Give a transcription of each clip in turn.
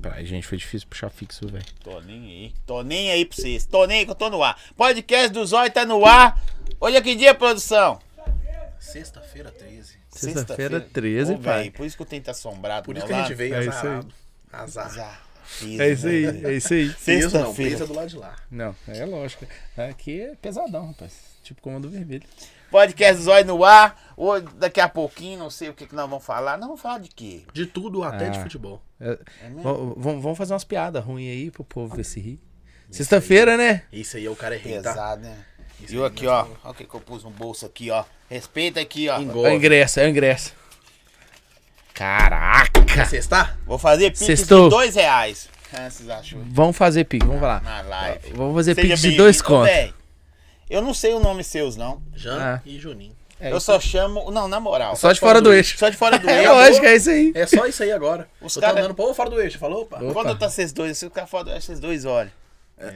pra gente foi difícil puxar fixo, velho. Tô nem aí. Tô nem aí pra vocês. Tô nem aí que eu tô no ar. Podcast do Zóio tá no ar. Hoje é que dia, produção? Sexta-feira 13. Sexta-feira, 13, Ô, pai. velho, Por isso que eu tenho que estar assombrado. Por do isso que meu a gente lado. veio É isso azarado. Azar. Azar. Peso, É isso aí, velho. é isso aí. Peso não, Sexta-feira. peso é do lado de lá. Não, é lógico. Aqui é pesadão, rapaz. Tipo comando vermelho. Podcast do Zóio no ar. Hoje, daqui a pouquinho, não sei o que, que nós vamos falar. Nós vamos falar de quê? De tudo, até de Ah. futebol. É, mesmo? vamos- vamos vamos fazer umas piadas ruins aí pro povo ver se rir. Sexta-feira, né? Isso aí é o cara é rei, tá? Pesado, né? Isso E eu aí, aqui, ó. Olha o que que eu pus no bolso aqui, ó. Respeita aqui, ó. É o ingresso, é o ingresso. Caraca! Sexta? Vou fazer pix Sextou. de dois reais. Ah, vocês acham? Vamos fazer pix, vamos lá. Na live. Vamos fazer Seja pix de bem-vindo, dois contos. véi. Eu não sei o nome seus, não. Jean Ah. e Juninho. É eu isso. só chamo. Não, na moral. tá Só de fora do eixo. Só de fora do É eixo. lógico, é isso aí. É só isso aí agora. Os eu cara- tô andando pra fora do eixo, falou? Opa. Opa. Quando tá vocês dois, se ficar fora do eixo, vocês dois olham.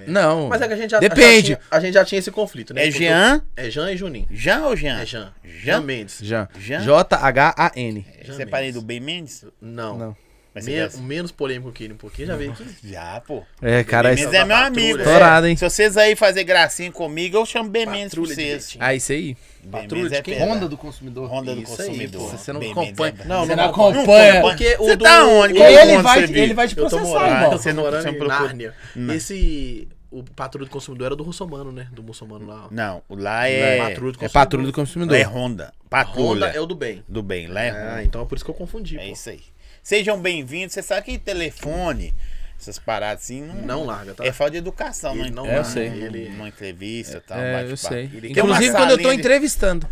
Não. Mas é que a gente já, Depende. já tinha, a gente já tinha esse conflito, né? É Porque Jean? É Jean e Juninho. Jean ou Jean? É Jean. Jean? Mendes. Jean. Jean? J-H-A-N. é Eu Separei do Ben Mendes? Não. Não. Mas Men- você- menos polêmico que ele um pouquinho, já veio aqui. Já, pô. É, cara, ben isso... Mendes é meu patrulha. amigo. é. Estourado, hein? Se vocês aí fazer gracinha comigo, eu chamo Ben Mendes pra Patrulha de vocês. Betim. Ah, isso aí. Ben Patrulha Mendes de é quem? pedra. Honda do consumidor. Honda do Isso aí, consumidor. pô. Você não Ben Mendes é acompanha. brabo. Não, você não não acompanha. acompanha. Porque o Você do- tá onde? o- Qual Ele mundo vai, você vive? ele vai te Eu tô processar, morando, irmão. Ah, você eu tô não- morando você não em procura- Nárnia. Não. Esse, o patrulho do consumidor era do russomano, né? Do muçulmano lá. ó. Não, lá é. Patrulha É do consumidor. patrulha do Lá consumidor. é Honda. Patrulha. Honda é o do bem. Do bem, lá é Honda. Ah, então é por isso que eu confundi, É pô. isso aí. Sejam bem-vindos. Você sabe que telefone, essas paradas assim, não, Não larga, tá? é falta de educação, não Ele não né? É, eu sei. Ele... Ele- Uma entrevista, tal, um É, eu bate-papo. sei. Ele- Tem uma Inclusive quando eu tô salinha de- entrevistando.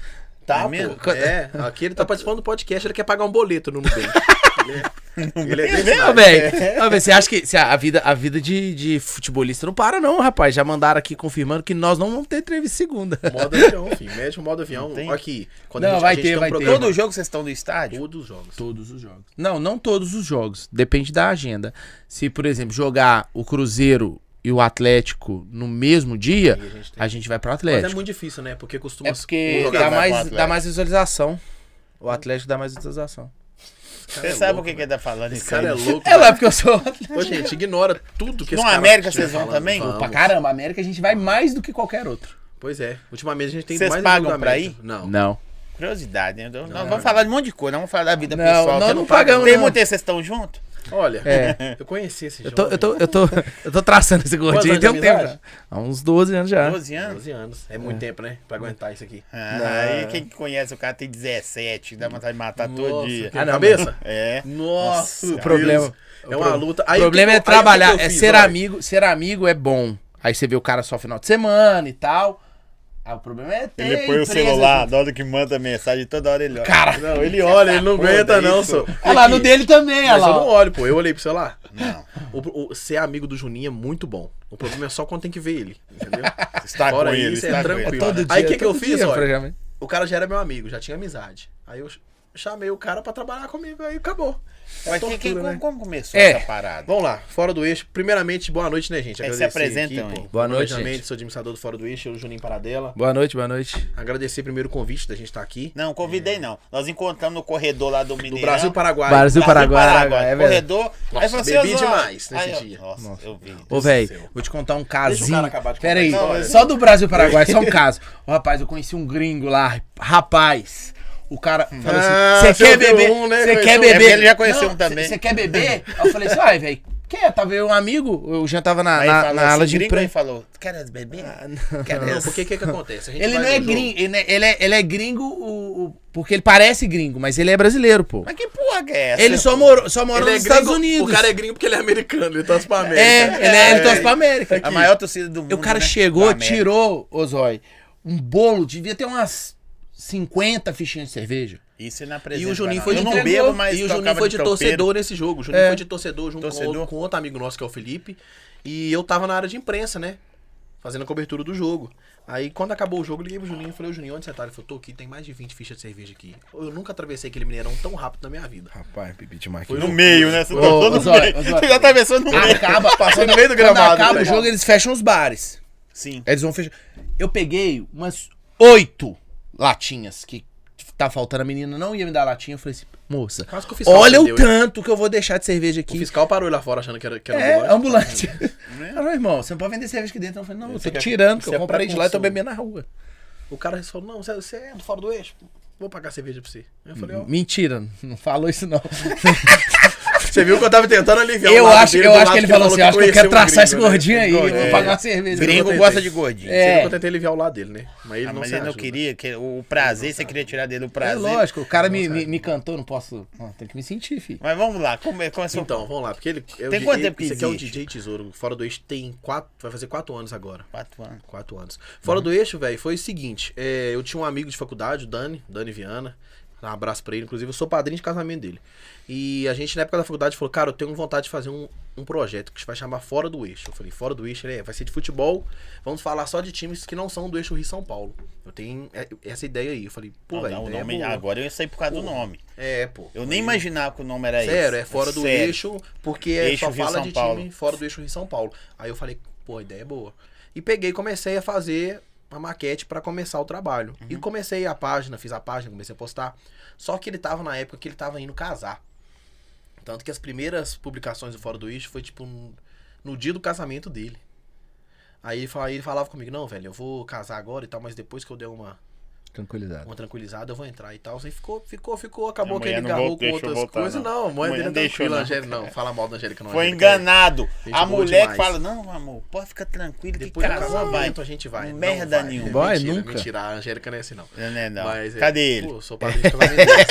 Tá, É pô. mesmo? Quando- É, aqui ele tá participando do podcast, ele quer pagar um boleto no Nubank. ele é, ele é desse Ô, naipe. é. velho, ô, velho, você acha que se a a vida, a vida de, de futebolista não para, não, rapaz? Já mandaram aqui confirmando que nós não vamos ter entrevista segunda. Modo avião, filho. Médio modo avião. Não tem? Ó Aqui. Quando Não, a gente, vai a gente ter, tem um vai ter. programa, Todo jogo vocês estão no estádio? Todos os jogos. Todos os jogos. Não, não todos os jogos. Depende da agenda. Se, por exemplo, jogar o Cruzeiro e o Atlético no mesmo dia, Aí a gente tem. a gente vai pro Mas Atlético. é muito difícil, né? Porque costuma... É porque Por que dá vai pro mais, Atlético? dá mais visualização. O Atlético dá mais visualização. Você é sabe louco, o que, que ele tá falando? Esse isso cara é aí? louco. É lá porque eu sou. Ô, gente, ignora tudo que No esse cara América estiver vocês vão falando. também? Vamos. Pra caramba, América a gente vai mais do que qualquer outro. Pois é. Ultimamente a gente tem Vocês mais pagam jogo da pra América. Não. Não. Curiosidade, né? Nós vamos falar de um monte de coisa, nós vamos falar da vida Não, pessoal. nós Você não paga- pagamos, Tem não. muito aí, vocês estão juntos? Olha, É. eu conheci esse Eu jovem. tô, eu tô, eu tô, eu tô traçando esse Quantos gordinho anos tem de um tempo. amizade? já. Há uns 12 anos já. 12 anos? 12 anos. É muito tempo, né? Pra aguentar isso aqui. Ah, e quem que conhece o cara tem 17, dá vontade de matar todo Nossa, dia. que Ah, não. cabeça? É. Nossa, Nossa, Deus. problema- É uma luta. O Aí, problema que é que eu- aí, o que trabalhar, que eu é fiz, ser olha? amigo. Ser amigo é bom. Aí você vê o cara só final de semana e tal. Ah, o problema é ter. Ele põe o empresa- celular, na hora que manda mensagem, toda hora ele olha. Cara, Não, ele olha, ele não Pô, aguenta, daí não, é isso- só. olha lá, no dele também, olha Mas eu lá. não ó. olho, pô. Eu olhei pro celular. Não. O, o- ser amigo do Juninho é muito bom. O problema é só quando tem que ver ele, entendeu? Está Fora com ele, isso, é está com tranquilo. ele. Todo Aí, dia, o que que eu todo fiz, dia, olha? praticamente. O cara já era meu amigo, já tinha amizade. Aí eu ch- chamei o cara pra trabalhar comigo, aí acabou. É Mas tortura, que- que- né? como, como começou É. essa parada? Vamos lá, Fora do Eixo. Primeiramente, boa noite, né, gente? É, se apresentam aí. pô. Boa noite, Primeiramente, gente. sou administrador do Fora do Eixo, eu, Juninho Paradela. Boa noite, boa noite. Agradecer primeiro o convite da gente estar aqui. Não, convidei não. Nós encontramos no corredor lá do Mineirão. Do Brasil-Paraguai. Brasil- Paraguai, Paraguai, é verdade. corredor. Nossa, falou assim, bebi "Ô, Zó". demais nesse Aí eu- dia. Nossa, eu vi. Ô, do velho, céu. vou te contar um Deixa o casinho. cara acabar de Pera aí, contar a história. só do Brasil e Paraguai, só um caso. Ô, rapaz, eu conheci um gringo lá, rapaz. O cara falou Ah, assim: você você quer ouviu beber? um, né? Você Conheceu quer um. É beber? porque ele já conheceu um também. Você quer beber? Aí Eu falei assim: ai, velho, quer? Tava eu um amigo, eu já tava na, Aí na, falou na assim, aula de é gringo, aí imprensa. falou, quer beber? Ah, Não, porque o que que acontece? A gente É, Ele vai não no é jogo. gringo, ele é, ele é- ele é gringo, o- o- porque ele parece gringo, mas ele é brasileiro, pô. Mas que porra que é essa? Ele só morou, só morou Ele é nos gringo- Estados Unidos. O cara é gringo porque ele é americano, ele torce pra América. É, ele é, ele É. torce pra América. A maior torcida do mundo, o cara né? Da chegou, América. tirou, ô Zói, um bolo, devia ter umas 50 fichinhas de cerveja. Isso na E presença. o Juninho foi de Eu não entregou. bebo, mas E o tocava Juninho foi de, tropeiro. torcedor nesse jogo. O Juninho É. foi de torcedor junto Torcedor. Com, outro- com outro amigo nosso, que é o Felipe. E eu tava na área de imprensa, né? Fazendo a cobertura do jogo. Aí, quando acabou o jogo, eu liguei pro Juninho e falei, ô Juninho, onde você tá? Ele falou, tô aqui, tem mais de 20 fichas de cerveja aqui. Eu nunca atravessei aquele mineirão tão rápido na minha vida. Rapaz, bebi demais. No meio, né? Você Ô, tocou ô, no Zóio, meio. ô, Zóio. Você já atravessou no meio. Acaba, Passou no meio do quando gramado, acaba né? o jogo, eles fecham os bares. Sim. Eles vão fechar. Eu peguei umas oito latinhas que tá faltando a menina, não ia me dar latinha. Eu falei assim, moça, Quase que o fiscal olha o atendeu, hein? tanto que eu vou deixar de cerveja O aqui. fiscal parou ele lá fora achando que era, que era É, ambulante. ambulante. Não, irmão, você não pode vender cerveja aqui dentro. Eu falei, não, eu Você tô quer- tirando, que você eu é comprei de lá e tô pré-consumo. bebendo na rua. O cara falou, não, você- você é do fora do eixo? Vou pagar cerveja pra você. Eu falei, Uhum. ó. Mentira, não falou isso não. Você viu que eu tava tentando aliviar Eu acho, eu acho que ele falou assim, acho que eu quero traçar esse um gordinho gordinho aí, eu vou É. pagar uma cerveja. Gringo Gringo contei, gosta tem. de gordinho. É. Você viu que eu tentei aliviar o lado dele, né? Mas ele Ah, não mas se ele não ajuda. queria, que, o prazer, você queria tirar dele o É prazer. lógico, o cara me, me, me cantou, não posso. Não, tem que me sentir, filho. Mas vamos lá, come, começou. Então, vamos lá, porque ele... é o Tem di- quanto ele- tempo que Esse aqui é o existe? DJ Tesouro, fora do eixo tem quatro, vai fazer quatro anos agora. Quatro anos. Quatro anos. Fora do eixo, velho, foi o seguinte: é, eu tinha um amigo de faculdade, o Dani, Dani Viana. Um abraço pra ele, inclusive, eu sou padrinho de casamento dele. E a gente, na época da faculdade, falou: Cara, eu tenho vontade de fazer um, um projeto que vai chamar Fora do Eixo. Eu falei: Fora do Eixo, ele é, vai ser de futebol, vamos falar só de times que não são do eixo Rio e São Paulo. Eu tenho é, essa ideia aí. Eu falei: Pô, Não, velho. não, o ideia um nome- boa." agora eu sei por causa do nome. É, pô. Eu nem Aí- imaginava que o nome era esse. Sério, é fora do Sério. eixo, porque é Eixo só Rio, fala São de Paulo. time fora do eixo Rio São Paulo. Aí eu falei, pô, a ideia é boa. E peguei e comecei a fazer a maquete pra começar o trabalho. E Uhum. comecei a página, fiz a página, comecei a postar. Só que ele tava na época que ele tava indo casar. Tanto que as primeiras publicações do Fora do Eixo foi tipo no, no dia do casamento dele. Aí ele, fala- aí ele falava comigo, não, velho, eu vou casar agora e tal, mas depois que eu der uma, Tranquilidade. uma tranquilizada, eu vou entrar e tal. Aí ficou, ficou, ficou. Acabou que Amanhã ele não agarrou vou- com deixa eu outras voltar, coisas. não. Não, a mãe Amanhã dele é deixa eu tranquila, não. Angélica. Não, fala mal da Angélica, não. Foi Angélica é- enganado. Gente a boa mulher que demais. fala, não, amor, pode ficar tranquilo que Depois do casou, vai. casamento a gente vai. Não Merda vai. nenhuma. Vai, mentira, nunca. Mentira, a Angélica não é assim, não. Não, não, não. Mas, é, Cadê ele? Pô, eu sou padrinho de casamento dele.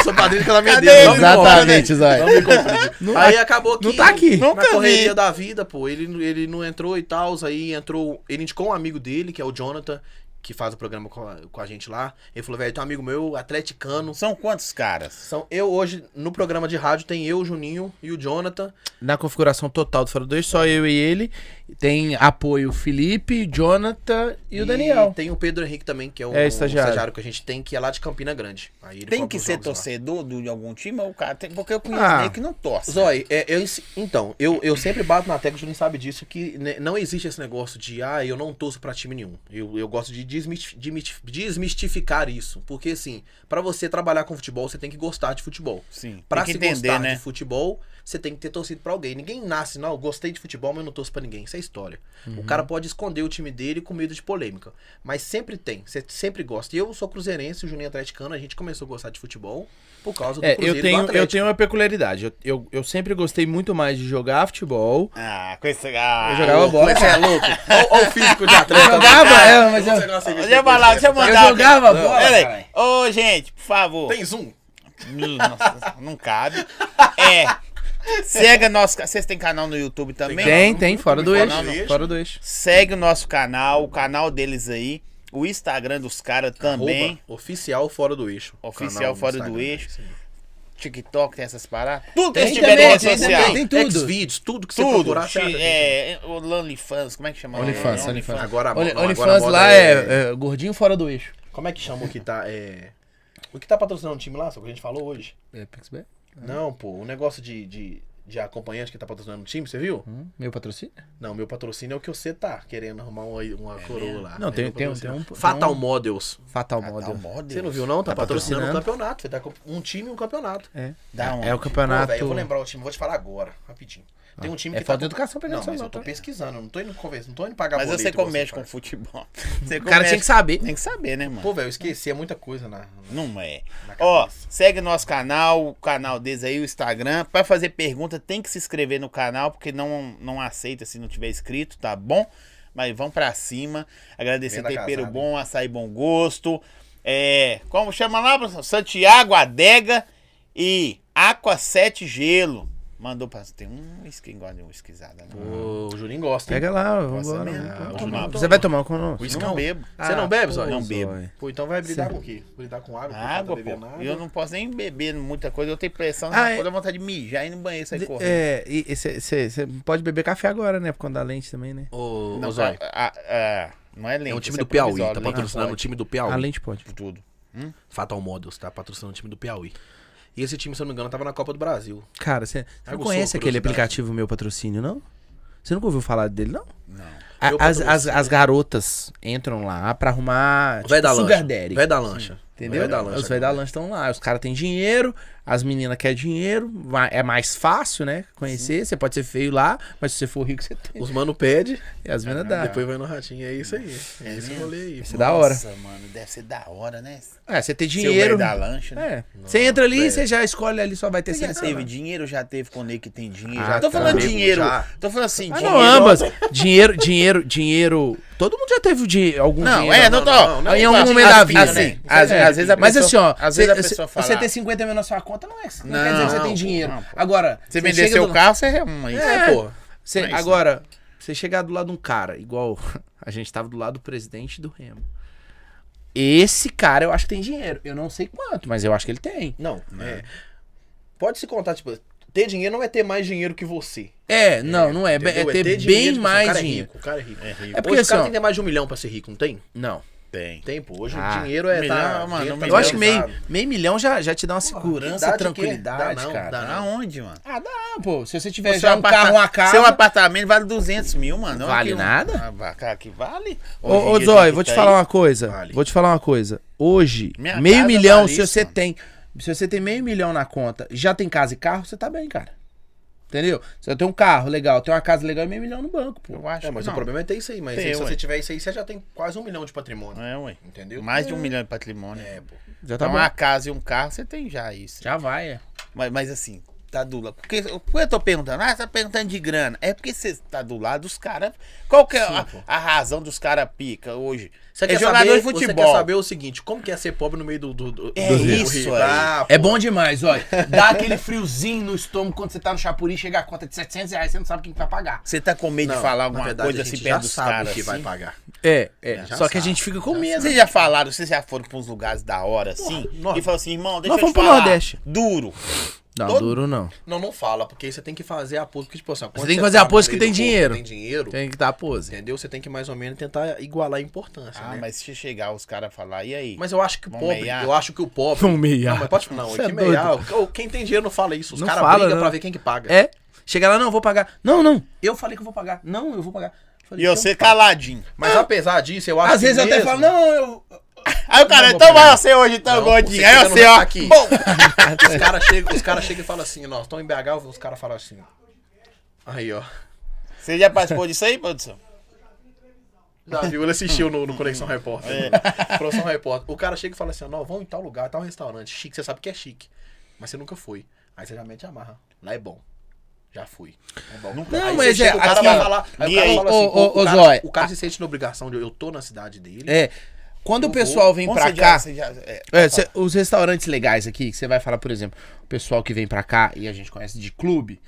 Eu sou padrinho de casamento Cadê dele. ele? não me confunde. Exatamente, Zóia. Não me confunde. né? Não- Aí acabou que... não tá aqui. Nunca na vi. correria da vida, pô, ele, ele não entrou e tal, aí entrou... Ele indicou um amigo dele, que é o Jonathan, que faz o programa com a, com a gente lá. Ele falou, velho, tem um amigo meu, atleticano, São quantos caras? São eu hoje, no programa de rádio, tem eu, o Juninho e o Jonathan. Na configuração total do Fora do Eixo, só eu e ele. Tem apoio Felipe, Jonathan e, o Daniel. tem o Pedro Henrique também, que é um, É, um estagiário. estagiário. que a gente tem, que é lá de Campina Grande. Aí ele Tem cobre que os ser jogos lá. torcedor do- de algum time ou o cara tem- Porque eu conheço Ah. meio que não torce. Zói, é, eu ens- então, eu, eu sempre bato na tecla, o Juninho sabe disso, que né, não existe esse negócio de, ah, eu não torço pra time nenhum. Eu, eu gosto de desmiti- de miti- desmistificar isso. Porque, assim, pra você trabalhar com futebol, você tem que gostar de futebol. Sim. Pra tem se que entender, gostar né? de futebol, você tem que ter torcido pra alguém. Ninguém nasce, não, eu gostei de futebol, mas eu não torço pra ninguém. Isso é história. Uhum. O cara pode esconder o time dele com medo de polêmica. Mas sempre tem, você sempre gosta. E eu sou cruzeirense, o Juninho é atleticano, a gente começou a gostar de futebol por causa do É, Cruzeiro eu e do tenho, eu Atlético. tenho uma peculiaridade. Eu, eu, eu sempre gostei muito mais de jogar futebol. Ah, com esse. Ah, Eu jogava bola. Você é louco? Olha o físico de Eu atleta. né? jogava, é, mas eu, Deixa eu falar, é deixa eu mandar. eu jogava Não, bola, pera aí. caralho. Ô, gente, por favor. Tem zoom? Nossa, não cabe. É. Segue nosso. ca- Vocês têm canal no YouTube também? Tem, tem, fora do Fora eixo. do eixo. Fora do eixo. Segue o nosso canal, o canal deles aí. O Instagram dos caras também. Arroba, oficial fora do eixo. Oficial Canal no Fora do Instagram, Eixo. é isso aí. TikTok, tem essas paradas. Tipo Tudo que Tem eles tiverem também, em rede tem social. também, tem tudo. Xvideos, tudo que você Tudo. procurar, você acha. É, o OnlyFans, como é que chama? OnlyFans, OnlyFans. Agora, Olha, não, agora a OnlyFans moda lá é, é gordinho fora do eixo. Como é que chama o que tá. É... O que tá patrocinando o time lá, só que a gente falou hoje? É, PixBay? Não, pô, o negócio de, de, de acompanhante que tá patrocinando o time, você viu? Hum, meu patrocínio? Não, meu patrocínio é o que você tá querendo arrumar uma, uma coroa lá. Não, É tem- meu tem um- patrocínio. tem um- Fatal tem um- Models. Fatal Model. Model. Você não viu, não? Tá, Tá patrocinando, patrocinando. um campeonato. Você tá com um time e um campeonato. É. Da onde? É o campeonato. Pô, velho, eu vou lembrar o time, vou te falar agora, rapidinho. Tem um time é que falta de tá... com- educação pegar Não, seu mas nome, eu tô tá? pesquisando, eu não tô indo conversa, não tô indo pagar Mas boleto você igual comete com faz. futebol. Você O cara tinha que saber. Tem que saber, né, mano? Pô, velho, eu esqueci, é muita coisa na... Não é. Na Ó, cabeça. segue nosso canal, o canal deles aí, o Instagram. Pra fazer pergunta, tem que se inscrever no canal, porque não, não aceita se não tiver inscrito, tá bom? Mas vamos pra cima. Agradecer Venda Tempero casada. Bom, Açaí Bom Gosto. É, como chama lá, professor? Santiago Adega e Aqua 7 Gelo. Mandou pra. Tem um whisky, gosta de um whiskyzada, né? Ô, O Juninho gosta, hein? Pega lá, vamos Nossa, embora. mesmo, Ah, vamos vamos tomar. um tomar. Você vai tomar com nós? Whisky Não bebo. Você não bebe, Zóio? Não bebo. Pô, então vai brindar com o quê? Brindar com água? porque não Água, tá pô. bebendo nada. Eu não posso nem beber muita coisa. Eu tenho pressão, Ah, ah, é. é... vontade de mijar e ir no banheiro e sair correndo. É, e você pode beber café agora, né? Por conta da lente também, né? Ô, Não, é, ô, Zóio, a- a- a- não é né? lente. é um time isso do Piauí, provisório, tá né, lente um patrocinando Ah, o time do Piauí. A lente pode. pode Tudo. Fatal Models, tá patrocinando o time do Piauí. E esse time, se eu não me engano, tava na Copa do Brasil. Cara, você não Algo conhece sou aquele curiosidade. aplicativo Meu Patrocínio, não? Você nunca ouviu falar dele, não? Não. A- Meu as, as, Patrocínio. as garotas entram lá pra arrumar Vai da sugar lancha. daddy, Vai da lancha. entendeu? Vai da lancha. os velhos da lancha estão lá, os caras têm dinheiro, As meninas querem dinheiro, vai- é mais fácil, né? Conhecer, você pode ser feio lá, mas se você for rico, você tem. Os mano pede, E as meninas dá. depois vai no ratinho. É isso aí. É, É esse mesmo? rolê aí. Isso é da hora. Nossa, mano, deve ser da hora, né? É, você ter Seu dinheiro. velho da lancha, né? É. Ah, Você entra ali, velho. você já escolhe ali, só vai ter Você já sensação. teve dinheiro, já teve com que tem dinheiro. Ah, já tô tá. falando Amigo, dinheiro. já. Tô falando assim, Ah, dinheiro. não, ambas. Dinheiro, dinheiro, dinheiro. Todo mundo já teve di- algum Não, dinheiro. é, né? não, tô. não, não, não. em algum momento da vida. Assim, né? às, É, às vezes a pessoa, Mas assim, ó, às cê- vezes a cê- pessoa fala. você ter 50 mil na sua conta não é. Não, Não, quer dizer que você pô, tem dinheiro. não, pô. Agora. você vender seu carro, você é um. É, É, pô. Cê- Não é isso, agora, você chegar do lado de um cara, igual a gente tava do lado do presidente do Remo. Esse cara eu acho que tem dinheiro. Eu não sei quanto, mas eu acho que ele tem. Não, Né? é. Pode se contar, tipo, ter dinheiro não é ter mais dinheiro que você. É, não, não é. É, entendeu? ter, dinheiro, bem um tipo, o mais cara É dinheiro. rico, o cara é rico. É rico. É porque hoje o assim, cara ó, tem que ter mais de um milhão pra ser rico, não tem? Não. Tem. Tem, pô. Hoje Ah, o dinheiro é. milhão, tá, mano, dinheiro um tá Eu acho que meio, valorizado. meio milhão já, já te dá uma dá segurança, de quê? tranquilidade, Dá não, cara. dá Aonde, mano? Ah, dá, pô. Se você tiver Seu já um aparta- carro, uma casa. Seu apartamento vale 200 mil, mano. Olha Vale aqui, um- nada? Ah, va- Cara, que vale. Ô, Hoje em ô dia tem Zói, que vou te tá falar aí. uma coisa. Vale. Vou te falar uma coisa. Hoje, Minha meio casa milhão, vale se isso, você mano. tem. Se você tem meio milhão na conta, já tem casa e carro, você tá bem, cara. Entendeu? Se eu tenho um carro legal, tenho uma casa legal e meio milhão no banco, pô. Eu acho É, mas que o não. problema é ter isso aí. Mas Tem, se ué. você tiver isso aí, você já tem quase um milhão de patrimônio. É, ué. Entendeu? Mais de um milhão de patrimônio. É, pô. Já tá Então, bom. uma casa e um carro, você tem já isso. Já vai, é. Mas, mas assim, tá do lado. Porque por que eu tô perguntando? Ah, você tá perguntando de grana. É porque você tá do lado dos caras. Qual que é a, Sim, pô. a razão dos caras pica hoje? Você é quer jogador saber, de Você futebol. quer saber o seguinte, como que é ser pobre no meio do... do, do É do- do isso Rio? aí. Ah, É bom demais, olha. Dá aquele friozinho no estômago quando você tá no Chapuri e chega a conta de 700 reais, você não sabe quem que vai pagar. Você tá com medo Não, de falar na alguma verdade, coisa a gente assim já perto dos sabe caras? o que vai assim? pagar. É, é. já Só sabe, que a gente fica com já medo. Vocês já falaram, vocês já foram pra uns lugares da hora assim? nós- e falaram assim, irmão, deixa nós eu te fomos pro falar. Nordeste. Duro. Não, Todo- duro não. Não, não fala, porque aí você tem que fazer a pose, porque, tipo assim, ó, quando tem que fazer a tá no pose que meio tem do povo, dinheiro. Tem dinheiro, Tem que dar pose. entendeu? Você tem que mais ou menos tentar igualar a importância, Ah, né? mas se chegar os caras falar, e aí? Mas eu acho que o Vamos pobre, meiar? eu acho que o pobre. Um Vamos meiar. Não, mas pode não, Você é é que meiar. o- Quem tem dinheiro não fala isso. Os Não caras fala, brigam não. né? pra ver quem que paga. É. Chega lá, não, vou pagar. Não, não. Eu falei que eu vou pagar. Não, eu vou pagar. E "Então você caladinho. Mas apesar disso, eu acho Às que vezes eu até mesmo- falo, não, eu. Aí o cara, Não, então meu vai pai. você hoje, então, Não, gordinho. você Aí fica você, no- ó. aqui. Bom, Os caras chegam os cara chega e falam assim, nós estamos em BH, os caras falam assim. Aí, ó. Você já participou disso aí, produção? Já viu, ele assistiu no, no Conexão Repórter. É. Conexão Repórter. O cara chega e fala assim, ó, não, vamos em tal lugar, tal restaurante, chique, você sabe que é chique. Mas você nunca foi. Aí você já mete a marra. Lá é bom. Já fui. É bom. Nunca- Não, Aí mas você chega, é, o cara assim, vai ó, falar, e aí o cara aí? fala assim, Ô, pô, ô, o, ô, cara, Zóia. o cara se sente na obrigação de eu tô na cidade dele. É. Quando o vou. pessoal vem Onde pra você já- cá. você já- é, É, cê- os restaurantes legais aqui, que você vai falar, por exemplo, o pessoal que vem pra cá e a gente conhece de clube,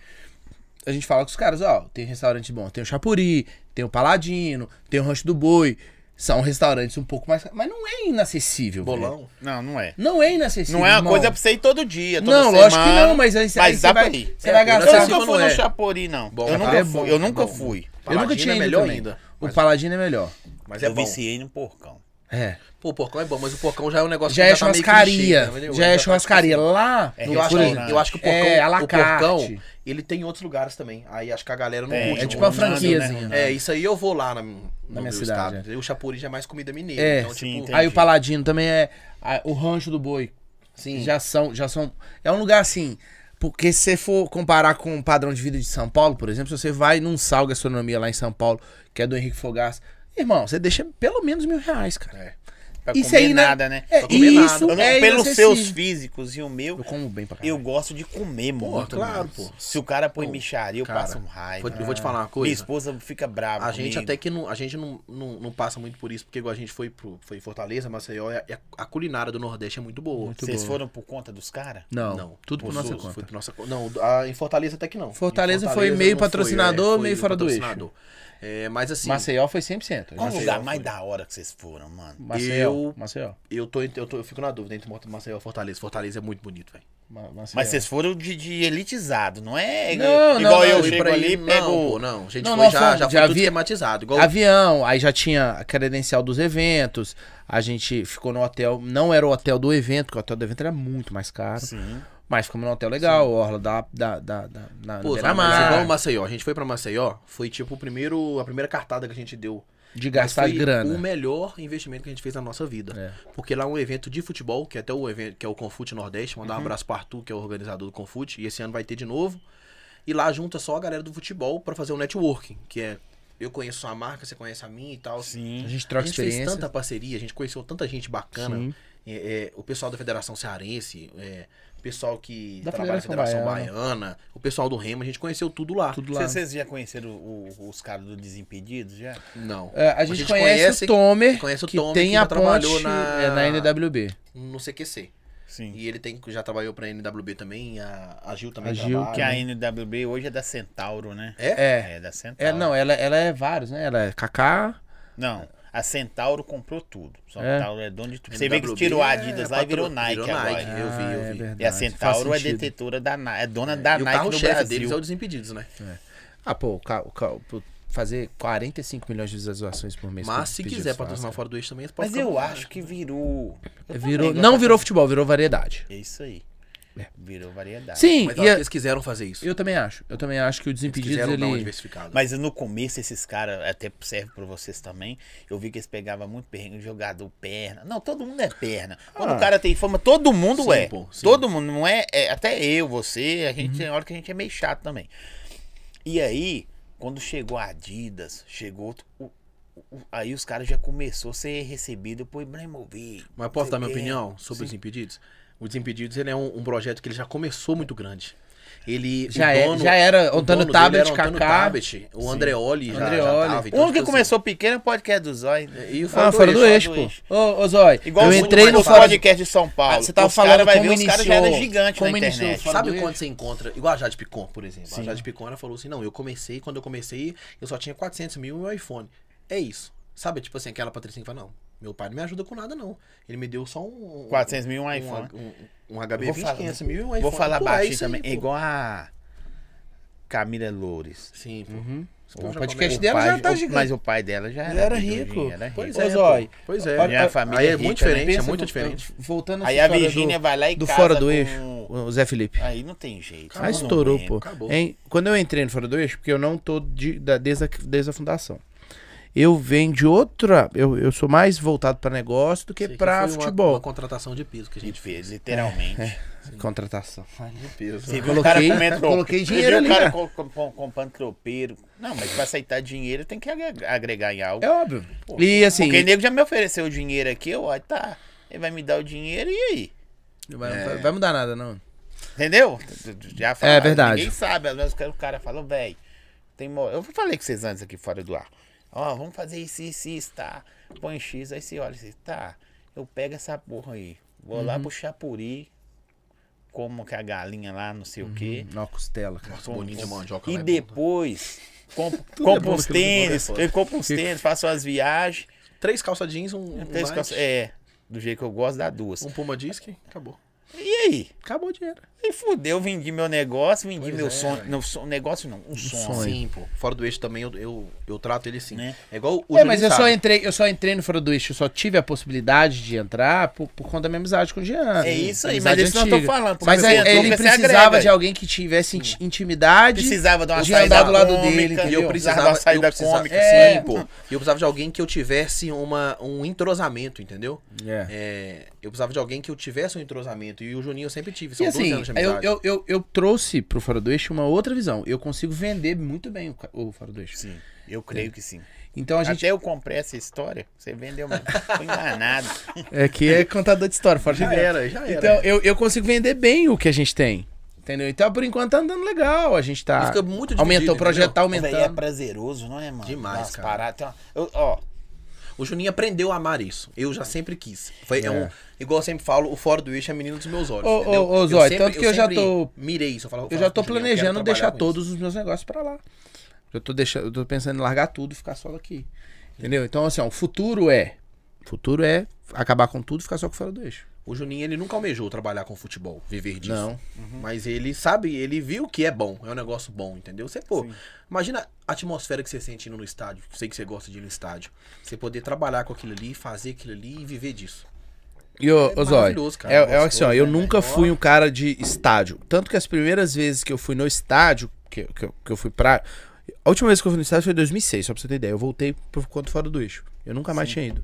a gente fala com os caras, ó, tem restaurante bom, tem o Chapuri, tem o Paladino, tem o Rancho do Boi. São restaurantes um pouco mais. Mas não é inacessível, velho. Bolão. Não, não é. Não é inacessível. Não é uma irmão. coisa pra você ir todo dia, toda Não, semana. lógico que não, mas aí você aí Mas você dá vai, pra ir. você vai É, eu Eu gastar. Sabe, nunca não fui no é. Chapori, não. Bom, eu tá nunca bom, fui. Eu tá nunca bom. fui. Eu nunca Paladino tinha é ido melhor também. ainda. O Mas- Paladino é melhor. Mas é Eu bom. viciei no porcão. É. Pô, o porcão é bom, mas o porcão já é um negócio Já que é tá meio churrascaria. clichê, né? Já é churrascaria. Lá, É no- Eu acho, por que- exemplo, eu acho que o porcão, é à la o carte. porcão, ele tem em outros lugares também. Aí acho que a galera não É, curte. é o tipo muito. uma Ronaldo, franquiazinha. né, É, isso aí eu vou lá na, no minha meu cidade, estado. O chapuri já é mais comida mineira. É. então, Sim, tipo, entendi. Aí o Paladino também é ah, o rancho do boi. Sim. Já são, já são. É um lugar assim. Porque se você for comparar com o padrão de vida de São Paulo, por exemplo, se você vai num sal gastronomia lá em São Paulo, que é do Henrique Fogaça, irmão, você deixa pelo menos mil reais, cara. É. Pra Isso comer aí, né? nada, né? É, Pra comer isso nada. Eu não- é Pelos inacessível. seus físicos e o meu, Eu como bem pra eu caralho. gosto de comer, mano. claro, pô. Se o cara põe micharia, eu cara, passo um raio. vou- eu vou te falar uma coisa. Minha esposa fica brava A gente comigo. até que não, a gente não, não, não passa muito por isso, porque igual a gente foi, pro, foi em Fortaleza, Maceió, e a, e a- a culinária do Nordeste é muito boa. Vocês foram por conta dos caras? Não, Não, tudo por Pô, nossa foi- conta. Foi por nossa conta. Não, a- em Fortaleza até que não. Em Fortaleza foi meio não foi, patrocinador, meio o fora do eixo. patrocinador. É, mas assim, Maceió foi 100%. Qual o é, Maceió. lugar mais da hora que vocês foram, mano? Maceió, Eu- Maceió, eu, tô, entre- eu, tô, eu fico na dúvida entre Maceió e Fortaleza. Fortaleza é muito bonito, velho. Ma- Maceió. é. Mas vocês foram de, de elitizado, não é? Não, Igual não, eu não, Foi chego pra ali ir- e pego. Não, pô, não. A gente Não, foi nós já, fomos- já foi já tudo vi- esquematizado. Igual Avião, aí já tinha a credencial dos eventos, a gente ficou no hotel, não era o hotel do evento, porque o hotel do evento era muito mais caro, Sim. mas ficamos num hotel legal, orla da, da, da, da, na Pô, Pô, Zé, mas igual o beira-mar. Maceió. A gente foi pra Maceió, foi tipo o primeiro, a primeira cartada que a gente deu De gastar Mas foi grana. O melhor investimento que a gente fez na nossa vida. Porque lá é um evento de futebol, que é até o evento, que é o Confute Nordeste, mandar um abraço pro Arthur, que é o organizador do Confute, e esse ano vai ter de novo. E lá junta só a galera do futebol pra fazer um networking, que é eu conheço sua marca, você conhece a minha e tal. A Sim. gente A troca gente fez experiência. tanta parceria, a gente conheceu tanta gente bacana. Sim. É, é, o pessoal da Federação Cearense, é, o pessoal que Da trabalha Federação na Federação Baiana. o pessoal do Remo, a gente conheceu tudo lá. Tudo lá. Vocês já conheceram o- o- os caras do Desimpedidos já? Não. É, a, gente conhece, o Tomer, conhece o que Tomer, tem que a já trabalhou ponte na- é, na NWB. No CQC. Sim. E ele tem, já trabalhou pra NWB também, a, a Gil também A Gil, trabalha. Que a NWB hoje é da Centauro, né? É? É, É, da Centauro. É, não, ela, ela é vários, né? Ela é Kaká. Não, a Centauro comprou tudo. É. Centauro é, dono de tudo. Você vê que tirou a é, Adidas lá e virou Nike agora. Eu vi, eu vi. verdade. E a Centauro é Faz sentido. detetora da Nike, é dona da e Nike o no carro-chefe Brasil. deles é o Desimpedidos, né? Ah, pô, o ca- o ca- pô, fazer 45 milhões de visualizações por mês. Mas que se pedidos quiser fazem. patrocinar fora do eixo também, eles podem Mas ficar à eu vontade. acho que virou. É, Virou, não virou futebol, virou variedade. É isso aí. Virou variedade. Sim, Mas eu e a- acho que um eles quiseram fazer isso. eu também acho. Eu também acho que o Eles Desimpedidos, quiseram dar uma ele... diversificada. Mas no começo, esses caras, até serve pra vocês também, eu vi que eles pegavam muito perrengue, jogador perna. Não, todo mundo é perna. Quando Ah. o cara tem fama, todo mundo Sim, é. pô, sim. Todo mundo, não é, é, Até eu, você, a gente tem hora que a gente é meio chato também. E aí, quando chegou a Adidas, chegou outro. o- o- aí os caras já começou a ser recebido por Ibrahimovic. Mas posso dar minha É, opinião sim. sobre os Impedidos? O Desimpedidos ele é um, um projeto que ele já começou muito grande. Ele Já o é- dono, já era o Antônio dono dele Tabet, era o Antônio Kaká. Tabet, o Andreoli já, já Andreoli. tava. O único que tipo começou pequeno é o podcast do Zóio. assim, E Ah, fora do eixo, do pô. eixo. Ô, ô Zói, Igual eu os entrei no últimos fora... podcast de São Paulo. Ah, você tava Os cara falando vai como ver, os caras já era iniciou- gigante como na iniciou internet. o fora do Sabe eixo. quando você encontra. Igual a Jade Picon, por exemplo. A Jade Picon ela falou assim: não, eu comecei, quando eu comecei, eu só tinha 400 mil e meu iPhone. É isso. Sabe, tipo assim, aquela patricinha que fala: não, meu pai não me ajuda com nada, não. Ele me deu só um. 400 mil um um iPhone. Um, um, HB 20, 500 mil e um iPhone. Vou falar Pô, é baixinho isso aí, também. pô. é igual a Camila Loures. Sim, pô. Esse povo Uhum. O já podcast começa- dela pai- já tá o- gigante. Mas o pai dela já Ele era, era bijurinho, rico. era Pois rico. é, pô. Zói. Pois é. Olha, a família Aí é rica, muito né? diferente, é Pensa, muito vo- diferente. Voltando Aí essa a história Virgínia do, vai lá e do casa fora do com- eixo, o Zé Felipe. Aí não tem jeito. Aí não estourou, tem. pô. acabou. Hein? Quando eu entrei no Fora do Eixo, porque eu não tô de- da- desde, a, desde a fundação. Eu venho de outra. Eu, eu sou mais voltado pra negócio do que Sei que pra foi uma- futebol. Uma contratação de piso que a A gente gente fez, literalmente. Contratação. fez. Piso. Você viu É, Coloquei- o cara comendo tropeiro. coloquei dinheiro Você ali, viu o cara né? co- co- co- comprando tropeiro. Não, mas pra aceitar dinheiro tem que agre- agregar em algo. É óbvio. E assim. Porque o nego já me ofereceu o dinheiro aqui, eu, ó, tá. Ele vai me dar o dinheiro e aí? Vai, vai- vai mudar nada, não. Entendeu? Já É falaram, verdade. Ninguém sabe. Às vezes o cara fala, velho, tem mo- Eu falei com vocês antes aqui fora do ar. Ó, vamos fazer isso, isso, isso, tá? Põe X, aí você olha assim, tá. Eu pego essa porra aí. Vou lá Uhum. pro Chapuri, como que a galinha lá, não sei o quê. Não, costela, cara. Nossa, bolinho de Uhum. mandioca E lá é bom, depois, compro, compro bom uns naquele lugar, é tênis. foda. Eu compro uns tênis, faço umas viagens. Três calça jeans, um, um, Três Nike, calça- É, do jeito que eu gosto, dá duas. um puma disc, acabou. E aí? Acabou o dinheiro. E fudeu, vendi meu negócio, vendi Pois meu é, sonho. velho. Não, sonho- negócio não, um sonho. sonho. Sim, pô. Fora do eixo também eu, eu, eu trato ele assim. Né? É igual o é, mas eu Juninho só, sabe. entrei, eu só entrei no Fora do Eixo, eu só tive a possibilidade de entrar por, por conta da minha amizade com o Jean. É isso aí, Amizade mas isso nós estamos antiga. falando, porque Mas assim, você é- entrou, ele porque você precisava agrega. de alguém que tivesse inti- intimidade. Precisava de uma Eu tinha saída andado do lado cômica, dele, E entendeu? eu precisava da saída eu precisava, cômica, É. Sim, pô. E eu precisava de alguém que eu tivesse uma, um entrosamento, entendeu? É. É, eu precisava de alguém que eu tivesse um entrosamento. E o Juninho eu sempre tive. São E 12 assim, anos de eu, amizade. eu, eu, eu trouxe pro Fora do Eixo uma outra visão. Eu consigo vender muito bem o, ca- o Fora do Eixo. Sim, eu creio que sim. Então a gente. Até eu comprei essa história, você vendeu, mano. Tô enganado. É que é contador de história, fora de Já dentro. era, já era. Então eu, eu consigo vender bem o que a gente tem. Entendeu? Então por enquanto tá andando legal. A gente E tá. fica é muito dividido, aumentou o projeto, tá Véi, é aumentando. prazeroso, não é, mano? Demais, Nossa, cara. Parar, tem uma- eu- ó, O Juninho aprendeu a amar isso. Eu já sempre quis. Foi, é. É. um, igual eu sempre falo, o fora do eixo é menino dos meus olhos. Ô, entendeu? ô, ô, Zói, sempre- tanto que eu já sempre tô- Mirei isso. Eu, falo- Eu falo já tô pro Juninho, eu planejando quero deixar trabalhar com todos os meus negócios pra lá. Eu tô deixando, eu tô pensando em largar tudo e ficar só aqui. Entendeu? Então assim, ó, o futuro é, o futuro é acabar com tudo e ficar só com o fora do eixo. isso. O Juninho, ele nunca almejou trabalhar com futebol, viver disso. Uhum. Mas ele sabe, ele viu que é bom, é um negócio bom, entendeu? Você, pô, imagina a atmosfera que você sente indo no estádio, que eu sei que você gosta de ir no estádio. Você poder trabalhar com aquilo ali, fazer aquilo ali e viver disso. E ô, É ô, Zói, maravilhoso, cara, é, é gostoso, assim, ó, eu né, nunca velho? fui um cara de estádio. Tanto que as primeiras vezes que eu fui no estádio, que, que, eu- que eu fui pra. A última vez que eu fui no estádio foi em 2006, só pra você ter ideia. Eu voltei por conta fora do eixo. Eu nunca mais tinha ido.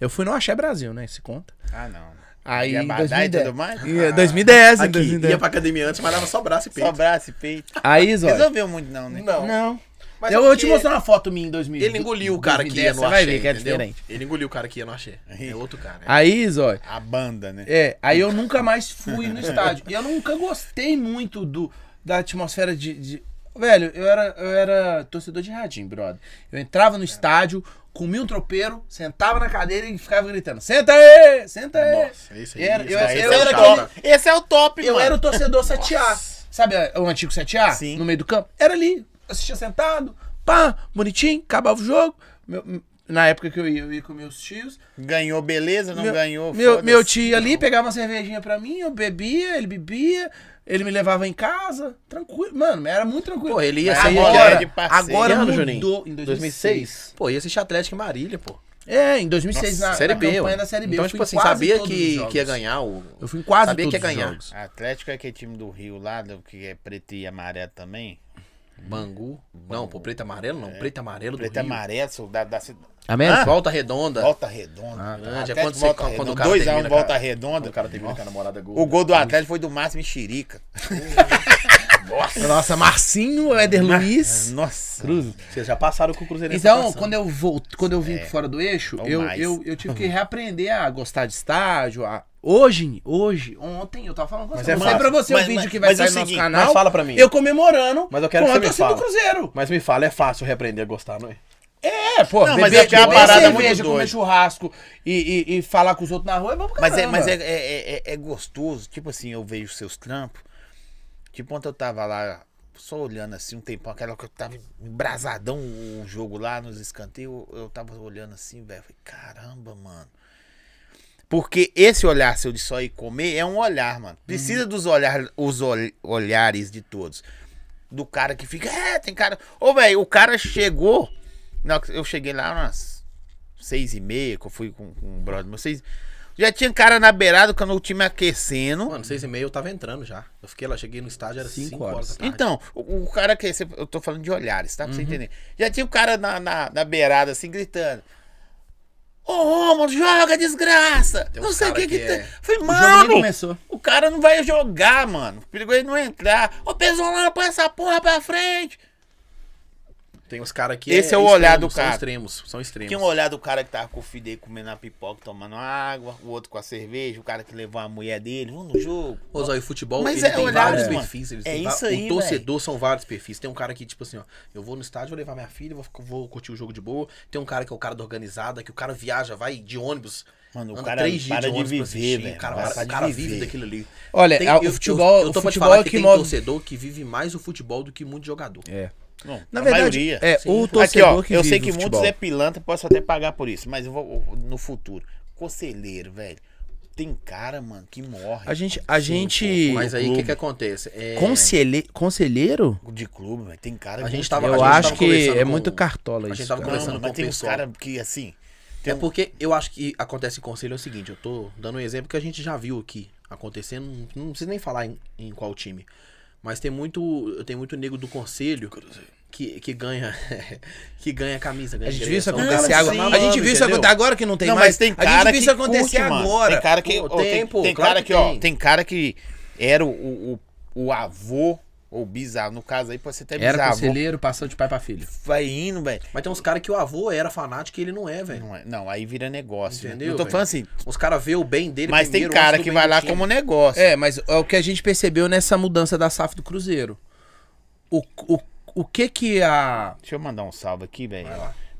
Eu fui no Axé Brasil, né? Se conta. Ah, não. Aí é Ia em badar e 2010. tudo mais? Em é, 2010, em Aqui, é 2010. ia pra academia antes, malhava só braço e peito. Só braço e peito. Aí, Zóio. Resolveu muito, não, né? Não. Não. Mas eu é vou te porque mostrar uma foto minha em 2000. Ele engoliu o cara que ia 2010, no você Axé, vai ver que é entendeu? diferente. Ah, Ele engoliu o cara que ia no Axé. É outro cara. né? Aí, Zóio. A banda, né? É, aí eu nunca mais fui no estádio. E eu nunca gostei muito do, da atmosfera de. de- Velho, eu era, eu era torcedor de radinho, brother. Eu entrava no estádio, comia um tropeiro, sentava na cadeira e ficava gritando: Senta aí! Senta aí! É Nossa, isso aí, Era- isso eu- aí, eu isso era é chato. aquele- Esse é o top, Eu mano. era o torcedor 7A. Sabe é, o antigo 7A? Sim. No meio do campo? Era ali. Assistia sentado, pá, bonitinho, acabava o jogo. Meu- na época que eu ia, eu ia com meus tios. Ganhou, beleza? Não meu, ganhou, meu, foda-se. meu tio ali pegava uma cervejinha pra mim, eu bebia, ele bebia, ele me levava em casa. Tranquilo. Mano, era muito tranquilo. Pô, ele ia Mas ser agora, de parceiro. agora Que ano, mudou Juninho? em 2006. Pô, ia assistir Atlético e Marília, pô. É, em 2006 na, série na B, campanha ué. da Série B. Então, eu fui tipo em assim, quase sabia todos os que, jogos. que ia ganhar o... Eu fui em quase Sabia todos que ia os ganhar. jogos. Atlético é aquele time do Rio lá, do, que é preto e amarelo também. Bangu. Não, pô, preto e amarelo não. É. Preto e amarelo Preto do e Rio. amarelo, soldado da cidade. América? Volta Redonda. Volta redonda. Ah, Atlético grande. É quando você- volta quando o redonda. cara 2 a 1 termina, volta cara. redonda. O cara termina com a namorada gol. O gol do Atlético foi do Márcio Mexerica. Nossa, Tá Marcinho, Éder Luiz. Nossa. Cruz. Vocês já passaram com o Cruzeiro. tá Então, quando eu volto, quando eu vim fora do eixo, ou eu, mais. eu, eu tive que reaprender a gostar de estádio. A... Hoje, hoje, ontem, eu tava falando com Mas você. é eu mostrei massa. pra você Mas- o vídeo mas- que vai mas é sair no o nosso seguinte, canal. mas fala pra mim. Eu comemorando. Mas eu quero com que a você me torcida do fale. Cruzeiro. Mas me fala, é fácil reaprender a gostar, não é? É, pô. Não, mas é que é uma beber parada cerveja, muito comer doida. churrasco e, e, e falar com os outros na rua é bom pra Mas, é, caramba. mas é, é, é- é gostoso. Tipo assim, eu vejo seus trampos. Tipo, ontem eu tava lá, só olhando assim um tempão, aquela que eu tava embrasadão o jogo lá nos escanteios. Eu, eu tava olhando assim, velho. falei, Caramba, mano. Porque esse olhar seu de só ir comer é um olhar, mano. Precisa Uhum. dos olhar, os ol- olhares de todos. Do cara que fica, é, tem cara. Ô, velho, o cara chegou. Não, eu cheguei lá umas seis e meia, que eu fui com, com um brother meu. Seis... Já tinha cara na beirada quando o time aquecendo. Mano, seis e meia eu tava entrando já. Eu fiquei lá, cheguei no estádio, era Cinco cinco horas. horas. da tarde. Então, o, o cara que. cê- Eu tô falando de olhares, tá? Pra Uhum. você entender. Já tinha o cara na, na, na beirada, assim, gritando. Ô, Romulo, joga, desgraça! Tem não uns sei o cara que que, que tem. é- Falei, O jogo nem mano, começou. o cara não vai jogar, mano. Perigo é ele não entrar. Ô, Pesolano, põe essa porra pra frente. Tem uns caras que. Esse é o olhar do cara. São extremos, são extremos. Tinha um olhar do cara que tava com o Fidei comendo a pipoca, tomando água, o outro com a cerveja, o cara que levou a mulher dele, vamos no jogo. Ô, Zóio, o futebol Mas ele é tem olhar, vários mano. perfis. Eles É têm va- isso aí, O torcedor são vários perfis. Tem um cara que, tipo assim, ó, eu vou no estádio, vou levar minha filha, vou, ficar- vou curtir o jogo de boa. Tem um cara que é o cara da organizada, que o cara viaja, vai de ônibus. Mano, o anda cara para de pra viver, assistir, velho. O cara, Nossa, para- o de cara viver. vive daquilo ali. Olha, Tem- a- eu- o eu- futebol, eu tô o pra te futebol falar é que que tem move. torcedor que vive mais o futebol do que muito jogador. É. Não, Na a verdade, maioria. é Sim. o Aqui, torcedor ó, que eu vive sei que o muitos futebol. é pilantra, posso até pagar por isso, mas eu vou no futuro. Conselheiro, velho. Tem cara, mano, que morre. A gente, a gente, Mas aí o clube. que, que acontece? É, Conselhe- conselheiro, De clube, velho. Tem cara A morre. gente tava- eu a gente acho tava que conversando é com- muito cartola a gente isso. tava cara. conversando Não, com mas o tem uns pessoal. caras que, assim... É porque eu acho que acontece em conselho é o seguinte, eu tô dando um exemplo que a gente já viu aqui acontecendo, não- não precisa nem falar em, em qual time. Mas tem muito, tem muito nego do conselho que, que ganha que ganha camisa, ganha A gente viu isso direção. acontecer Não, agora. sim, a gente viu isso entendeu? acontecer agora que não tem não, mais. mas tem a cara gente viu que isso acontecer curte, mano. agora. Tem cara que, Pô, ó, tem, tem, pô, tem claro cara que que, ó, tem. tem cara que era o, o, o- o avô ou bisavô, no caso aí pode ser até Era bisavô. conselheiro, passou de pai pra filho. Vai indo, velho. Mas tem uns caras que o avô era fanático e ele não é, velho. Não, é- não, aí vira negócio. Entendeu, Entendeu? Eu tô velho? um falando assim, Os caras vê o bem dele mas tem primeiro cara antes do que bem vai do lá time. como negócio. É, mas é o que a gente percebeu nessa mudança da SAF do Cruzeiro. O, o, o que que a... Deixa eu mandar um salve aqui, velho.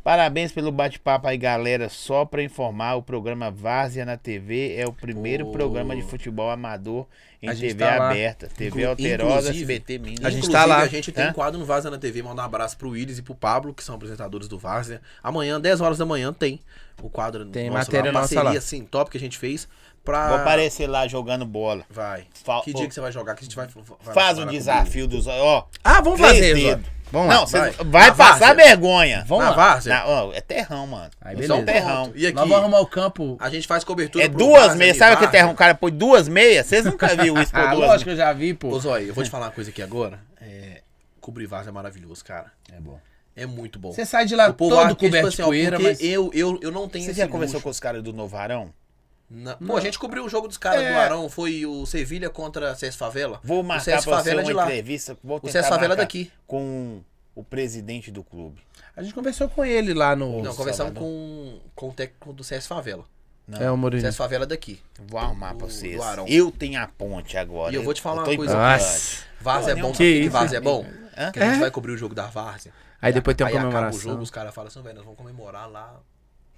Parabéns pelo bate-papo aí, galera. Só pra informar, o programa Várzea na TV é o primeiro Pô. programa de futebol amador em A gente TV tá lá. aberta. TV Inclu- Alterosa, inclusive, SBT Minas. A gente Inclusive, tá lá. A gente tem Hã? um quadro no Vaza na TV. Mandar um abraço pro Willis e pro Pablo, que são apresentadores do Vaza. Amanhã, 10 horas da manhã, tem o quadro Tem nosso matéria lá, uma nossa parceria, lá. assim, top que a gente fez Vou pra... aparecer lá jogando bola. Vai. Fa- Que dia que você vai jogar? Que a gente vai... vai- vai Faz vai o lá desafio dos. Ó, Ah, vamos Três fazer, dedos. Zó. Vamos não, lá. cê vai. vai, Na passar várzea? vergonha. Vamos na lá. Várzea? Na- ó, é terrão, mano. Aí, é só um beleza. terrão. E aqui? Nós vamos arrumar o campo. A gente faz cobertura É pro duas Várzea meias. e Sabe o que é Várzea. terrão? O cara põe duas meias? Vocês nunca viram isso por Ah, duas lógico, meias. eu já vi, pô. Ô, Zói, eu vou te falar uma coisa aqui agora. É... Cobrir Vaza é maravilhoso, cara. É bom. É muito bom. Você sai de lá O povo todo acha que, tipo coberto assim, de ó, poeira, porque mas... eu, eu, eu não tenho Você esse já conversou luxo. com os caras do Novarão? Na- Pô, a gente cobriu o jogo dos caras É. do Arão, foi o Sevilha contra Cés Favela. Vou o marcar Cés pra você Favela é uma de lá. entrevista. Vou O tentar César Favela é marcar daqui. Com o presidente do clube. A gente conversou com ele lá no... Não, conversamos Salvador. com, com o técnico do Cés Favela. Não, É o Mourinho. Cés Favela é daqui. vou arrumar do- pra vocês. do Arão. Eu tenho a ponte agora. E eu vou te falar tô uma coisa. empolgado. Nossa. Várzea Pô, é bom, nem- Que sabe que isso, Várzea é bom? Hã? Que a gente É? vai cobrir o jogo da Várzea. Aí depois tem uma aí acaba o comemoração. jogo, os caras falam assim, velho, nós vamos comemorar lá,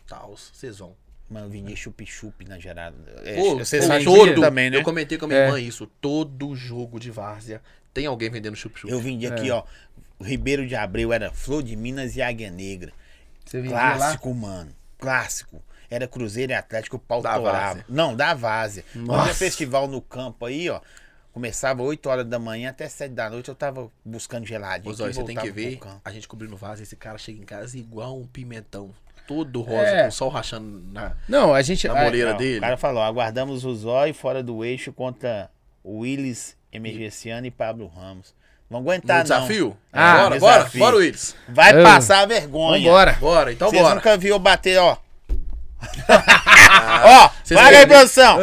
tal, vocês vão. Mano, vinha chup-chup na gerada. É, Pô, vocês pô, sabem todo, disso também, né? Eu comentei com a minha É. irmã isso. Todo jogo de várzea tem alguém vendendo chup-chup. Eu vendi É. aqui, ó. O Ribeiro de Abreu era Flor de Minas e Águia Negra. Você vendia lá? Clássico, mano. Clássico. Era Cruzeiro e Atlético, o pau Da torava. Várzea. Não, da Várzea. Nossa. Fazia festival no campo aí, ó. Começava 8 horas da manhã até 7 da noite. Eu tava buscando geladinho. Ô, Zóio, você tem que voltava pro ver, campo. a gente cobrindo várzea, esse cara chega em casa igual um pimentão. Todo rosa, É. com o sol rachando na... Não, a gente... Na a- Moreira. Não, dele. O cara falou, aguardamos o Zóio fora do eixo contra o Willis Emergenciano e Pablo Ramos. Não aguentar, no não. desafio? Ah, bora, desafio. bora, bora, Willis. Vai Eu- passar a vergonha. Vambora. Bora, então Vocês bora. nunca viu eu bater, ó. ó, Ah, vocês Ah. vai aí, perderam. produção.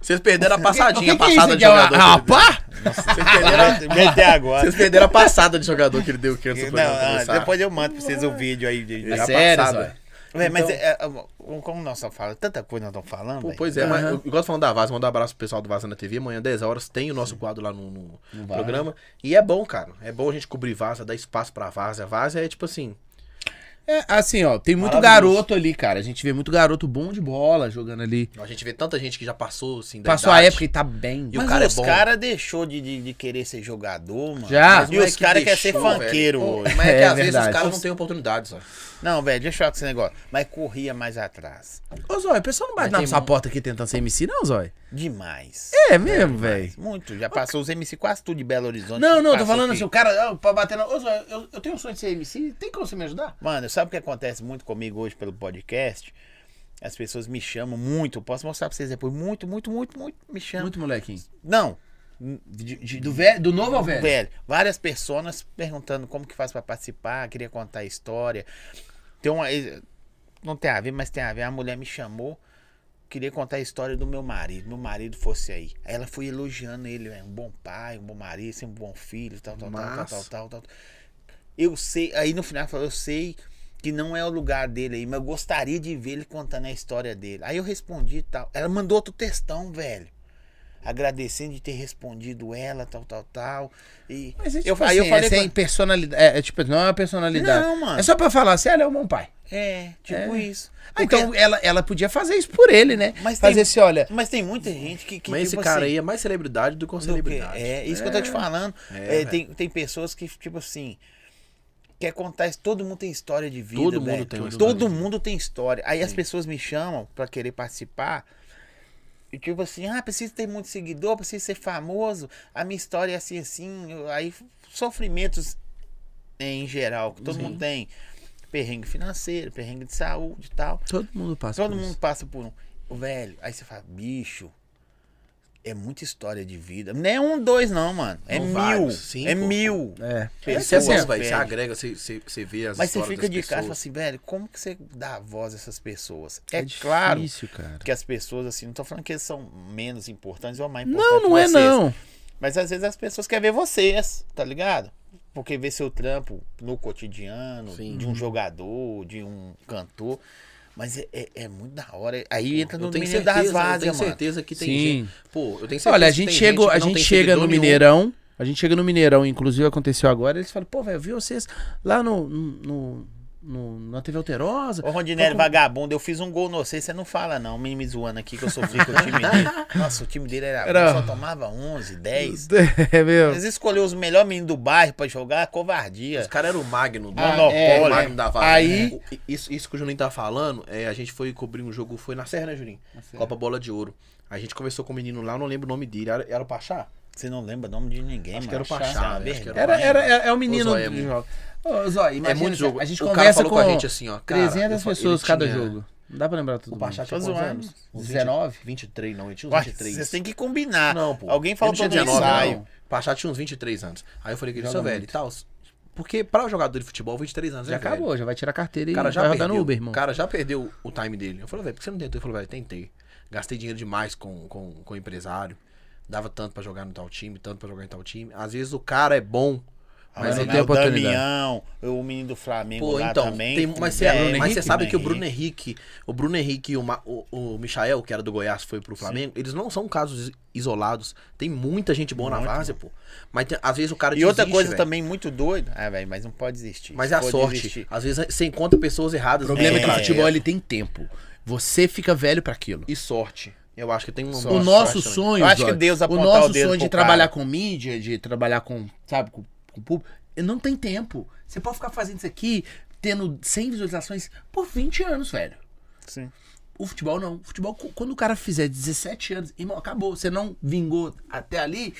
Vocês perderam a passadinha, O que a que é isso passada aqui? de É uma- jogador. Ah, que ele pá! deu. Vocês perderam, Até a... agora. vocês perderam a passada de jogador que ele deu aqui antes do Não, programa ah, começar. depois eu mando pra vocês o vídeo aí. de- de- É Era sério, passada. Zóio? Ué, mas é, é, é, como nós só falamos, tanta coisa nós estamos falando. Então- Pô, velho. pois é, mas Aham. eu gosto de falando da Vaza, mandar um abraço pro pessoal do Vaza na TV. Amanhã, 10 horas, tem o nosso quadro lá no, no Vaza. programa. E é bom, cara. É bom a gente cobrir Vaza, dar espaço pra Vaza. Vaza é tipo assim. É, assim, ó, tem muito Maravilhoso. garoto ali, cara. A gente vê muito garoto bom de bola jogando ali. A gente vê tanta gente que já passou, assim, da Passou a idade. época e tá bem. E o mas cara é os bom. caras deixou de, de, de querer ser jogador, mano. Já? Mas E não é os caras querem ser deixou, velho. funkeiro Pô, hoje. Mas é que É às vezes verdade. os caras não têm oportunidades, ó. Não, velho, deixa eu falar com esse negócio. Mas corria mais atrás. Ô, Zóio, o pessoal não bate Mas na tem sua mu- porta aqui tentando ser MC, não, Zóio? Demais. É mesmo, velho. Muito. Já passou os MC quase tudo de Belo Horizonte. Não, não, tô Passou falando aqui. assim, o cara, ó, pra bater na. Ô, Zóio, eu, eu tenho um sonho de ser MC, tem como você me ajudar? Mano, sabe o que acontece muito comigo hoje pelo podcast? As pessoas me chamam muito. Posso mostrar pra vocês depois. Muito, muito, muito, muito me É chamam. Muito molequinho. Não, De- de- do, velho, do novo ao velho? velho. Várias pessoas perguntando como que faz pra participar, queria contar a história. Tem uma. Não tem a ver, mas tem a ver. A mulher me chamou, queria contar a história do meu marido. Meu marido fosse aí. Aí ela foi elogiando ele, é um bom pai, um bom marido, sempre um bom filho, tal, tal, tal, tal, Massa. tal, tal, tal. Eu sei, aí no final ela falou, eu sei que não é o lugar dele aí, mas eu gostaria de ver ele contando a história dele. Aí eu respondi e tal. Ela mandou outro textão, velho. Agradecendo de ter respondido ela, tal, tal, tal. E Mas é, tipo eu, aí eu assim, falei. é sem com- personalidade. É, é, tipo, não é uma personalidade. Não, mano. É só pra falar, se ela é um bom pai. É, tipo isso. Ah, Porque- então ela, ela podia fazer isso por ele, né? Mas tem- fazer esse, olha. Mas tem muita gente que. que Mas esse tipo cara assim, aí é mais celebridade do que uma do que- celebridade. É, isso que eu tô te falando. É, É, tem, tem pessoas que, tipo assim. Quer contar isso. Todo mundo tem história de vida. Todo mundo velho. tem uma Todo história. mundo tem história. Aí as pessoas me chamam pra querer participar. E tipo assim, ah, preciso ter muito seguidor, preciso ser famoso. A minha história é assim, assim. Eu- Aí sofrimentos em geral, que todo Sim. mundo tem. Perrengue financeiro, perrengue de saúde e tal. Todo mundo passa. Todo mundo passa por um. Ô, Velho, aí você fala, bicho, é muita história de vida. Não é um, dois, não, mano. É Não, mil. vários, cinco. É mil. É. Isso é Pessoas, bom, velho. velho. Você agrega, você, você, você vê as Mas você histórias fica das de casa e fala pessoas. assim, velho, como que você dá voz a essas pessoas? É, É claro difícil, cara. que as pessoas, assim, não tô falando que eles são menos importantes ou mais importantes. Não, que não é vocês. não. Mas às vezes as pessoas querem ver vocês, tá ligado? Porque vê seu trampo no cotidiano, Sim. de um jogador, de um cantor. Mas é, é- é muito da hora. Aí entra Eu no tenho menino das certeza, eu tenho vazas, mano. certeza que tem Sim. gente. Pô, eu tenho certeza Olha, a que gente tem chega, gente que a não gente tem chega seguidor no nenhum. Mineirão. A gente chega no Mineirão, inclusive aconteceu agora. Eles falam, pô, velho, eu vi vocês lá no, no, no- na TV Alterosa. Ô, Rondinelli, vagabundo, eu fiz um gol no sei, você não fala não, me, me zoando aqui que eu sofri com o time dele. Nossa, o time dele era, bom, Era- só tomava 11, 10. É meu. Eles escolheu os melhores meninos do bairro pra jogar, covardia. Os caras eram o Magno do Ah, Magno, é, o Magno da Vale. Aí- O- Isso, isso que o Juninho tá falando, é, a gente foi cobrir um jogo, foi na Serra, né, Juninho? Copa Bola de Ouro. A gente conversou com o menino lá, eu não lembro o nome dele. Era, era o Pachá? Você não lembra o nome de ninguém, Acho que mano. era o Pachá, Isso é uma velho, acho que vergonha. Era, era, é, é o Ô, menino Zóia, é que muito- joga. Ô, Zóia, É imagina, muito jogo. A gente o conversa cara falou com, a gente assim, ó. Cara, 300 eu falo- ele pessoas cada tinha- jogo. Não dá pra lembrar tudo. O Pachá mundo. tinha quantos zoando. anos? Uns 20 19? 23, não, ele tinha uns Ué, 23. Vocês têm que combinar. Não, pô. Alguém Ele não faltou tinha no 19, ensaio. não. O Pachá tinha uns 23 anos. Aí eu falei que ele, Joga seu velho, e muito. tal. Porque para o jogador de futebol, 23 anos Já é velho. acabou, já vai tirar a carteira O e cara já vai perdeu. rodar no Uber, irmão. O cara já perdeu o time dele. Eu falei, velho, por que você não tentou? Ele falou, velho, tentei. Gastei dinheiro demais com, com, com o empresário. Dava tanto pra jogar no tal time, tanto pra jogar em tal time. Às vezes o cara é bom, mas não ele tem é o oportunidade. Damião, o menino do Flamengo Pô, lá então, também. né? É, tem- mas, você, velho. Bruno mas você Henrique? sabe que o Bruno Henrique, o Bruno Henrique e o, Ma- o, o Michael, que era do Goiás, foi pro Flamengo, eles não são casos isolados. Tem muita gente boa na Muito várzea, pô. Mas tem- às vezes o cara E outra desiste, coisa velho. também muito doida. Ah, velho, mas não pode desistir. Mas Se é a for sorte. desistir- Às vezes você encontra pessoas erradas. né? Tipo, O problema é, que É. o futebol ele tem tempo. Você fica velho pra aquilo. E sorte. Eu acho que tem um o sorte nosso também. sonho, Eu acho que Zóio, Deus o apontar nosso o dedo sonho de pro trabalhar cara. com mídia, de trabalhar com, sabe, com, com o público, não tem tempo. Você pode ficar fazendo isso aqui, tendo 100 visualizações por 20 anos, velho. Sim. O futebol não. O futebol, cu- quando o cara fizer 17 anos, irmão, acabou. Você não vingou até ali.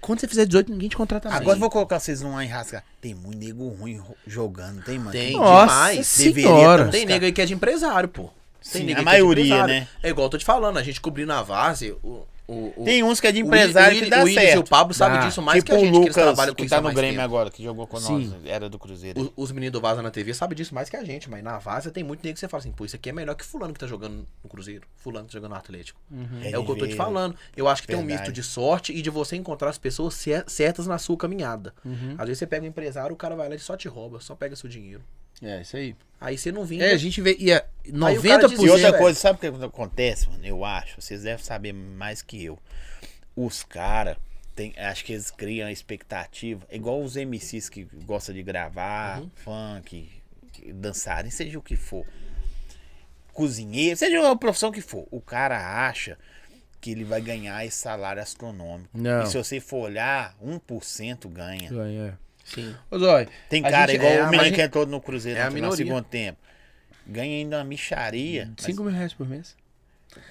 Quando você fizer 18, ninguém te contrata mais. Agora eu vou colocar vocês numa enrasca. Tem muito nego ruim ro- jogando, tem, mano? Tem Nossa demais. Senhora. Deveria- Os Tem nego aí que é de empresário, pô. Sim, Tem a nego aí que é de maioria, empresário. né? É igual eu tô te falando, a gente cobrindo a várzea, o, o, o- Tem uns que é de o empresário Willi- que dá o Willis certo. e o Pablo sabem Dá. disso mais tipo que a gente, o que eles trabalham Lucas, com que isso tá há no mais Grêmio tempo. agora, que jogou com Sim. nós, era do Cruzeiro. O- os meninos do Vaza na TV sabem disso mais que a gente, mas na Vaza tem muito nego que você fala assim, pô, isso aqui é melhor que fulano que tá jogando no Cruzeiro, fulano que tá jogando no Atlético. É o que eu tô te falando. Eu acho que tem um Hum. Verdade. misto de sorte e de você encontrar as pessoas cer- certas na sua caminhada. Hum. Uhum. Às vezes você pega um empresário, o cara vai lá e só te rouba, só pega seu dinheiro. É, isso aí. Aí você não vinga. É, a gente vê. E é E 90%. Cruzeiro, outra velho. coisa, sabe o que acontece, mano? Eu acho, vocês devem saber mais que eu. Os caras, acho que eles criam a expectativa, é igual os MCs que gostam de gravar, Uhum. funk, dançarem, seja o que for. Cozinheiro, seja a profissão que for. O cara acha que ele vai ganhar esse salário astronômico. Não. E se você for olhar, 1% ganha. É. Sim. Ô, Zói, Tem a cara gente- igual é, o a menino gente- que entrou no Cruzeiro é a no final, minoria. segundo tempo. Ganha ainda uma micharia. mas- 5 mil reais por mês.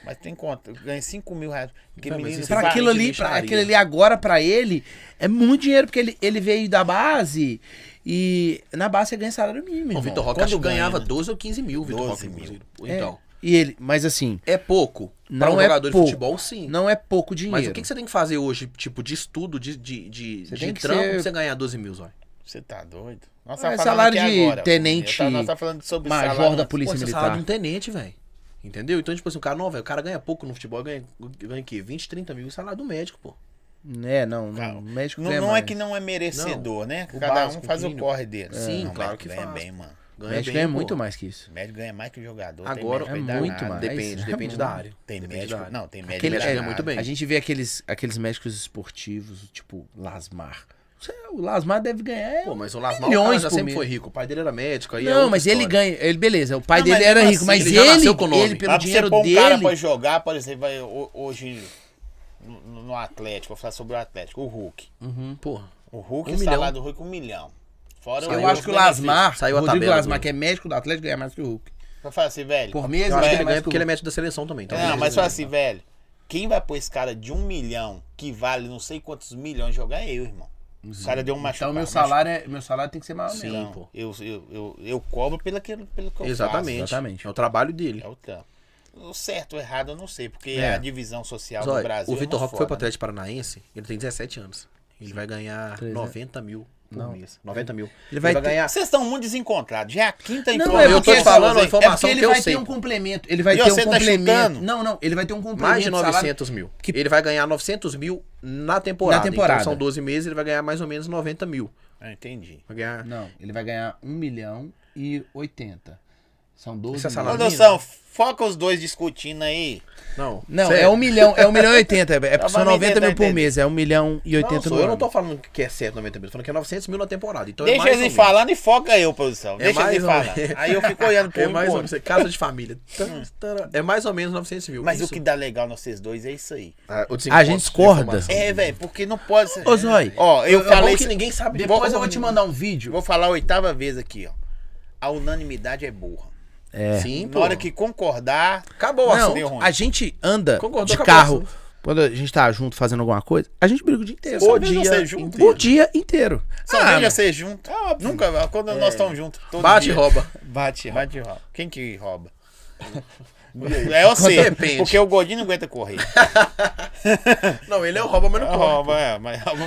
Mas, tem conta. Ganha 5 mil reais. Porque Não, mas menino tá isso Pra Vale aquilo de ali, pra mixaria. aquilo ali agora pra ele, é muito dinheiro, porque ele, ele veio da base e na base você ganha salário mínimo. O irmão. Vitor Roque quando acho que ganha, ganhava né? 12 ou 15 mil, o Vitor 12 Roque. no mil. Cruzeiro. É, Então, E ele, mas assim, é, pouco para Não um é jogador pouco. de futebol, sim. não é pouco dinheiro. Mas o que, que você tem que fazer hoje, tipo, de estudo, de, de, de, Você de tem que trampo, ser- pra você ganhar 12 mil, Zóio? Você tá doido? Nós Ah, é falando salário aqui de agora, tenente, eu tava- Nós tá falando sobre major salário da antes. polícia. Pô, esse é o militar. salário de um tenente, velho. Entendeu? Então, tipo assim, o cara, não, velho, o cara ganha pouco no futebol, ganha, ganha o quê? 20, 30 mil, o salário do médico, pô. É, não, não. Cara, O médico Não, ganha não é mais. que não é merecedor, né? O Cada básico, um faz o mínimo. corre dele. Sim, Não, o claro médico que ganha faz. bem, mano. O Ganha médico é bem, ganha pô. muito mais que isso. O médico ganha mais que o jogador. tem Agora, médico é danado. muito mais. É Depende, depende da área. Tem depende médico. da área. Não, tem médico. Aquele- médico é, ganha muito bem. A gente vê aqueles, aqueles médicos esportivos, tipo Lasmar. Você- é, O Lasmar deve ganhar. Pô, mas o Lasmar, o cara Milhões já por sempre mês. foi rico. O pai dele era médico, aí é não, outra mas ele história. ganha. Ele, beleza, o pai Não, dele mas era mesmo rico, assim, mas ele já ele, nasceu com o nome. ele pelo Mas pra dinheiro você pôr um dele. cara pra jogar, por exemplo, vai ho- hoje no, no Atlético, vou falar sobre o Atlético, o Hulk. Uhum, porra. O Hulk, Um o milhão. salário do Hulk, um milhão. Fora Eu os acho que o benefícios. Lasmar, Saiu a o Rodrigo tabela Lasmar, do- que é médico do Atlético, ganha mais que o Hulk. Eu falo assim, velho. Por mês, Eu acho que ele mais ganha que porque o- ele é médico da seleção também. Então Não, beleza, mas só né? assim, velho. Quem vai pôr esse cara de um milhão que vale não sei quantos milhões jogar é eu, irmão. Uhum. O cara deu um machucado. Então meu salário, é, meu salário tem que ser maior Sim, mesmo. é pô. Eu, eu, eu, eu cobro pelo que, pelo que eu Exatamente. Exatamente. É o trabalho dele. faço. É o trampo. O certo ou errado eu não sei, porque É. a divisão social Zóio, do Brasil. é o Vitor Roque foi pro para Atlético Paranaense, ele tem 17 anos. Ele vai ganhar Três, né? 90 mil por Não. mês. 90 mil. Ele vai ter- ganhar. Vocês estão muito desencontrados. Já é a quinta Não, informação é eu tô porque, que te eu falando, usei. a informação é porque ele que eu vai sei, ter um pô. complemento. Ele vai E ter você um tá complemento. chutando? não, não, ele vai ter um complemento. Mais de salário- 900 mil. Ele vai ganhar 900 mil na temporada. Na temporada. Então são 12 meses, ele vai ganhar mais ou menos 90 mil. Ah, entendi. Vai ganhar... Não, ele vai ganhar 1 milhão e 80. São 12 Isso é milhões. Ô, salário Noção, foca os dois discutindo aí. Não, Não, sério. é 1 milhão, é 1 milhão e 80. É porque são pra me 90 mil por entender. mês, é 1 milhão e 80 Não, só, no eu não ano. tô falando que é certo 90 mil, tô falando que é 900 mil na temporada. Então é Deixa mais ou eles menos. falando e foca eu, produção. É Deixa eles mais ou falando. menos. Aí eu fico olhando pro É um mais pro ou outro. menos, casa de família. Tan, tan, É mais ou menos 900 mil. Mas Isso. o que dá legal nos vocês dois é isso aí. Ah, o A gente desencontro de discorda. informação. É, velho, porque não pode ser. Ô, Zói, Ó, eu, É bom falei que isso- ninguém sabe. Depois eu vou te mandar um vídeo. Vou falar a oitava vez aqui, ó. A unanimidade é burra. É. Sim, Na pô. hora que concordar. Acabou o assunto. ruim. Não, a gente anda Concordou, de acabou o carro. assunto. Quando a gente tá junto fazendo alguma coisa, a gente briga o dia inteiro. Só sabe? vejo vocês juntos. O dia inteiro. Só Ah, veja ser junto. Ah, Nunca, quando nós estamos juntos. todo Bate e dia. rouba. Bate e rouba. Bate e rouba. Quem que rouba? É você, Depende. porque o Godinho não aguenta correr. Não, ele é o rouba, mas não corre. Rouba, é, mas rouba-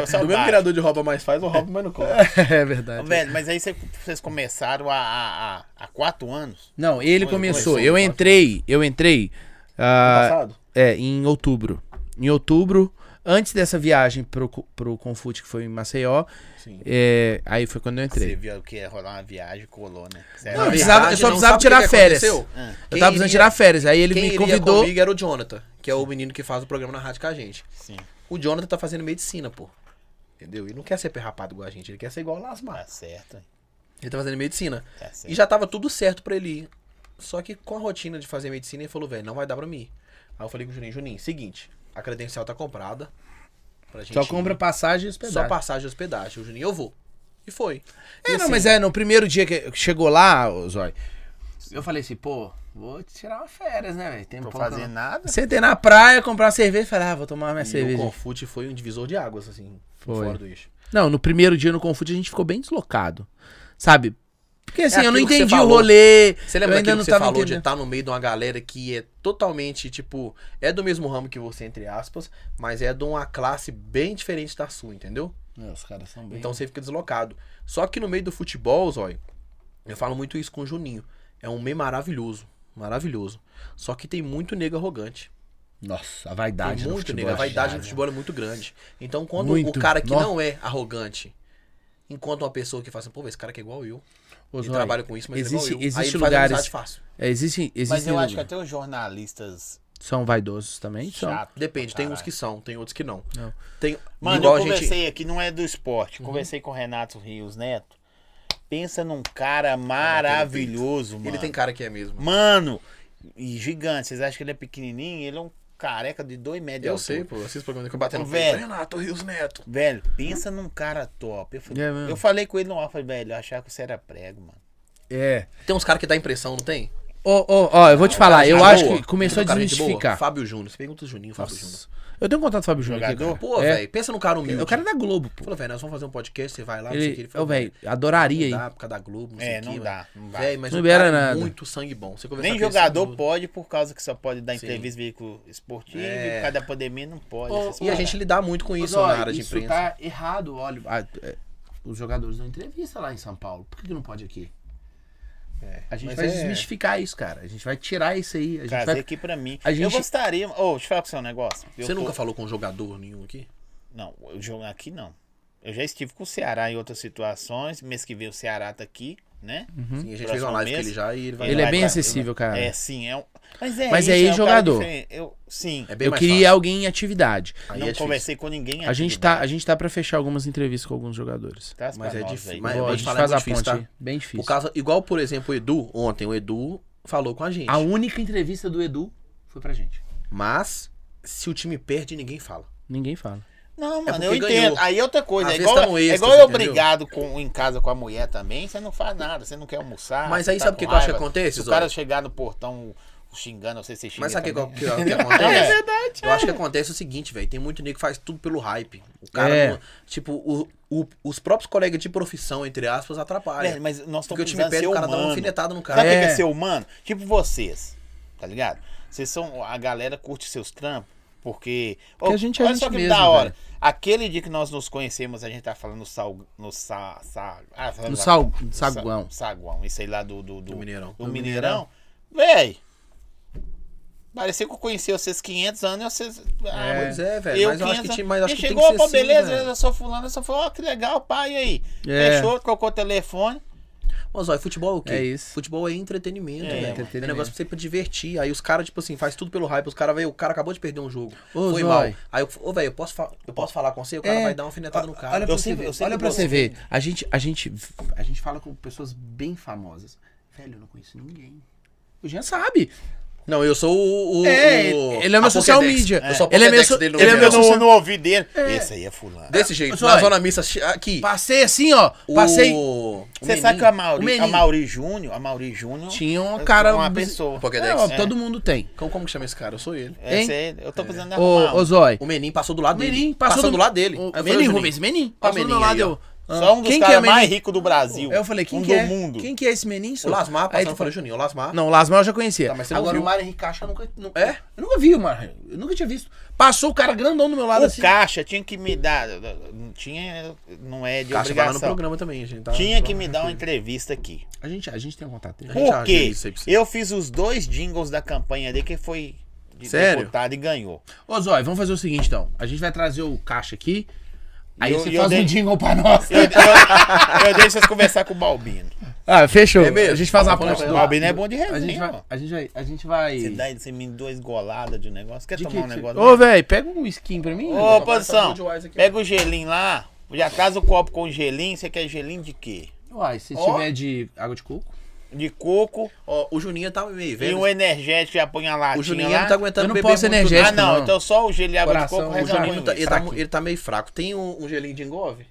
eu só Do mesmo bato. criador de rouba mais faz, o rouba, mas não corre. É Ô, verdade. Velho, mas aí cê- vocês começaram há, há, há- há quatro anos. Não, ele Quando começou. começou, Eu quando entrei, eu entrei. ah, assim. Passado? é, em outubro. Em outubro, antes dessa viagem pro, co- pro Confute, que foi em Maceió, Sim. é, aí foi quando eu Você entrei. viu que ia rolar uma viagem e colou, né? Cê É Não, era- isso- precisava- eu só precisava sabe o que tirar que férias. aconteceu? Ah. Eu tava precisando tirar férias, aí ele É. Quem me iria convidou. comigo era o Jonathan, que é o menino que faz o programa na rádio com a gente. Sim, O Jonathan tá fazendo medicina, pô. Entendeu? E não quer ser perrapado igual a gente, ele quer ser igual o Lasmar. tá certo. hein? Ele tá fazendo medicina. Tá certo. E já tava tudo certo pra ele ir. Só que com a rotina de fazer medicina, ele falou, velho, não vai dar pra mim. ir. Aí eu falei com o Juninho, Juninho, seguinte, a credencial tá comprada. Pra gente Só ir. compra passagem e hospedagem. Só passagem e hospedagem. O Juninho, eu vou. E assim, foi. É, não, mas é, no primeiro dia que chegou lá, ô, Zói, eu falei assim, pô, vou tirar uma férias, né, velho? Tem Não pouco vou fazer não. nada. Sentei na praia, comprar uma cerveja, falei, ah, vou tomar minha E o cerveja. Confute foi um divisor de águas, assim, Foi. fora do eixo. Não, no primeiro dia no Confute a gente ficou bem deslocado, sabe? Porque assim, eu não aquilo É, que você entendi o falou. rolê. Você lembra eu ainda daquilo não que você tava falou de entendendo. estar no meio de uma galera que é totalmente, tipo, é do mesmo ramo que você, entre aspas, mas é de uma classe bem diferente da sua, entendeu? É, os caras são Então você fica deslocado. Só que no meio do futebol, Zóio, eu falo muito isso com o Juninho. É um meio maravilhoso. Maravilhoso. Só que tem muito nego arrogante. Nossa, a Tem vaidade no muito futebol. nego. A é vaidade chata. no futebol é muito grande. Então, quando Muito. o cara que Nó. não é arrogante encontra uma pessoa que fala assim, pô, esse cara que é igual eu. Ô, Ele Zói, trabalha com isso, mas ele existe- é igual eu. Aí existe ele faz lugares- amizade fácil. É, existem, existem Mas eu acho que lugares. até os jornalistas é São vaidosos também? São. chatos. Então, Depende, pra tem uns caralho. que são, tem outros que não. Não. Tem, Mano, igual eu a gente. conversei aqui, não é do esporte. Uhum. Conversei com o Renato Rios Neto. Pensa num cara maravilhoso, mano. Ele tem cara que é mesmo. Mano, e gigante. Vocês acham que ele é pequenininho? Ele é um careca de 2 metros. de Eu altura. sei, pô. Eu assisto o programa que eu batendo Ô, no velho. peito. Renato Rios Neto. Velho, pensa num cara top. Eu falei, É mesmo. eu falei com ele no ar, falei, velho, eu achava que você era prego, mano. É. Tem uns caras que dá impressão, não tem? Ó, ó, ó, eu vou te falar, Ah, eu Gente acho boa. um que começou a Cara, gente boa. desmistificar. Fábio Júnior. Você pergunta o Juninho, Fábio Júnior. Nossa. Eu tenho um contato do Fábio Júnior aqui, cara. Jogador? Pô, É. velho, pensa num cara humilde. O cara é da Globo, pô. Falou, velho, nós vamos fazer um podcast, você vai lá, não sei o que. Ele, Ele ô, falou, velho, não adoraria aí. dá por causa da Globo, não É, sei o que. não dá, não dá. Velho, mas Não o libera cara é nada. muito sangue bom. Você conversar Nem com ele, jogador você- pode, por causa que só pode dar Sim. entrevista em veículo esportivo, É. e por causa da pandemia não pode. Ô, essas E a paradas. gente lidar muito com isso na área de imprensa. tá errado, olha. é, os jogadores dão entrevista lá em São Paulo. Por que, não pode aqui? a gente mas vai é- desmistificar isso, cara. A gente vai tirar isso aí. A gente Trazer vai... aqui pra mim. a Eu gente- gostaria. Ô, deixa eu falar com você um negócio. Eu Você tô- nunca falou com um jogador nenhum aqui? Não, eu jogo aqui não. Eu já estive com o Ceará em outras situações. Mês que vem o Ceará tá aqui, né? Sim, a gente Próximo fez uma live com mês. ele já e ele vai. Uhum. Ele é vai bem pra- acessível, cara. É, sim. É um... Mas é Mas é isso, um cara ex-jogador. diferente. Eu, sim. É bem Eu mais queria fácil. alguém em atividade. Aí não é difícil. conversei com ninguém A gente, tá, a gente tá pra fechar algumas entrevistas com alguns jogadores. Mas é difícil, difícil. mas Ó, vou a te gente falar, é faz muito a difícil, ponte. tá? aí. Bem difícil. Por causa, igual, por exemplo, o Edu, ontem, o Edu falou com a gente. A um- única entrevista do Edu foi pra gente. Mas, se o time perde, ninguém fala. Ninguém fala. Não, mano, porque eu entendo. ganhou. Aí é outra coisa. Às É vezes igual, tá no é êxtase, igual eu entendeu? brigado com, em casa com a mulher também, você não faz nada, você não quer almoçar. Mas você aí tá sabe o que com que eu acho que raiva. acontece, Se o Zóio? cara chegar no portão xingando, você se xinga. Mas sabe o que, também. que, que acontece? É verdade. Eu acho que acontece o seguinte, velho. Tem muito nego que faz tudo pelo hype. O cara, É. não- tipo, o- o- os próprios colegas de profissão, entre aspas, Velho, atrapalham. mas nós estamos Porque o time precisando perde, ser o cara dá um uma humano. alfinetada no cara. Sabe o que É. que é ser humano? Tipo vocês, tá ligado? Vocês são. A galera curte seus trampos, porque. Porque Ó, a gente é a olha gente só que mesmo, da hora. velho. Aquele dia que nós nos conhecemos, a gente tá falando no sal. No sal. sal ah, No lá. sal- No saguão. Sa, saguão. Isso aí lá do. Do, do, Do Mineirão. Do Do Mineirão. Véi. Parecia que eu conhecia vocês 500 anos e vocês. Ah, É. Pois é, velho. eu, Mas eu acho que, 500 time, mas acho e que tem que chegou, ser pô, assim, beleza, né? velho. eu sou fulano, eu sou fulano, ó, que legal, pai, e aí? É. Fechou, trocou o telefone. Mas olha, futebol é o quê? É isso. Futebol é entretenimento, É, velho. é, entretenimento. um negócio pra você pra divertir. Aí os caras, tipo assim, faz tudo pelo hype. Os caras, velho, o cara acabou de perder um jogo. Ô, foi Zói. mal. Aí eu, ô, velho, eu posso, fa- eu posso falar com você? O cara É. vai dar uma alfinetada no cara. Olha pra, Eu você, sempre- ver, eu sempre olha pra gosto. você ver. A gente, a, gente, a gente fala com pessoas bem famosas. Velho, eu não conheço ninguém. O Jean sabe. Não, eu sou o. o- É, o- ele é o meu a social Pokédex. media. Eu sou a Ele é meu Pokédex so- dele no ele é meu Mineirão. social- no, no ouvido dele. Esse aí é fulano. Desse jeito, Zóio. na zona mista, chi- aqui. Passei assim, ó. Passei. O... o Você menino- sabe que a o Mauri, a menino. Mauri Júnior, a Mauri Júnior Tinha um eu- cara. uma bis- pessoa. É, Pokédex. ó, É. todo mundo tem. Como, como que chama esse cara? Eu sou ele. É, Hein? cê- eu tô precisando Ô, arrumar. ô um. Zói. O Menin passou do lado Menin dele. passou do... lado dele. É O Aí eu falei, Menin, ô, Rubens, Menin. Passou do meu Menin lado. aí, ó. eu, Só um dos Quem que é caras mais- mais ricos do Brasil. Eu falei, quem um que do é? mundo. Quem que é esse menino? O Lasmar, Aí passando, tu eu fala- falei, Juninho, o Lasmar. Não, o Lasmar eu já conhecia. Tá, mas você não Agora viu. o Mário Ricacho eu nunca. nu- é? Eu nunca vi o Mário. Eu nunca tinha visto. Passou o cara grandão do meu lado O assim. caixa tinha que me dar. não Tinha. Não é de Caixa vai lá no obrigação. programa também, gente. tá? tinha que me dar uma entrevista aqui. A gente, a gente tem um contato dele. A gente Por quê? ajuda isso aí pra você. Eu fiz os dois jingles da campanha dele que foi de Sério? deputado e ganhou. Ô, Zói, vamos fazer o seguinte então. A gente vai trazer o Caixa aqui. Aí Eu- você eu faz dei- um jingle pra nós. Eu, eu- eu deixo vocês conversar com o Balbino. Ah, fechou. É mesmo? A gente faz a Tá bom, ponte vai O do lá. lado. Balbino é bom de A gente resenha, vai. ó. A gente vai. A gente vai... Você, dá, você me dá dois goladas de um negócio. Quer De tomar que um que- negócio? Ô, velho, pega um skin pra mim. Ô, velho. posição, Vou botar essa aqui. pega o gelinho lá, já traz o copo com gelinho. Você quer gelinho de quê? Uai, se Ó. tiver de água de coco. De coco Ó, o Juninho tá meio e velho. um energético, já põe a latinha O Juninho lá. não tá aguentando Eu não beber posso muito, né? energético. Ah, não, Não. então só o gelo e água Coração, é de coco, o o resto é O eu Juninho nem Juninho tá, uso. ele, tá, mu- fraquinho. ele tá meio fraco. Tem um, um gelinho de engove?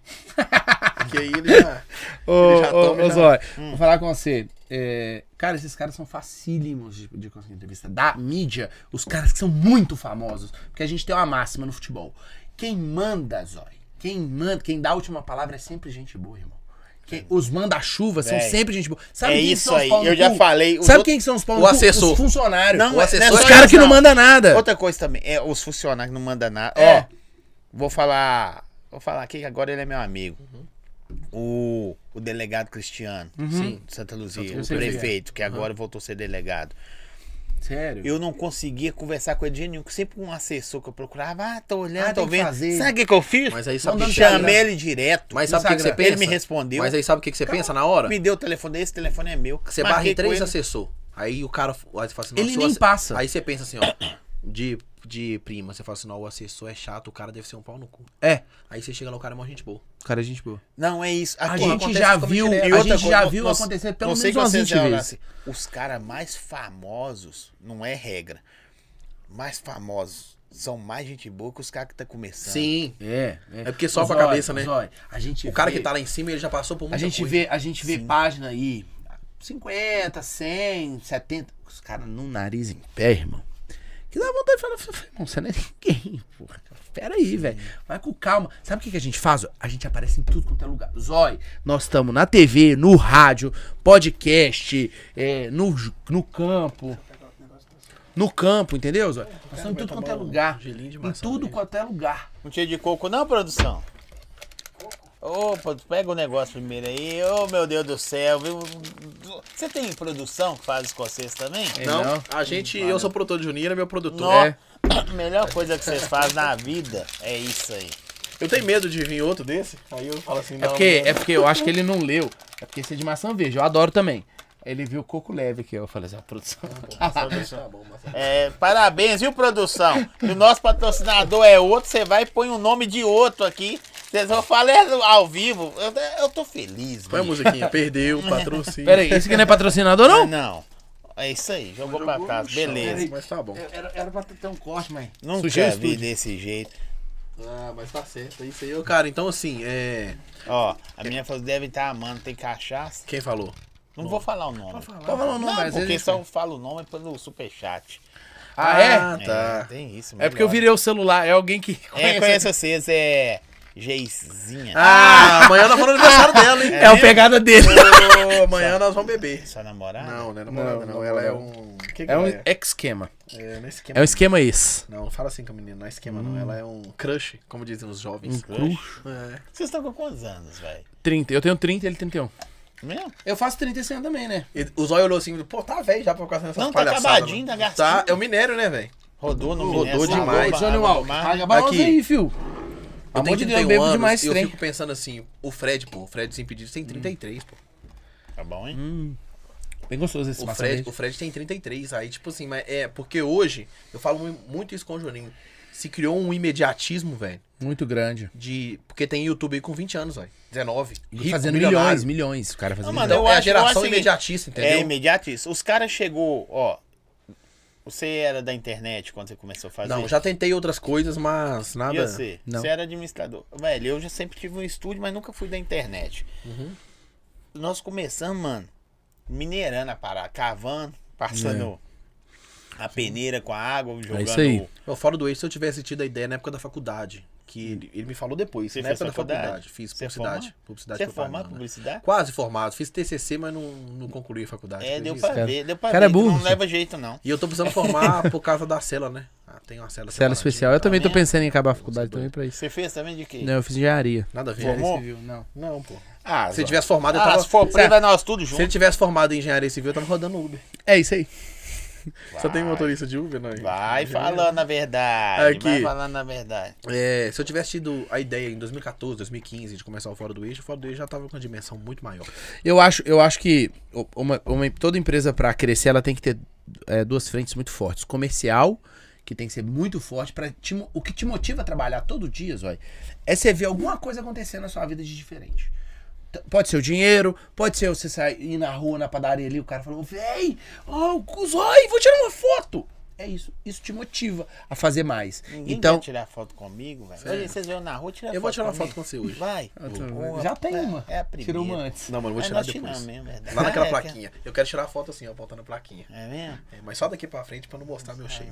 que aí ele já. Ô, Ele já ô, toma, ô, já- Zói, Hum. vou falar com você. É, cara, esses caras são facílimos de, de conseguir entrevista. Da mídia, os caras que são muito famosos. Porque a gente tem uma máxima no futebol. Quem manda, Zói, quem manda, quem dá a última palavra é sempre gente boa, irmão. Quem- os manda-chuva são É. Véi, sempre gente boa. Sabe é quem que isso são os aí, pau no eu já cu? falei, os Sabe outros- quem que são os pau o no cu? assessor. Os funcionários. Não, O é- assessor. não é os só caras isso, que não, não. mandam nada. Outra coisa também, é os funcionários que não mandam nada. É. Ó, vou falar. Vou falar aqui que agora ele é meu amigo. O, o delegado Cristiano, sim, de Santa Luzia, Eu o sei quem é. prefeito, que agora voltou a ser delegado. Sério? Eu não conseguia conversar com ele de jeito nenhum. Sempre um assessor que eu procurava, ah, tô olhando, Ah, tô tem que vendo. fazer. Sabe o que, que eu fiz? Mas aí sabe Mandando o que que Instagram. Chamei ele direto. Mas no sabe o que que você Instagram. pensa? Ele me respondeu. Mas aí sabe o que que você pensa na hora? Me deu o telefone dele, esse telefone é meu. Você Marquei barra em com três ele. assessor. Aí o cara aí você fala assim, Ele "Nossa, o nem asse-" passa. Aí você pensa assim, ó, de, de prima, você fala assim, não, o assessor é chato, o cara deve ser um pau no cu. É. Aí você chega lá, o cara é mó gente boa. Cara, gente boa. Não, é isso. A Aqui- gente Ah, acontece já isso é. viu, também E a outra gente coisa, já não- viu não- acontecer pelo não sei tá menos umas que 20 vocês já olharam vezes. assim, os caras mais famosos, não é regra, mais famosos são mais gente boa que os caras que tá começando. Sim. É, é. porque sobe Ô, a Zói, cabeça, né? Zói, a gente O cara vê- que tá lá em cima, ele já passou por muita A gente coisa. vê, a gente vê página aí, 50, 100, 70. Os caras num nariz em pé, irmão. Que dá vontade de falar, "Fa- fa- irmão, você não é ninguém, porra. Pera aí, velho. Vai com calma. Sabe o que, que a gente faz? ó? A gente aparece em tudo quanto é lugar. Zói, nós estamos na TV, no rádio, podcast, é, no, ju- no campo. No campo, entendeu, Zói? Nós estamos em tudo quanto é lugar. tá gelinho de Em maçã tudo dele. quanto é lugar. Não tinha Um de coco não, produção? Opa, pega o negócio primeiro aí. Ô, meu Deus do céu. viu? Você tem produção que faz com vocês também? É, Não, não. a gente, eu sou produtor de Juninho, ele é meu produtor. Nó, É. melhor coisa que vocês fazem na vida é isso aí. Eu tenho medo de vir outro desse, aí eu falo assim, É não. porque, é porque eu acho que ele não leu. É porque esse é de maçã verde. Eu adoro também. Ele viu o coco leve aqui. Eu falei assim, a produção. Tá bom, mas... É, parabéns, viu, produção? Se o nosso patrocinador é outro, você vai e põe o nome de outro aqui. Vocês vão falar é ao vivo. Eu, eu tô feliz, Põe a bicho. Ah, musiquinha, perdeu, patrocínio. Pera aí, esse aqui não é patrocinador, não? Não. É isso aí, jogou pra Jogou trás, no chão, beleza. Mas tá bom. É, Era, era pra ter um corte, mas. Nunca Sujei o vi estúdio. desse jeito. Ah, mas tá certo, é isso aí. Ô, Cara, então assim, é... Ó, a minha falou, deve estar amando, tem cachaça. Quem falou? Não vou falar o nome. Pode Pode falar o nome, mas às porque vezes- só falo o nome é pelo superchat. Ah, é? Ah, tá. É, tem isso, É porque eu melhor. virei o celular. É alguém que É, conhece. conheço vocês, é. Geizinha. Ah, amanhã nós vamos no aniversário dela, hein? É, o pegada dele. É. Ô, amanhã nós vamos beber. Sua namorada? Não, não é namorada, não. Não, não, ela é não. um. Que que É um ela esquema. É, não é esquema. É um esquema esse. Não, fala assim com a menina, não é esquema, não. Ela é um crush, como dizem os jovens. Hum. Um Crush. É. Vocês estão com quantos anos, velho? 30. Eu tenho 30, ele 31. Mesmo? Eu faço 30 esse ano também, né? E o Zóio olhou assim, pô, tá velho já pra ficar nessa Não, tá acabadinho, tá gastinho. Tá, é o minério, né, velho? Rodou no assim, Rodou Minas, demais. Barra, Johnny Walker. Barra, Paga a balança Aqui. aí, fio. Eu Amor tenho de Deus, 31 eu bebo anos, demais esse Eu trem. Hum. fico pensando assim, o Fred, pô, o Fred Desimpedidos tem 33, pô. Tá bom, hein? Bem gostoso esse O maçã Fred, verde. o Fred tem 33, aí tipo assim, mas é, porque hoje, eu falo mu- muito isso com o Juninho, se criou um imediatismo, velho, Muito grande. de, porque tem YouTube com 20 anos, velho, 19, rico, fazendo milionário. milhões, milhões. O cara fazendo mano, milhões. Então, Eu é a acho- eu acho o geração seguinte, imediatista, entendeu? É imediato isso. Os caras chegou, ó. Você era da internet quando você começou a fazer? Não, já tentei outras coisas, mas nada. E você? Não. Você era administrador. Velho, eu já sempre tive um estúdio, mas nunca fui da internet. Uhum. Nós começamos, mano, minerando a parada, cavando, passando a peneira com a água, jogando. É. isso aí. Meu, fora do ex, se eu tivesse tido a ideia na época da faculdade, Que ele, ele me falou depois, Você na fez época da faculdade. faculdade? Fiz Você é publicidade. formado? Publicidade Você é propaganda, formado em né? publicidade? Quase formado. Fiz TCC, mas não, não concluí a faculdade. É, deu acredita? pra Cara- ver, deu pra cara é ver. que burro, Não leva jeito, não. E eu tô precisando formar por causa da cela, né? Ah, tem uma cela Cela separadinha. especial. Eu também tô mesmo? pensando em acabar a faculdade também pra isso. Você fez também de quê? Não, eu fiz engenharia. Nada a ver. Formou? Bom. Civil, não. Não, pô. Ah, Se Zó. ele tivesse formado, eu Ah, tava. se for Se- preto, vai nós tudo se ele junto. tivesse formado em engenharia civil, eu tava rodando Uber. É isso aí. Só tem motorista de Uber, não? é? Vai falando a verdade. Aqui. Vai falando a verdade. É, se eu tivesse tido a ideia em 2014, 2015 de começar o Fora do Eixo, o Fora do Eixo já tava com uma dimensão muito maior. Eu acho, eu acho que o- uma, uma- toda empresa pra crescer, ela tem que ter é, duas frentes muito fortes. Comercial, que tem que ser muito forte. Pra te mo- o que te motiva a trabalhar todo dia, Zói, é você ver alguma coisa acontecendo na sua vida de diferente. T- Pode ser o dinheiro, pode ser você sair ir na rua, na padaria ali, o cara falou, véi, ó, oh, Zói, vou tirar uma foto. É isso. Isso te motiva a fazer mais. Ninguém então, quer tirar foto comigo, velho. Olha, Vocês vão na rua tirar foto Eu vou tirar uma foto comigo. com você hoje. Ah, tá. Vai. Boa. já tem É- uma. É a primeira. Tirou uma antes. Não, mano, eu vou É, tirar nós depois. tiramos mesmo, verdade. Lá naquela É, plaquinha. Eu quero tirar a foto assim, ó, apontando a plaquinha. É mesmo? É, mas só daqui pra frente pra não mostrar meu shape.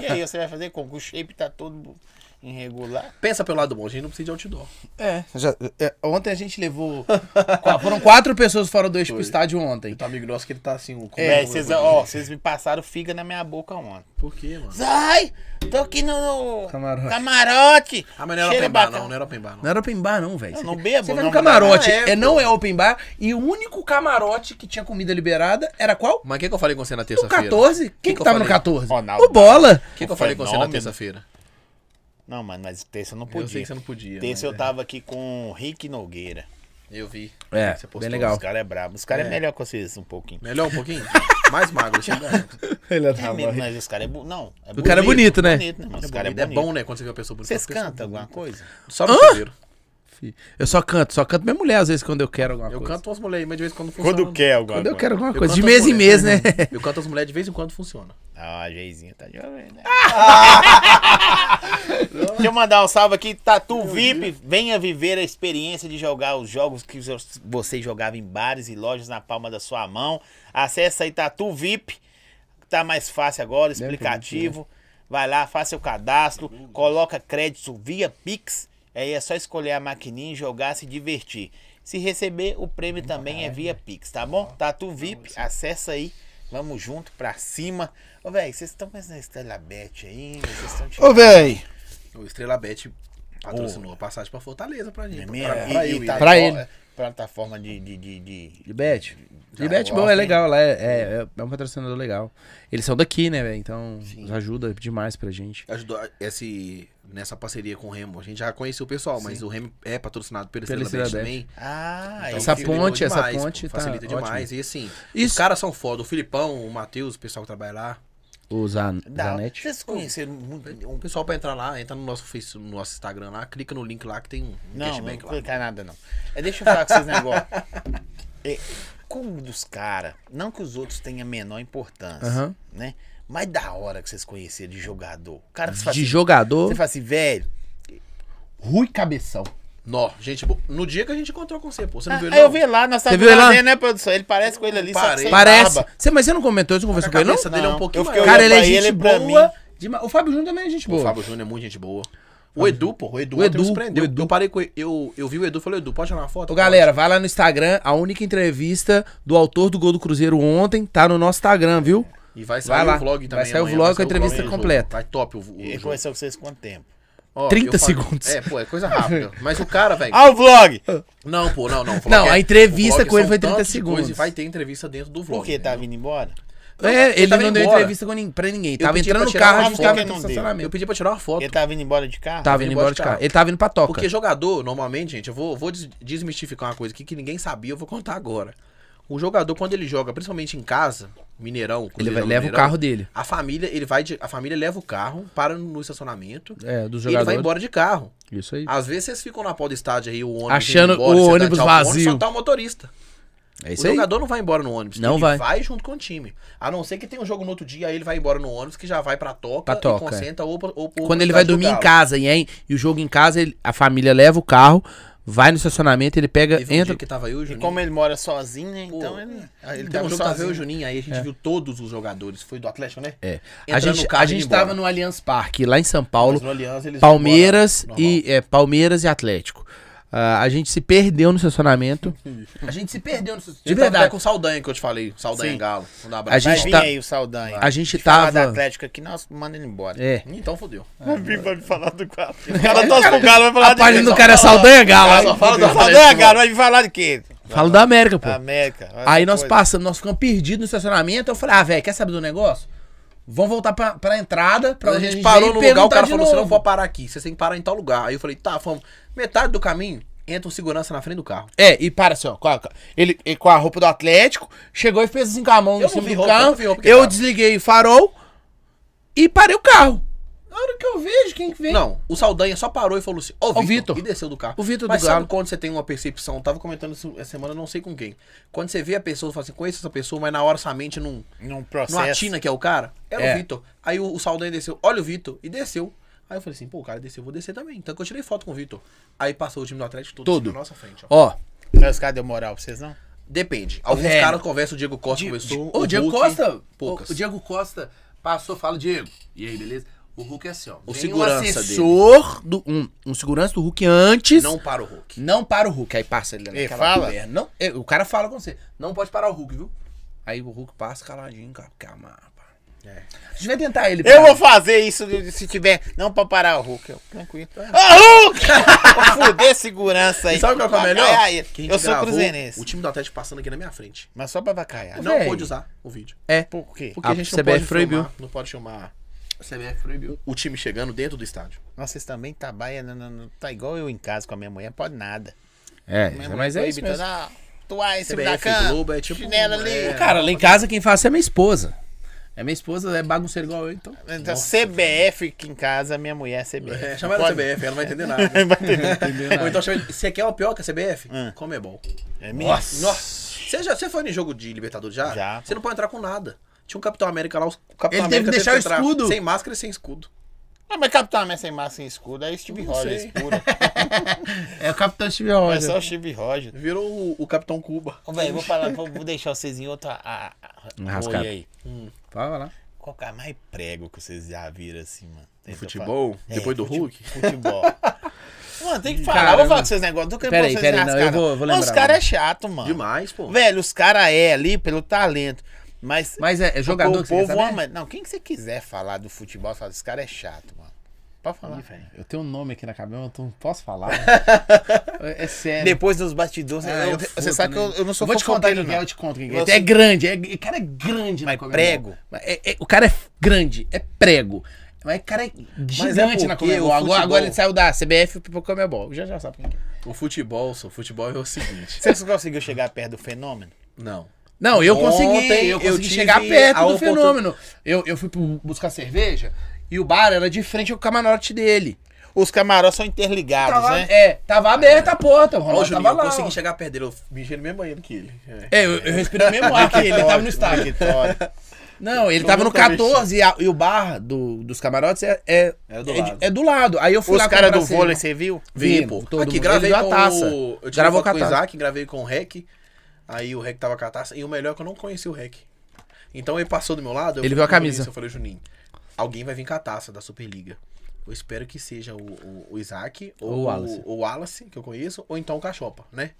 E aí, você vai fazer como? O shape tá todo irregular. Pensa pelo lado bom, a gente não precisa de outdoor. É, já- é, ontem a gente levou. qua- foram quatro pessoas fora do eixo pro Foi. estádio ontem. E tá amigo nosso que ele tá assim, um Véi, vocês, ó, vocês me passaram figa na minha boca ontem. Por quê, mano? Sai! Tô aqui no. no Camarote. Camarote! Ah, mas não era Cheiro open bar, bacana. não, não era open bar, não. Não era open bar, não, velho. Eu Você- não bebo, Você vai não no camarote. bebo. É, não é open bar. E o único camarote que tinha comida liberada era qual? Mas o que, que eu falei com você na O Hum, terça-feira? 14? Quem que, que eu tava no falei? 14? Ronaldo. O Bola. O que, que O eu falei com você na fenômeno. terça-feira? Não, mano, mas terça eu não podia. Eu sei que você não podia. Terça mas eu é. tava aqui com o Rick Nogueira. Eu vi. É, Você postou. bem legal. Os caras é brabo. Os caras é. melhor que vocês um pouquinho. Melhor um pouquinho? Mais magro, chega. Ele É mesmo, né? mas os caras é bu... Não, é O cara é bonito, né? bonito, né? mano? Os caras É, é bonito. bom, né, quando você vê a pessoa bonita. Vocês porque cantam são alguma bonitas. coisa? Só no chuveiro. Eu só canto, só canto minha mulher às vezes quando eu quero alguma Eu coisa. canto umas mulheres, mas de vez em quando funciona. Quando quer alguma Quando eu coisa. quero alguma Eu coisa. De canto mês as em mês, mulheres, né? Eu canto as mulheres de vez em quando funciona. Ah, a Geizinha tá jovem, né? Deixa eu mandar um salve aqui. Tatu VIP, venha viver a experiência de jogar os jogos que zo- você jogava em bares e lojas na palma da sua mão. Acesse aí Tatu VIP. Tá mais fácil agora, explicativo. Vai lá, faça seu cadastro, coloca crédito via Pix. Aí é só escolher a maquininha, jogar, se divertir. Se receber, o prêmio também é via Pix, tá bom? Tatu VIP, acessa aí. Vamos junto, pra cima. Ô, velho, vocês estão pensando na Estela Bet aí? Vocês estão tirando... velho. O Estrela Bet patrocinou a passagem pra Fortaleza pra gente. É mesmo? pra, E- pra e eu ir. tá- Pra ele. Plataforma de. de, de, de- Libete. Já Libete, gosto, bom, é hein? legal. Lá é, é, é um patrocinador legal. Eles são daqui, né, velho? Então ajuda demais pra gente. Ajudou a- esse, nessa parceria com o Remo. A gente já conheceu o pessoal, mas o Remo é patrocinado pelo Pela Estrela Bet Estrela também. Ah, Então, eu Essa facilitou ponte, essa demais, ponte pô, tá Facilita ótima. demais. E assim, os Isso. caras são foda. O Filipão, o Matheus, o pessoal que trabalha lá. O Zan- Da... Zanetti. Vocês conheceram muito. um O pessoal pra entrar lá, entra no nosso, Face- no nosso Instagram lá, clica no link lá que tem um Não, não cashback lá. clicar nada, não. É, Deixa eu falar com vocês um negócio. É, como dos caras, não que os outros tenham a menor importância, Aham. né? Mas da hora que vocês conheceram de jogador. O cara que você fala De assim, jogador. Você fala assim, velho. Rui Cabeção. Nó, gente, bo- no dia que a gente encontrou com você, pô, Ah, você não viu Aí eu vi lá, nós estávamos viu ele lá? fazendo, né, produção? Ele parece com ele ali, só que Parece. sem Parece. barba. Você, mas você não comentou, você não conversou A com ele, não? cabeça dele é um Não, pouquinho eu fiquei maior. olhando Cara, ele é pra gente ele, pra boa. mim. dema- O Fábio Júnior também é gente O boa. Fábio Júnior é muito gente boa. O Edu, pô, o Edu, O ontem me Edu, surpreendeu. o Edu. Eu parei com ele, eu, eu vi o Edu, falei, Edu, pode tirar uma foto? Ô, galera, vai lá no Instagram, a única entrevista do autor do gol do Cruzeiro ontem tá no nosso Instagram, viu? E vai Vai sair lá. o vlog Vai também. sair o amanhã, vlog com vai a sair o entrevista do jogo. completa. Vai top o, o Ele jogo. conheceu com vocês quanto tempo? Ó, eu 30 falei- segundos. É, pô, é coisa rápida. Mas o cara, velho. Ah, o vlog! Não, pô, não, não. O vlog Não, é- a entrevista o vlog com ele são foi 30 tantas de coisa segundos. E vai ter entrevista dentro do vlog. né? Por que entendeu? tá vindo embora? É, ele, ele tava não deu embora. entrevista com nin- pra ninguém. Tava pedi entrando pra no tirar carro, uma a gente tava foto, entrando no não deu. estacionamento. Eu pedi pra tirar uma foto. Ele tava vindo embora de carro? Tava indo embora de carro. Ele tava indo pra toca. Porque jogador, normalmente, gente, eu vou, vou des- desmistificar uma coisa aqui que ninguém sabia, eu vou contar agora. O jogador, quando ele joga, principalmente em casa, Mineirão, Ele vai- Cruzeirão, leva o Mineirão, carro dele. A família, ele vai de- a família leva o carro, para no estacionamento É, do e ele jogador. vai embora Ah, de carro. Isso aí. Às vezes vocês ficam na pau do estádio aí, o ônibus Achando indo o embora, você dá ônibus tchau pro vazio. só tá o motorista. É isso o aí. jogador não vai embora no ônibus. Não ele vai. junto com o time. A não ser que tenha um jogo no outro dia, aí ele vai embora no ônibus, que já vai pra toca, Pra toca, é. e concentra ou, pra- ou, ou Quando pra ele vai cidade do tá dormir em Galo. casa e, é em- e o jogo em casa, ele- a família leva o carro, vai no estacionamento, ele pega, Teve um entra. dia que tava eu e o E Juninho. como ele mora sozinho, né? Pô, Então ele. Aí ele Teve um tava jogo que tava eu e o sozinho. Juninho, aí a gente viu todos os jogadores. Foi do Atlético, né? É. A Entra gente, no carro a e ir gente embora. tava no Allianz Parque, lá em São Paulo. Mas no Allianz eles vão Palmeiras embora, normal. e é, Palmeiras e Atlético. Ah, a gente se perdeu no estacionamento. A gente se perdeu no estacionamento. De Ele tava até verdade. com o Saldanha que eu te falei. Saldanha Sim. Galo. Não dá A abraço. Vai gente vir tá- aí o Saldanha. a gente Se falar tava- do Atlético aqui, nós manda ele embora. É. Então fodeu. Vai vir pra me falar do Galo. O cara torce pro Galo, vai falar A de quê? página do Só cara é fala- Saldanha Galo. Só fala do Saldanha, Atlético. Galo, vai vir falar de quê? Falo da América, pô. América. Aí nós Coisa. passamos, nós ficamos perdidos no estacionamento. Eu falei, ah, velho, quer saber do negócio? Vamos voltar pra, pra entrada, pra Quando a onde gente, parou veio no e lugar, o cara perguntar de falou: você não novo." pode parar aqui, você tem que parar em tal lugar. Aí eu falei: tá, fomos. Metade do caminho, entra o segurança na frente do carro. É, e para assim, ó. Com a, ele, ele com a roupa do Atlético, chegou e fez assim com a mão Eu no não cima vi do roupa, eu carro. não vi roupa que Eu tava. desliguei o farol e parei o carro. Na hora que eu vejo quem que vem. Não, o Saldanha só parou e falou assim: ó, Ó, o Vitor. Vitor. E desceu do carro. O Vitor Mas do sabe Galo. quando você tem uma percepção? Eu tava comentando isso essa semana, não sei com quem. Quando você vê a pessoa, você fala assim: conheço essa pessoa, mas na hora sua mente não, Num processo. não atina que é o cara. Era É. o Vitor. Aí o, o Saldanha desceu: olha o Vitor. E desceu. Aí eu falei assim: pô, o cara desceu, eu vou descer também. Então que eu tirei foto com o Vitor. Aí passou o time do Atlético todo, Todo. assim, na nossa frente, ó. Ó, Mas Os caras deu moral pra vocês, não? Depende. Alguns velho. caras conversam, É, né? o Diego Costa conversou. Ô, o Diego Hulk, Costa. Poucas. O, o Diego Costa passou, fala, Diego. E aí, beleza? O Hulk é assim, ó. Vem segurança um dele. assessor do. Um, um segurança do Hulk antes. Não para o Hulk. Não para o Hulk. Aí passa ele naquela Ele fala? conversa. Não, é, o cara fala com você. Não pode parar o Hulk, viu? Aí o Hulk passa caladinho, cara. Calma, pá. A gente vai tentar ele. É. Eu vou fazer isso de- se tiver. Não pra parar o Hulk. Eu, tranquilo. Ô, Hulk! Vou fuder segurança Então, aí. E sabe qual que é o melhor? Vacaiar ele. Que a gente Eu sou gravou cruzeirense. O time do Atlético passando aqui na minha frente. Mas só pra vacaiar. Não Véi. pôde usar o vídeo. É. Por quê? Porque A Ah, a, gente não CBF pode proibiu. filmar, não pode filmar o time chegando dentro do estádio. Nossa, vocês também tá baia, não, não- não- tá igual eu em casa com a minha mulher, pode nada. É, Minha mulher mas é isso proíbe mesmo. toda- então, toalha em cima da CBF cama, Globo é tipo chinelo um- ali. é. Cara, lá em casa quem faz é minha esposa. É minha esposa, é bagunceira igual eu, então. Então, CBF aqui em casa, minha mulher é CBF. É, chama ela Pode- de CBF, ela não vai entender nada. Vai ter- Ou então chama ele, você quer uma pior que a CBF? Come é bom. é minha. Nossa. Você, já, você foi em jogo de Libertadores já? Já. Você não pode entrar com nada. Tinha um Capitão América lá, o Capitão Ele teve que América deixar o entrar escudo. Sem máscara e sem escudo. Ah, mas Capitão América sem massa sem escudo, aí Steve Não Rogers sei. escuro. É o Capitão Steve É né? só o Steve Rogers. Virou o, o Capitão Cuba. Ô, velho, vou falar, vou, vou deixar vocês em outra. A, a, Um rascado. olho aí. Fala lá. Qual que é a mais prego que vocês já viram assim, mano? Tenta futebol? falar. É, Depois do fute- Hulk? Futebol. mano, tem que falar. Caramba. Eu vou falar com vocês negócios. Tô querendo Pera aí, vocês pera aí, não, rascarem. eu vou- vou Os lembrar, caras mano. é chato, mano. Demais, pô. Velho, os caras é ali pelo talento. Mas. Mas é, é jogador o que você quer povo saber? ama. Não, quem que você quiser falar do futebol, fala, esse cara é chato, mano. Pode falar. Eu tenho um nome aqui na cabeça, eu não posso falar. é sério. Depois dos bastidores, Ah, eu- eu você futo, sabe que né? eu, eu não sou Vou te fofão contar dele, quem que é, não. eu te conto quem que é. Você- É grande, é, o cara é grande. Mas prego. o cara é grande, é prego. Mas o cara é gigante é na porque Comebol. o Agora, futebol- agora ele saiu da CBF pro Comebol. Já já sabe quem que é. O futebol, só, o futebol é o seguinte. Você conseguiu chegar perto do fenômeno? Não. Não, eu Ontem consegui, eu eu consegui tive chegar a perto do oportun- fenômeno. Eu, eu fui pro- buscar cerveja e o bar era de frente ao camarote dele. Os camarotes são interligados, Tava, né? É, tava aberta a porta, o Ó, o Ronaldo Juninho, tava eu lá. consegui ó. chegar perto dele. Eu mijei no mesmo banheiro que ele. É. É, eu, eu respirei o mesmo ar que ele, tava no estádio. Vitória. Não, ele tava no nunca vi 14 e, a- e o bar do- dos camarotes é, é, É do de- lado. é do lado. Aí eu fui Os lá caras comprar do cerveja. vôlei, você viu? Vi, Vim, todo Aqui, mundo. gravei Ele deu a com taça. o... Gravou Eu Gravou com com o a taça. Isaac, gravei com o Rec. Aí o Rec tava com a taça. E o melhor é que eu não conhecia o Rec. Então ele passou do meu lado. eu Ele fui viu a pro Juninho, camisa. Eu falei, Juninho, alguém vai vir com a taça da Superliga. Eu espero que seja o, o- o Isaac, ou Ou o o Wallace. Wallace. Wallace, que eu conheço, ou então o Cachopa, né?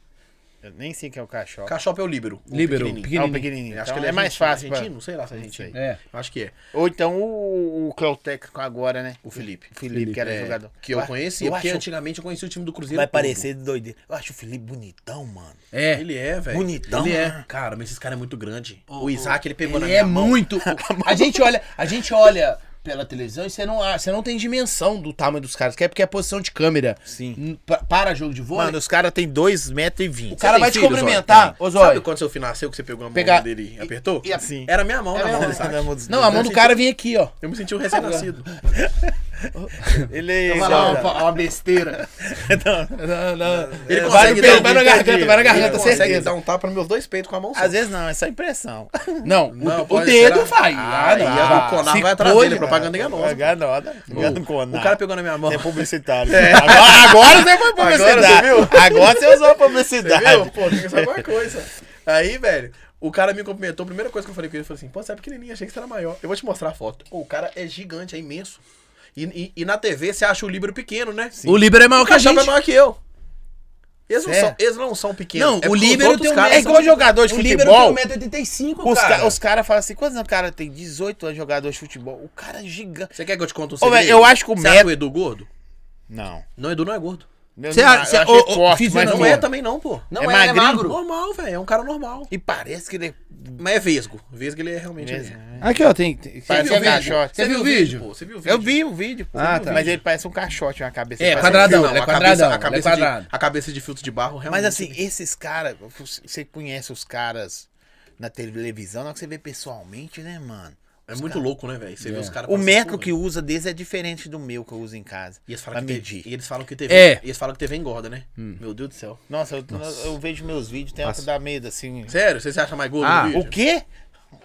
Eu nem sei quem é o cachorro. Cachopa é o Líbero. o Líbero, pequenininho. pequenininho. Ah, o pequenininho. Acho que Então ele é mais fácil. né? pra- Argentino, sei lá se é argentino. É. Acho que é. Ou então o, o Cleoteco agora, né? O Felipe. O Felipe, que era É, jogador. Que eu conheci, eu porque acho- antigamente eu conheci o time do Cruzeiro. Vai todo. parecer de doideira. Eu acho o Felipe bonitão, mano. É. Ele é, velho. Bonitão, Ele é. né? Cara, mas esse cara é muito grande. o Isaac, ele pegou na Ele minha é mão. muito. A gente olha, a gente olha pela televisão e você não, ah, você não tem dimensão do tamanho dos caras, que é porque é a posição de câmera. Sim. N- pa- Para jogo de vôlei. Mano, os caras têm 2,20m. o cara tem vai te filho, cumprimentar. Ô, Zóio. Sabe quando seu filho nasceu que você pegou a mão Pegar- dele e e- apertou? e assim. é Era minha é mão na mão do Isaac. Não, a mão do cara vinha aqui, ó. Eu me senti um recém-nascido. Ele. Vai lá, uma, uma besteira. Não, não. Ele É, consegue vai no peito, dar um vai na garganta, vai na garganta, Ele consegue certeza. dar um tapa nos meus dois peitos com a mão só. Às vezes não, é só impressão. Não, o- Não, o, pode- dedo será? vai. Ah, não. aí a- o Conar Se vai atrás pode, dele, a propaganda enganosa. Pagar nada. Engano com nada. O cara pegou na minha mão. É publicitário. Agora, agora você foi publicidade. Agora você viu? Agora você usou a Você publicidade. viu? Pô, tem que saber uma coisa. Aí, velho, o cara me cumprimentou. A primeira coisa que eu falei com ele, eu falei assim, pô, você é pequenininho, achei que você era maior. Eu vou te mostrar a foto. Pô, o cara é gigante, é imenso. E, e- e na TV você acha o livro pequeno, né? O Libero é maior que a Cachapa é gente. maior que eu. Eles não, Certo. são, eles não são pequenos. Não, É porque o os Libero outros tem um caras metro. é igual jogador de O Libero futebol. tem 1,85m, Os cara. caras cara falam assim, quantos anos o cara tem? 18 anos jogador de futebol. O cara é gigante. Você quer que eu te conte um Ô, segredo? velho, eu acho que o Você metro- acha o Edu é gordo? Não. Não, o Edu não é gordo. Meu Cê- Neymar, cê- eu achei ô, ô, forte, fiz mas eu Não não é gordo. também não, pô. Não É é, ele magrinho? é magro. Normal, velho, é um cara normal. E parece que ele... Mas é vesgo. Vesgo ele é realmente... ele é. Aqui, ó, tem. tem- Você Parece viu um o vídeo? caixote. Você viu o vídeo? pô, Você viu o vídeo? Eu vi o vídeo, pô. Ah, tá. Mas ele parece um caixote, uma cabeça. É, parece- quadradão. Não, ele é a cabeça- quadradão, a ele é cabeça quadrado. de- A cabeça de filtro de barro, realmente. Mas assim, esses caras, você conhece os caras na televisão, na hora que você vê pessoalmente, né, mano? É Os muito caras- louco, né, velho? Você vê os caras. O falando, metro "Pô, que usa deles é diferente do meu que eu uso em casa. E eles pra falam que medir. TV. E eles falam que TV. É. E eles falam que TV engorda, né? Meu Deus do céu. Nossa, eu, eu vejo meus vídeos, tem hora que dá medo, assim. Sério? Você se acha mais gordo Ah, no vídeo? O quê?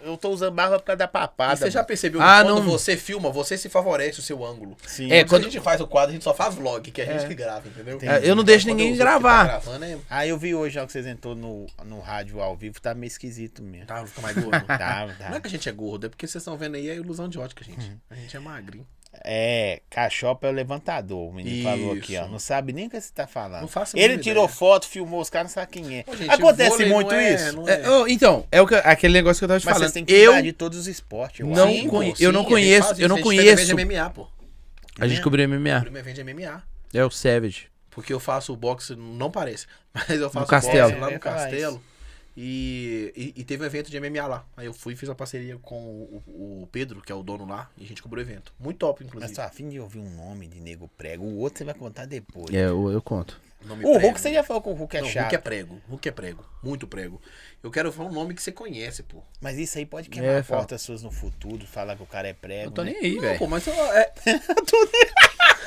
Eu tô usando barba por causa da papada. E você já mano. percebeu Ah, que quando não- você filma, você se favorece o seu ângulo. Sim. É, Quando, quando- a gente faz o quadro, a gente só faz vlog, que é a gente que grava, entendeu? É, eu não deixo Quando ninguém os outros que tá gravar. gravando, é- Ah, eu vi hoje, na hora que vocês entrou no, no rádio ao vivo, tá meio esquisito mesmo. Tá, fica mais gordo. Tá, Não é tá. que a gente é gordo, é porque vocês estão vendo aí a ilusão de ótica, gente. A gente é magrinho. É, cachopa é o levantador, o menino falou aqui, ó. Isso. Não sabe nem o que você tá falando. Não faço a Ele mínima tirou ideia. foto, filmou os caras, não sabe quem é. Ô, gente, Acontece vôlei muito não é- isso. não É, ô, então, é o que- aquele negócio que eu tava te Mas falando. vocês têm que Eu cuidar de todos os esportes, eu não acho. con- eu não a gente conheço- faz eu não isso, a gente faz conheço. evento de MMA, pô. A gente cobriu MMA. Primo vende MMA. É o Savage. Porque eu faço boxe, não parece, mas eu faço Castelo. boxe lá Eu ia no falar Castelo. E, e, e teve um evento de MMA lá. Aí eu fui e fiz uma parceria com o, o Pedro, que é o dono lá, e a gente cobrou o evento. Muito top, Mas inclusive. tô afim de ouvir um nome de nego prego. O outro você vai contar depois. É, eu, eu conto. Nome O prego. Hulk, você já falou que o Hulk é Não, chato. Hulk é prego. Hulk é prego. Muito prego. Eu quero falar um nome que você conhece, pô. Mas isso aí pode quebrar É, a fala. portas suas no futuro, falar que o cara é prego. Eu tô nem né? aí, Não, velho. pô, mas eu, é,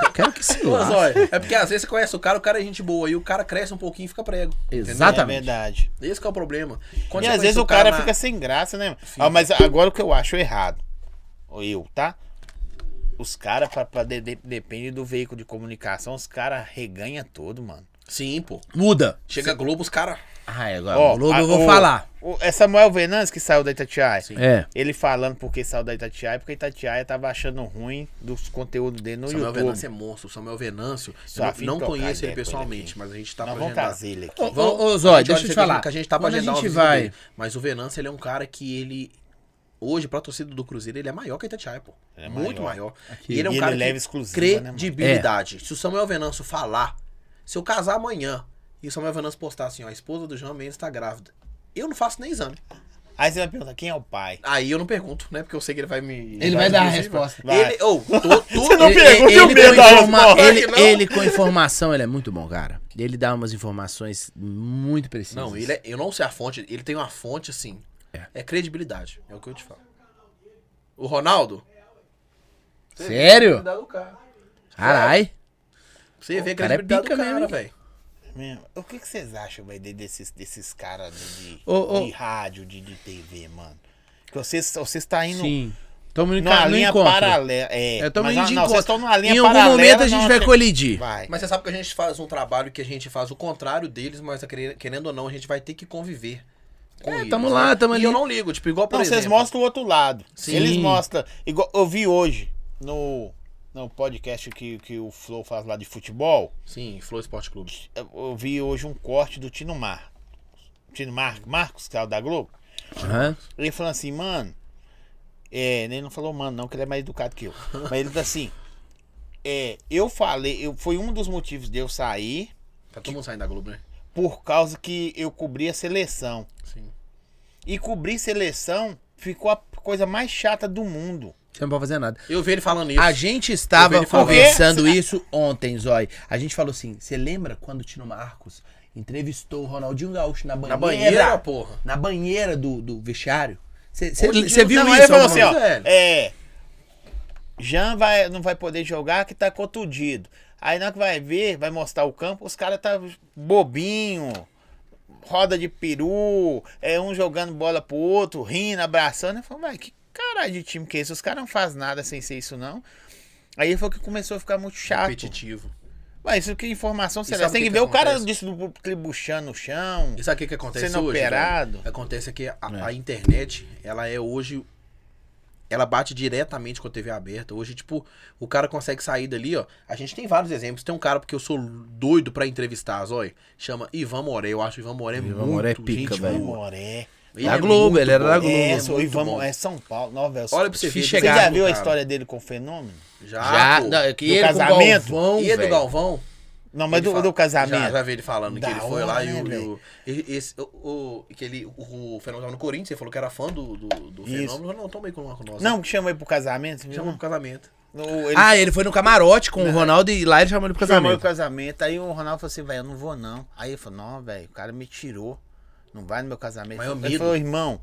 Eu quero que se mas lasque. olha, é porque às vezes você conhece o cara, o cara é gente boa, e o cara cresce um pouquinho e fica prego. É Exatamente. verdade. Esse que é o problema. Quando e você às vezes conhece o cara, na- fica sem graça, né? Ah, mas agora o que eu acho errado, ou eu, tá? Os caras, pra, pra de- de- depende do veículo de comunicação, os caras reganha todo, mano. Sim, pô. Muda. Chega Globo, os caras... Ah, é, agora Ó, o Globo a- eu vou o- falar. O, é Samuel Venantes que saiu da Itatiaia. É. Ele falando porque saiu da Itatiaia, porque a Itatiaia tava achando ruim dos conteúdos dele no Samuel YouTube. Venâncio é monstro. Samuel Venâncio, Só eu afim não, de não tocar ideia conheço ele com ele pessoalmente, aqui. mas a gente tá Nós pra vamos agendar. trazer ele aqui. Ô, Vamos- ô, ô, a Zói, gente deixa olha eu te esse vídeo falar. Que a gente tá pra Quando a agendar uma gente visita vai- dele. Mas o Venâncio, ele é um cara que ele... Hoje, pra torcida do Cruzeiro, ele é maior que a Itatiaia, pô. Ele é Muito maior. maior. E ele é um E ele cara leva que exclusiva, né, mano? credibilidade. Se o Samuel Venâncio falar, se eu casar amanhã e o Samuel Venâncio postar assim, ó, a esposa do João Mendes tá grávida. Eu não faço nem exame. Aí você vai perguntar, quem é o pai? Aí eu não pergunto, né? Porque eu sei que ele vai me. Ele vai dar a resposta. Vai. Ele, ou, tu- tu- Você não ele- pergunta, ele- eu com medo da informa- resposta. ele- Claro que não. ele com informação, ele é muito bom, cara. Ele dá umas informações muito precisas. Não, ele é, eu não sei a fonte, ele tem uma fonte assim. É. É, credibilidade, é o que eu te falo. O Ronaldo? Sério? Carai. Você vê a O cara é credibilidade pica do cara, mesmo, velho. Mesmo. O que, que vocês acham, velho, de- desses, desses caras de, de- Ô, ô. de rádio, de, de TV, mano? Que vocês estão vocês tá indo Sim. Tamo no numa caminho linha encontro. paralela. É, É, tamo mas indo não, de não, encontro. vocês estão numa linha em algum paralela, momento a gente não, vai você- colidir. Vai. Mas você sabe que a gente faz um trabalho que a gente faz o contrário deles, mas quere- querendo ou não, a gente vai ter que conviver. Com É, eles, tamo lá, tamo e ali. eu não ligo, tipo, igual por Não, exemplo. vocês mostram o outro lado. Sim. Eles mostram. Igual, eu vi hoje no, no podcast que, que o Flow faz lá de futebol. Sim, Flow Esporte Clube. Eu, eu vi hoje um corte do Tino Mar. Tino Mar, Marcos, que é o da Globo. Aham. Ele falou assim, mano. É, ele não falou, mano, não, que ele é mais educado que eu. Mas ele tá assim. É, eu falei, eu, foi um dos motivos de eu sair, Tá todo mundo saindo da Globo, né? por causa que eu cobri a seleção. Sim. E cobrir seleção ficou a coisa mais chata do mundo. Você não pode fazer nada. Eu vi ele falando isso. A gente estava Eu vi ele falando. conversando isso ontem, Zói. A gente falou assim: você lembra quando o Tino Marcos entrevistou o Ronaldinho Gaúcho na banheira? Na banheira, porra. Na banheira do, do vestiário? Você Hoje em dia você não viu tem Não, isso? É. ele falou assim, alguma ó. vez? velho. É. Jean vai, não vai poder jogar que tá contundido. Aí na hora que vai ver, vai mostrar o campo, os caras tá bobinho, roda de peru, é um jogando bola pro outro, rindo, abraçando. Eu falo, mas que caralho de time que é esse? Os caras não fazem nada sem ser isso, não. Aí foi que começou a ficar muito chato. Competitivo. Mas isso que informação será? sabe Você tem o que, que ver que o cara acontece? distribuindo no chão. E sabe o que, que acontece Sendo hoje? operado. velho? Acontece que a, É. a internet, ela é hoje. Ela bate diretamente com a TV aberta. Hoje, tipo, o cara consegue sair dali, ó. A gente tem vários exemplos. Tem um cara, porque eu sou doido pra entrevistar, zói. Chama Ivan Moré. Eu acho o Ivan Moré muito Moré é pica, gente velho. boa. Moré. Ele Da é Globo, muito ele era bom. da Globo. É, muito sou Ivan, bom. é São Paulo. Não, velho, Olha pra você ver. Você já Chegar, viu a cara. história dele com o Fenômeno? Já, pô. não, é que Do ele com o casamento. Galvão, E é do velho. Galvão? Não, mas Ele do, fala- do casamento. Já, já vi ele falando Da que ele foi hora, lá e né, o. e velho? o- e- esse, o, o, que ele, o, o Fernando tava no Corinthians, você falou que era fã do, do, do Isso. Fenômeno. Não, toma aí com o nosso. Não, que chama ele pro casamento. você viu? Chamou pro casamento. No- ele Ah, ele foi no camarote com o Ronaldo e lá ele chamou ele pro chamou ele casamento. pro casamento. Aí o Ronaldo falou assim, velho, eu não vou não. Aí ele falou, não, velho, o cara me tirou. Não vai no meu casamento. Mas é um eu ele medo. falou, irmão,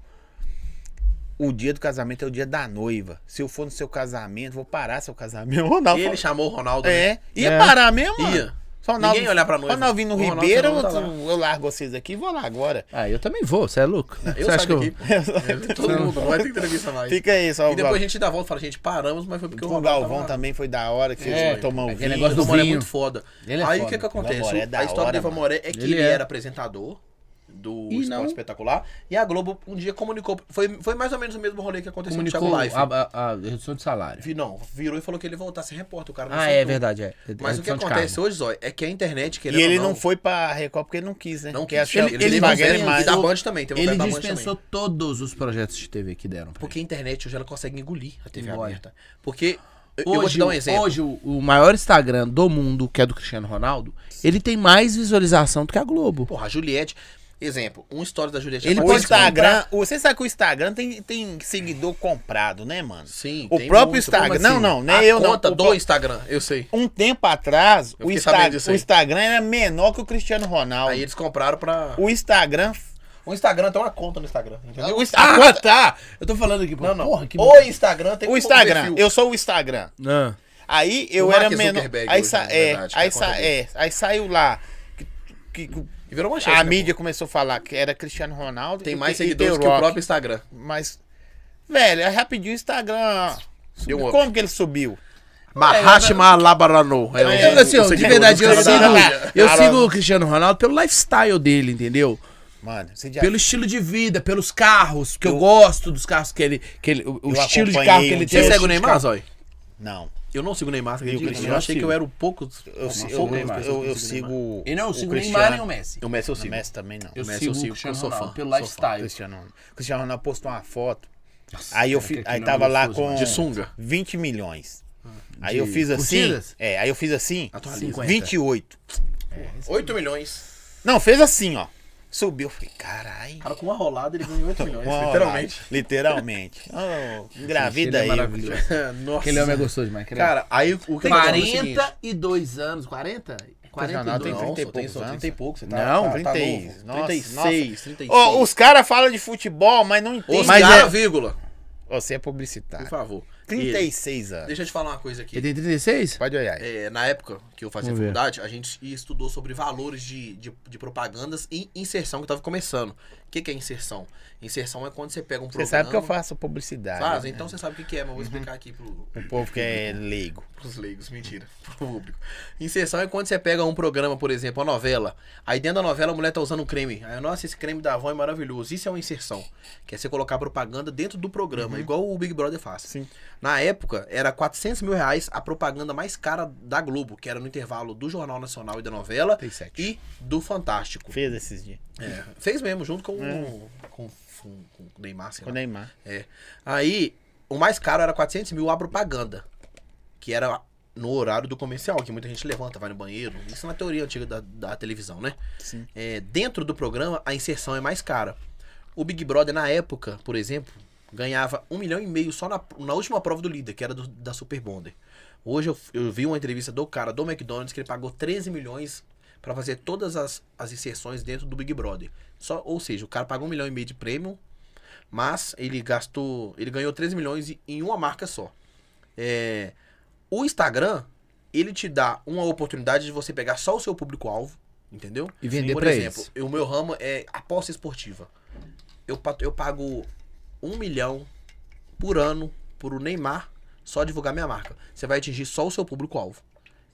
o dia do casamento é o dia da noiva. Se eu for no seu casamento, vou parar seu casamento. O Ronaldo E ele falou, chamou o Ronaldo. né? É, ia É. parar mesmo, mano. Ia. Só Ninguém ia olhar pra noiva. Ronaldinho no O Ronaldo Ribeiro, não tá lá. eu, eu largo vocês aqui e vou lá agora. Ah, eu também vou, você é louco. Eu Você acha saio que eu... daqui. pô. Todo mundo, não vai ter entrevista mais. Fica aí, só E depois a gente dá a volta e fala, gente, paramos, mas foi porque Com o Ronaldo Galvão tá tava lá. também foi da hora, que É, eles tomam um aquele vinho. negócio O do Moré é vinho. muito foda. Ele é Aí o foda. que que acontece? Lamoré é da a história hora, do Ivan mano. Moré é que Ele ele, é. era apresentador do E Esporte não- Espetacular e a Globo um dia comunicou. Foi, foi mais ou menos o mesmo rolê que aconteceu com o Comunicou Thiago a, Life. a- a redução de salário. Vi, não, virou e falou que ele ia voltar a ser repórter. O cara não Ah, é aceitou. verdade, é. Tá Mas o que Redução de acontece cargo. hoje, Zói, é que a internet, E querendo ele ou não foi pra Record porque ele não quis, né? Não Porque quis. achava Ele- que eles ele pagaram dispensou- mais. E da Band também, tem um Ele cara da Band dispensou todos os projetos de TV que deram pra Porque a internet hoje ela consegue engolir a TV Engole. aberta. Porque, eu, Hoje, eu vou te dar um exemplo. Hoje, o, o maior Instagram do mundo, que é do Cristiano Ronaldo, ele tem mais visualização do que a Globo. Porra, a Juliette, exemplo, um story da Juliette. Ele é O pode fatídico. Instagram, o- você sabe que o Instagram tem, tem seguidor comprado, né, mano? Sim, O tem próprio muito. Instagram. Como Não, assim? não, não é a eu não. conta O do pró- Instagram, eu sei. Um tempo atrás, o, Eu fiquei Insta- sabendo disso o aí. Instagram era menor que o Cristiano Ronaldo. Aí eles compraram pra... O Instagram. O Instagram tem uma conta no Instagram, entendeu? O, Insta- Ah, tá! Eu tô falando aqui, pô. Não, não. Porra, que... O Instagram tem o Instagram. Eu sou o Instagram. Ah. Aí eu Mark era menor. Zuckerberg Aí, hoje, sa- na é, verdade, aí, que é sa- a conta é, aí saiu lá. Que, que- E virou manchete, a né, mídia começou a falar que era Cristiano Ronaldo. pô? Tem e- mais e The seguidores que o Rock. próprio Instagram. Mas, velho, é rapidinho o Instagram. Deu um up. Como que ele subiu? Mahatma Labarano. É, É, o- eu- o assim, ó, de seguidor verdade, do eu cara da- sigo, Caralho. eu sigo o Cristiano Ronaldo pelo lifestyle dele, entendeu? Mano, você já Pelo estilo de vida, pelos carros, que eu, gosto dos carros que ele. Que ele o o Eu estilo de acompanhei carro que ele um tem. Você dia- Você segue segue o Neymar, Zói? Não. Eu não sigo o Neymar, você acredita? Cristiano Eu achei que sigo. eu era o pouco... Eu, uma eu, pouca das eu, pessoas eu, que eu seguem o Neymar. né, sigo. Eu não, eu sigo o Cristiano. Neymar nem o Messi. O Messi eu sigo. Messi também não. Eu Messi sigo eu o sigo, Cristiano eu sou fã, Ronaldo, pelo sou fã. lifestyle. Cristiano, Ronaldo. Cristiano Ronaldo postou uma foto. aí eu fi, cara, aí aquele tava homem é lá gostoso, com mano. De sunga. Ah, 20 milhões. Aí De eu fiz assim. curtidas? É, aí eu fiz assim. Atualiza. 28. assim. 8 milhões. Não, fez assim, ó. Subiu. Eu falei, carai. cara com uma rolada ele ganhou 8 milhões, Ó, É, literalmente. Literalmente. Oh, engravida Ele aí. é maravilhoso. Nossa. Aquele homem é gostoso demais. aquele Cara, aí o que eu falo é o seguinte, 42 anos, 40? Jornal tem não, 30 e só poucos só anos. 30 e poucos, você tá, Não, tá, 30 tá e- novo. nossa, 36, 36. Ô, os caras falam de futebol, mas não entendem. Os Mas cara, é- vírgula. Você é Por publicitário. favor. 36 E, anos. deixa eu te falar uma coisa aqui. Ele tem 36? Pode olhar aí. É, na época que eu fazia Vamos ver. faculdade, a gente estudou sobre valores de, de, de propagandas e inserção que tava começando. O que, que é inserção? Inserção é quando você pega um Você programa... sabe que eu faço publicidade. Faz, né? então você sabe o que, que é, mas eu vou explicar aqui pro, O povo que é leigo. Pros leigos, mentira. Pro público. Inserção é quando você pega um programa, por exemplo, uma novela. Aí dentro da novela a mulher tá usando um creme. Aí, nossa, esse creme da avó é maravilhoso. Isso é uma inserção. Que é você colocar propaganda dentro do programa, igual o Big Brother faz. Uhum. Sim. Na época, era 400 mil reais a propaganda mais cara da Globo, que era no intervalo do Jornal Nacional e da novela 37. e do Fantástico. Fez esses dias. É, fez mesmo, junto com, o com, com, com o Neymar, sei É. Com o lá. Neymar. É. Aí, o mais caro era 400 mil a propaganda. Que era no horário do comercial, que muita gente levanta, vai no banheiro. Isso na teoria antiga da, da televisão, né? Sim. É, dentro do programa, a inserção é mais cara. O Big Brother, na época, por exemplo, ganhava um milhão e meio só na, na última prova do líder, que era do- da Super Bonder. Hoje eu, eu vi uma entrevista do cara do McDonald's que ele pagou 13 milhões pra fazer todas as, as inserções dentro do Big Brother. Só, ou seja, o cara pagou um milhão e meio de prêmio, mas ele gastou. Ele ganhou 13 milhões em- em uma marca só. É, o Instagram, ele te dá uma oportunidade de você pegar só o seu público-alvo, entendeu? E vender Por pra exemplo, eles. o meu ramo é aposta esportiva. Eu, pat- eu pago um milhão por ano por o Neymar só divulgar minha marca. Você vai atingir só o seu público-alvo.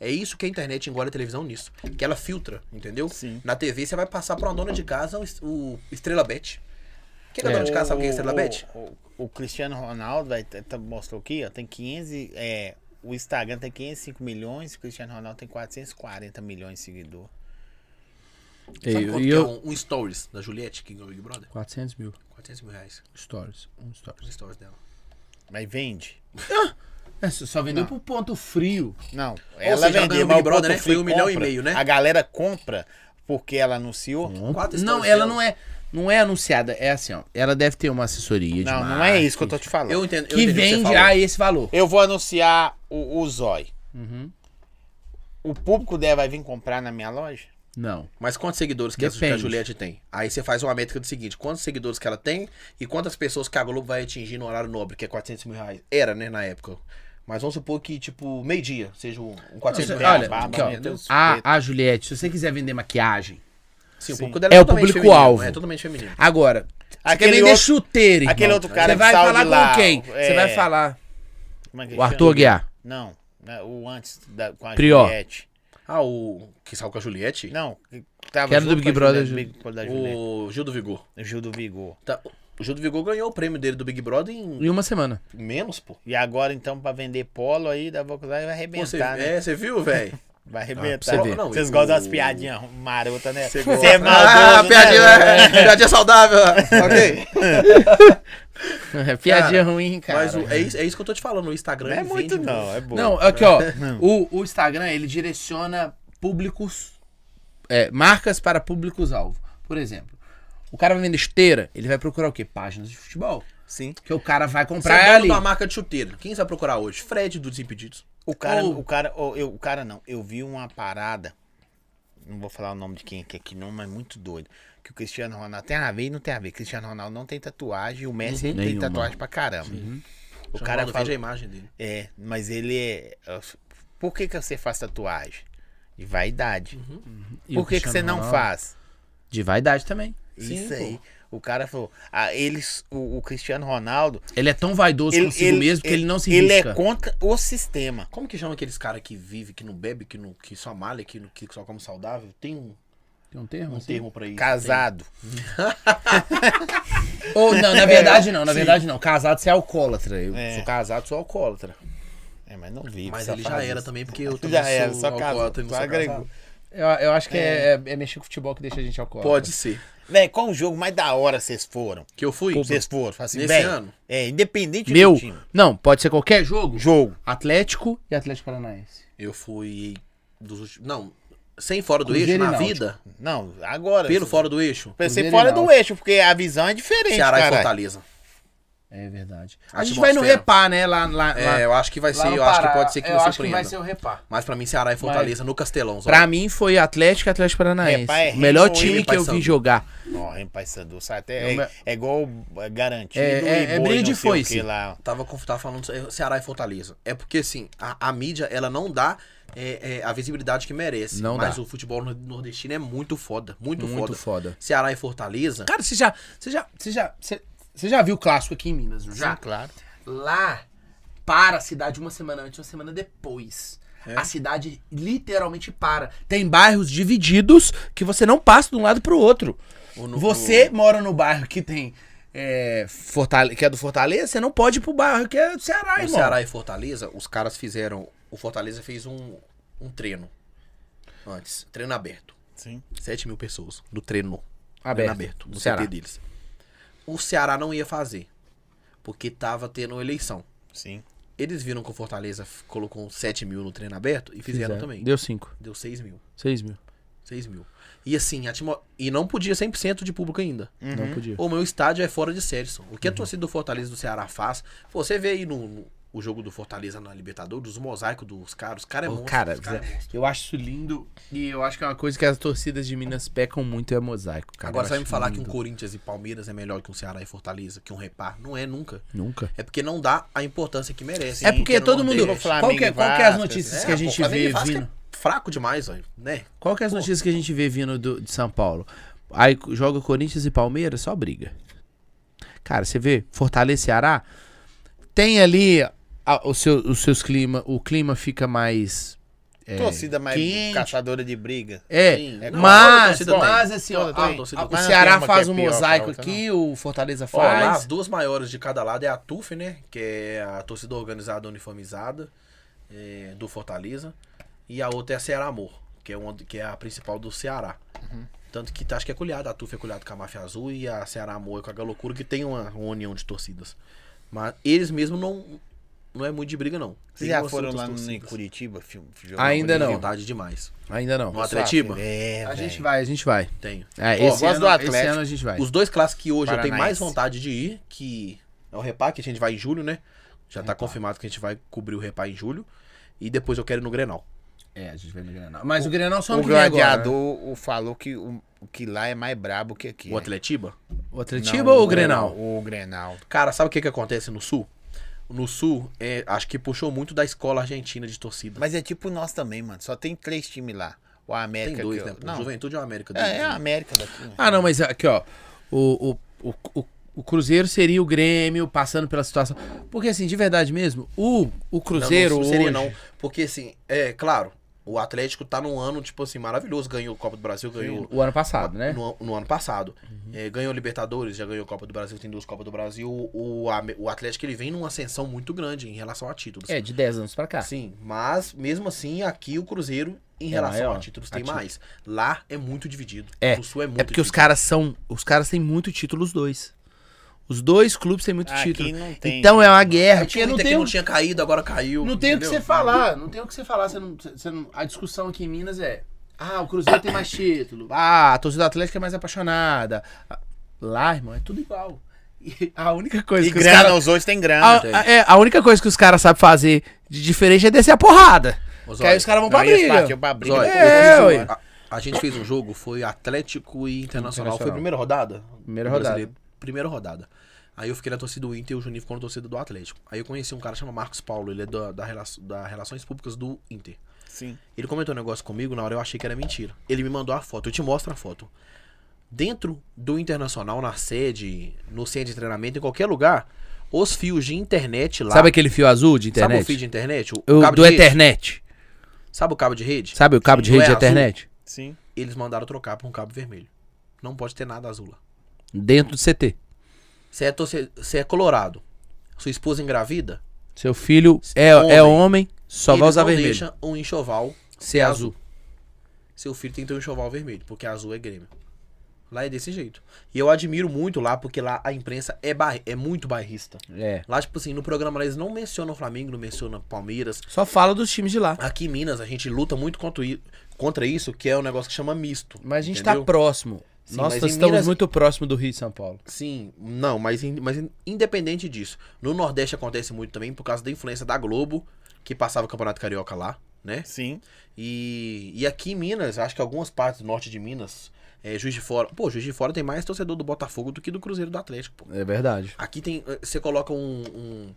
É isso que a internet engole a televisão nisso. Que ela filtra, entendeu? Sim. Na TV você vai passar pra uma dona de casa o, es- o Estrela Bet. Quem é, dona de casa sabe quem é Estrela Bet? O, o- o Cristiano Ronaldo vai, tá- mostrou aqui, ó, tem 500. É, o Instagram tem 505 milhões, o Cristiano Ronaldo tem 440 milhões de seguidor. Sabe E- quanto e que é eu... um, um stories da Juliette, que ganhou o Big Brother? 400 mil 400 mil reais. stories. Um stories. Os stories dela. Mas vende? É, você só vendeu pro ponto frio. Não. seja, Ela ela ganhou vendeu, o mas Big o Brother, Brother né? Foi um milhão e compra. meio, né? A galera compra porque ela anunciou. Um Não, Quatro não, stories ela dela. não é, não é anunciada. É assim, ó. Ela deve ter uma assessoria de não, é marketing isso que eu tô te falando. Eu entendo. eu Que entendi o você vende falou. a esse valor. Eu vou anunciar o, o Zói. Uhum. O público dela vai vir comprar na minha loja? Não. Mas quantos seguidores que, a- que a Depende. Juliette tem? Aí você faz uma métrica do seguinte: quantos seguidores que ela tem e quantas pessoas que a Globo vai atingir no horário nobre, que é 400 mil reais. Era, né, na época. Mas vamos supor que, tipo, meio-dia seja um, um 400 mil Não, reais. olha, barba, aqui, ó, entendeu? A, a Juliette, se você quiser vender maquiagem. Sim, o Sim. público dela É o totalmente público-alvo. feminino, É totalmente feminino. Agora, você quer Aquele vender outro- chuteiro, irmão. aquele outro Você cara que vai saiu falar de com lá, quem? é- Você vai falar. Como é que O ele Arthur chama? Aguiar. Não, né, o antes da, com a Prior. Juliette. Ah, o. Que saiu com a Juliette? Não, que tava Que era do junto Big com a Brother, Juliette, Big Brother da Juliette. o Gil do Vigor. O Gil do Vigor. Tá, O Gil do Vigor ganhou o prêmio dele do Big Brother em Em uma semana. menos, pô. E agora, então, pra vender polo aí, da Volkswagen vai Pô, você, arrebentar, né? É, você viu, velho? Vai Ah, arrebentar. pra você ver. Não, Vocês e gostam o- das piadinhas marotas, né? Você gosta. é maldoso, ah, piadinha, é. né? piadinha saudável. ok. Piadinha ruim, cara. Mas o- é, isso, é isso que eu tô te falando. O Instagram Não é ele muito, vende não. É bom. Não, aqui, ó. O, o Instagram, ele direciona públicos. é, marcas para públicos-alvo. Por exemplo, o cara vai vender esteira, ele vai procurar o quê? Páginas de futebol. Sim. Que o cara vai Você comprar é dono ali. de uma marca de chuteiro. Quem você vai procurar hoje? Fred do Desimpedidos. O cara, Ou- o cara, ou eu, o cara não, eu vi uma parada. Não vou falar o nome de quem que é que não, mas muito doido. Que o Cristiano Ronaldo tem a ver e não tem a ver. Cristiano Ronaldo não tem tatuagem, o Messi Uhum. ele tem Nenhuma. tatuagem pra caramba. O Já cara Ronaldo fala, vende a imagem dele. é, mas ele é, por que que você faz tatuagem? De vaidade. Uhum. E o Por que que Cristiano você não Ronaldo? faz? De vaidade também. Sim, Isso pô. aí. O cara falou, ah, eles, o, o Cristiano Ronaldo, Ele é tão vaidoso consigo mesmo que ele, não se Ele risca. é contra o sistema. Como que chama aqueles caras que vive, que não bebe, que, não, que só malha, que, não- que só come saudável? Tem um, Tem um termo? um assim? termo pra isso. Casado. Ou, não, É, na verdade não, na verdade não. Casado você é alcoólatra. Eu É. sou casado, sou alcoólatra. É, mas não vi. Tem. Mas só ele já faz era isso. também, porque eu também é Já era, sou só casa- alcoólatra e não só sou agregou. casado. Eu, eu acho que é, é- é mexer com futebol que deixa a gente alcoólatra. Pode ser. Véi, qual o jogo mais da hora vocês foram? Que eu fui? Vocês foram? Fala assim, Nesse véi, ano? É, independente Meu, do time. não, pode ser qualquer jogo. Jogo. Atlético e Atlético Paranaense. Eu fui dos últimos... Não, sem fora do Cruzeiro e eixo, na Náutico. vida, Não, agora. pelo fora do eixo, Pensei Cruzeiro fora e do Náutico. eixo, porque a visão é diferente, Ceará e caralho. Fortaleza. É verdade. A, Atmosfera. gente vai no repá, né? Lá, lá, lá- É, eu acho que vai lá ser, no eu acho que Pará. pode ser que eu me acho que surpreenda. vai ser o repá. Mas pra mim, Ceará e Fortaleza no Castelão. Zó. Pra mim foi Atlético e Atlético Paranaense. Repá é o melhor Remo time e que eu Paysandu. vi jogar. Ó, oh, Paysandu, sai até. Não, É, é igual é garantido É- é- é e boi, briga não de sei o foice. que lá. Tava, com- tava falando Ce- Ceará e Fortaleza. É porque, assim, a, a mídia, ela não dá é, é, a visibilidade que merece. Não mas dá. o futebol nor- nordestino é muito foda. Muito, Muito foda. foda. Ceará e Fortaleza. Cara, você já, você já, você já, você, você já viu o clássico aqui em Minas, não já? Sim, claro. Lá para a cidade uma semana antes, uma semana depois. A cidade literalmente para. Tem bairros divididos que você não passa de um lado pro outro. você mora no bairro que tem é, Fortale- que é do Fortaleza, você não pode ir pro bairro que é do Ceará, o irmão. Ceará e Fortaleza, os caras fizeram. O Fortaleza fez um, um treino. Antes. Treino aberto. Sim. 7 mil pessoas no treino. Aberto. Treino aberto. Do No Ceará. CT deles. O Ceará não ia fazer. Porque tava tendo eleição. Sim. Eles viram que o Fortaleza f- colocou 7 mil no treino aberto e fizeram, também. Deu 5, Deu 6 mil. 6 mil. 6 mil. E assim, a atmo- e não podia 100% de público ainda. Não podia. Uhum. O meu estádio é fora de série, só. O que a torcida do Fortaleza e do Ceará faz, pô, você vê aí no, no- o jogo do Fortaleza na Libertadores, os mosaicos dos caras. Os caras Ô, é monstro. cara, os cara é monstro. eu acho isso lindo. E eu acho que é uma coisa que as torcidas de Minas pecam muito é mosaico, cara. Agora Eu você vai me acho falar que lindo. um Corinthians e Palmeiras é melhor que um Ceará e Fortaleza, que um Repar. Não é nunca. Nunca. É porque não dá a importância que merece. é hein, que porque no todo mundo. Nordeste. Qual que, é, qual que é as Flamengo e notícias É, que a pô, gente Flamengo vê e Vasco vindo? É fraco demais, velho, né? Qual que é as notícias que a gente vê vindo do- de São Paulo? Aí c- joga Corinthians e Palmeiras, só briga. Cara, você vê Fortaleza e Ceará, tem ali a- o seu, os seus clima, o clima fica mais Torcida mais É, quente. caçadora de briga. é, Sim, é normal, a mas, torcida tem. mas assim, ó, Toda- toda a- torcida a- o tem. Ceará Mas faz tem um uma que é pior que a mosaico outra, aqui, o Fortaleza Ó, lá, as faz. duas maiores de cada lado é a TUF, né? Que é a torcida organizada uniformizada é, do Fortaleza. E a outra é a Ceará Amor, que é, uma, que é a principal do Ceará. Uhum. Tanto que tá, acho que é colhada. A TUF é colhada com a Máfia Azul e a Ceará Amor é com a Galocura, que tem uma, uma união de torcidas. Mas eles mesmos não, não é muito de briga, não. Tem Vocês já umas foram outras lá no, em torcidas. Curitiba? Filme, Ainda Tem não. vontade demais. Ainda não. No Atletiba? É, A velho. gente vai, a gente vai. Tenho. É, Ó, esse, gosto ano, do esse Atlético. ano a gente vai. Os dois clássicos que hoje eu tenho mais Paranaense. vontade de ir, que é o Repá, que a gente vai em julho, né? Já tá confirmado que a gente vai cobrir o Repá em julho. E depois eu quero ir no Grenal. É, a gente vai no Grenal. Mas o, Grenal só O não vem agora. né? gladiador o- falou que, o, que lá é mais brabo que aqui. O Atletiba. né? O Não, Atletiba ou o Grenal? O Grenal. Cara, sabe o que que acontece no Sul? No Sul, é, acho que puxou muito da escola argentina de torcida. Mas é tipo nós também, mano. Só tem três times lá. O América. Tem dois, que né? eu- pô? Não, Juventude ou América? é, é a América. América daqui. né? Ah, não, mas aqui, ó. O, o, o, o, o Cruzeiro seria o Grêmio passando pela situação. Porque, assim, de verdade mesmo, o, o Cruzeiro. não, não seria hoje- não. Porque assim, é claro, o Atlético tá num ano, tipo assim, maravilhoso. Ganhou o Copa do Brasil, ganhou O ano passado, né? Uhum. No, no ano passado. É, ganhou Libertadores, já ganhou Copa do Brasil, tem duas Copas do Brasil. O, Ame- o Atlético ele vem numa ascensão muito grande em relação a títulos. É, de 10 anos pra cá. Sim, mas mesmo assim aqui o Cruzeiro em É relação maior. a títulos A tem título. mais. Lá é muito dividido. É. No Sul é muito É porque os dividido. caras são. Os caras têm muito título, os dois. Os dois clubes têm muito Aqui título. não tem então é uma título, guerra. É, tinha não muita que tem, um não tinha caído, agora caiu. não tem o que entendeu? você falar. Não tem o que você falar. Você não, você não- a discussão aqui em Minas é. Ah, o Cruzeiro tem mais título. Ah, a torcida atlética é mais apaixonada. Ah, Lá, irmão, é tudo igual. E a única coisa E que os grana, caras os outros têm grana. Então, A, a- é, a única coisa que os caras sabem fazer de diferente é descer a porrada. Os que aí olhos. os caras vão Não, pra e eles briga. partiam pra briga. Zóio, É, eu- ué. a, a gente fez um jogo, foi Atlético e Internacional. Internacional. Foi a primeira rodada? Primeira Do rodada. brasileiro. Primeira rodada. Aí eu fiquei na torcida do Inter e o Juninho ficou na torcida do Atlético. Aí eu conheci um cara chamado Marcos Paulo, ele é da, da, Rela- da Relações Públicas do Inter. Sim. Ele comentou um negócio comigo, na hora eu achei que era mentira. Ele me mandou a foto, eu te mostro a foto. Dentro do Internacional, na sede, no centro de treinamento, em qualquer lugar, os fios de internet lá. Sabe aquele fio azul de Sabe internet? o fio de internet? O, O- cabo do de rede? Ethernet. Sabe o cabo de rede? Sabe o cabo de Não rede é de azul? Ethernet? Sim. eles mandaram trocar pra um cabo vermelho. Não pode ter nada azul lá. Dentro do CT. Você é, torce- você é colorado, sua esposa engravida, Seu filho é Homem. homem, é homem só vai eles usar não vermelho. deixam um enxoval Ser azul. Seu filho tem que ter um enxoval vermelho, porque azul é Grêmio. Lá é desse jeito. E eu admiro muito lá, porque lá a imprensa é, bai- é muito bairrista. É. Lá, tipo assim, no programa lá eles não mencionam Flamengo, não mencionam Palmeiras. Só fala dos times de lá. Aqui em Minas a gente luta muito contra i- contra isso, que é um negócio que chama misto. Mas a gente entendeu? tá próximo. Sim, Nós mas em estamos Minas- muito próximo do Rio de São Paulo. Sim, não, mas, in- mas in- independente disso. No Nordeste acontece muito também por causa da influência da Globo, que passava o Campeonato Carioca lá, né? Sim. E, e aqui em Minas, acho que algumas partes do norte de Minas, é, Juiz de Fora. Pô, Juiz de Fora tem mais torcedor do Botafogo do que do Cruzeiro e do Atlético, pô. É verdade. Aqui tem. eh, Você coloca um, um,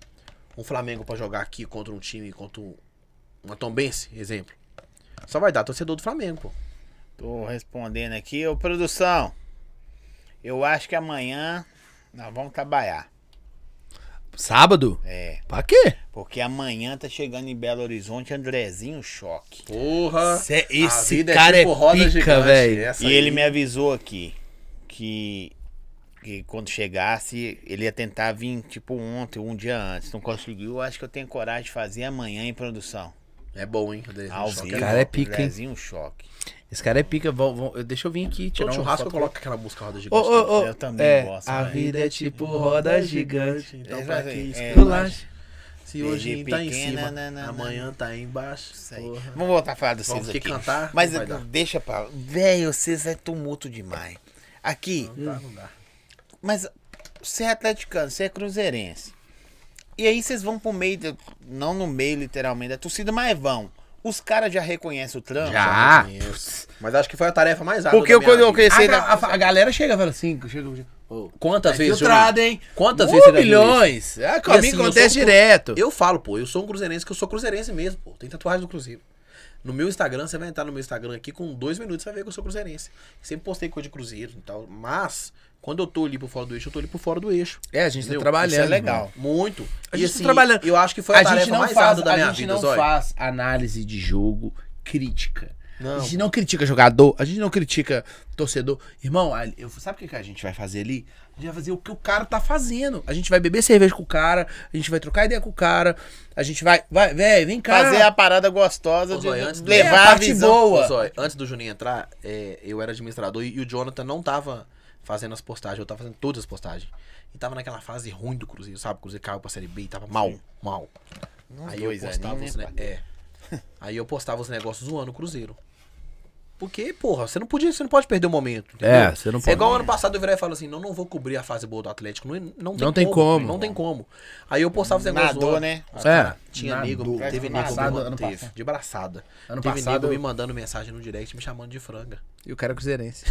um Flamengo pra jogar aqui contra um time, contra um, uma Tombense, exemplo. Só vai dar torcedor do Flamengo, pô. Tô respondendo aqui. Ô, produção. Eu acho que amanhã nós vamos trabalhar. Sábado? É. Pra quê? Porque amanhã tá chegando em Belo Horizonte Andrezinho Choque. Porra! Cê- a esse vida tipo cara é pica, gigante, velho. essa e ele aí. me avisou aqui que, que quando chegasse, ele ia tentar vir tipo ontem, um dia antes. Não conseguiu. Eu acho que eu tenho coragem de fazer amanhã em produção. É bom, hein? André? Ao Choque né? vivo. cara é pica, hein? Andrezinho Choque. Esse cara é pica. Vão, vão- eu- Deixa eu vir aqui tirar Todo um churrasco eu foto. coloco aquela música Roda Ô, Gigante. ô, ô. Eu também é, gosto, A velho. vida é tipo roda gigante. Então, É, pra mas que é, é, Esculacha. Se hoje Desde tá em pequena, cima, na, na, na, amanhã tá embaixo. Isso aí. porra. Vamos voltar a falar do Vamos César que aqui. cantar, Mas não vai dar. deixa pra lá. Velho, o César é tumulto demais. Aqui, Não dá, não dá. mas você é atleticano, você é cruzeirense. E aí vocês vão pro meio, da- não no meio literalmente, da torcida, mas vão. Os caras já reconhecem o trampo? Já. Isso. Mas acho que foi a tarefa mais árdua. é Porque eu, da minha quando eu vida. Ah, cresci... A, na- ga- a- a galera chega e fala assim, chega, chega "Ô, Quantas tá é vezes? Júlio? filtrado, hein? Quantas Ô, vezes você já viu milhões. É, E comigo assim, eu acontece sou um- direto. Eu falo, pô, eu sou um cruzeirense que eu sou cruzeirense mesmo, pô. Tem tatuagem do Cruzeiro. No meu Instagram, você vai entrar no meu Instagram aqui, com dois minutos você vai ver que eu sou cruzeirense. Sempre postei coisa de cruzeiro e tal. Mas, quando eu tô ali por fora do eixo, eu tô ali por fora do eixo. É, a gente tá Entendeu? trabalhando. Isso é legal. Muito. A E, assim, gente tá trabalhando. Eu acho que foi a, A tarefa gente não mais faz, árdua da a minha gente vida, não Zóio. faz análise de jogo crítica. Não. A gente não critica jogador, a gente não critica torcedor. Irmão, a- eu, sabe o que, que a gente vai fazer ali? A gente vai fazer o que o cara tá fazendo. A gente vai beber cerveja com o cara, a gente vai trocar ideia com o cara, a gente vai. Vai, véi, vem cá. Fazer a parada gostosa Ô, de Zóio, antes do- É, levar a a parte visão. boa. Ô, Zói, antes do Juninho entrar, é, eu era administrador e, e o Jonathan não tava fazendo as postagens, eu tava fazendo todas as postagens. E tava naquela fase ruim do Cruzeiro, sabe? O Cruzeiro caiu pra Série B e tava mal, mal. Aí eu dois postava aninhos, os né, ne- é. Aí eu postava os negócios zoando o Cruzeiro. Porque, porra, você não podia, você não pode perder o momento, entendeu? É, você não É pode. igual ano passado eu virei e falei assim, não, não vou cobrir a fase boa do Atlético, não, é, não, tem, Não tem como. Não tem como. Aí eu postava os negócios Ah, Nadou, né? Os É. cara, tinha Nadou. amigo, teve Ano nego me passado, ano mandando, teve, passado. de braçada. Ano teve passado nego eu- me mandando mensagem no direct me chamando de franga. E o cara é cruzeirense.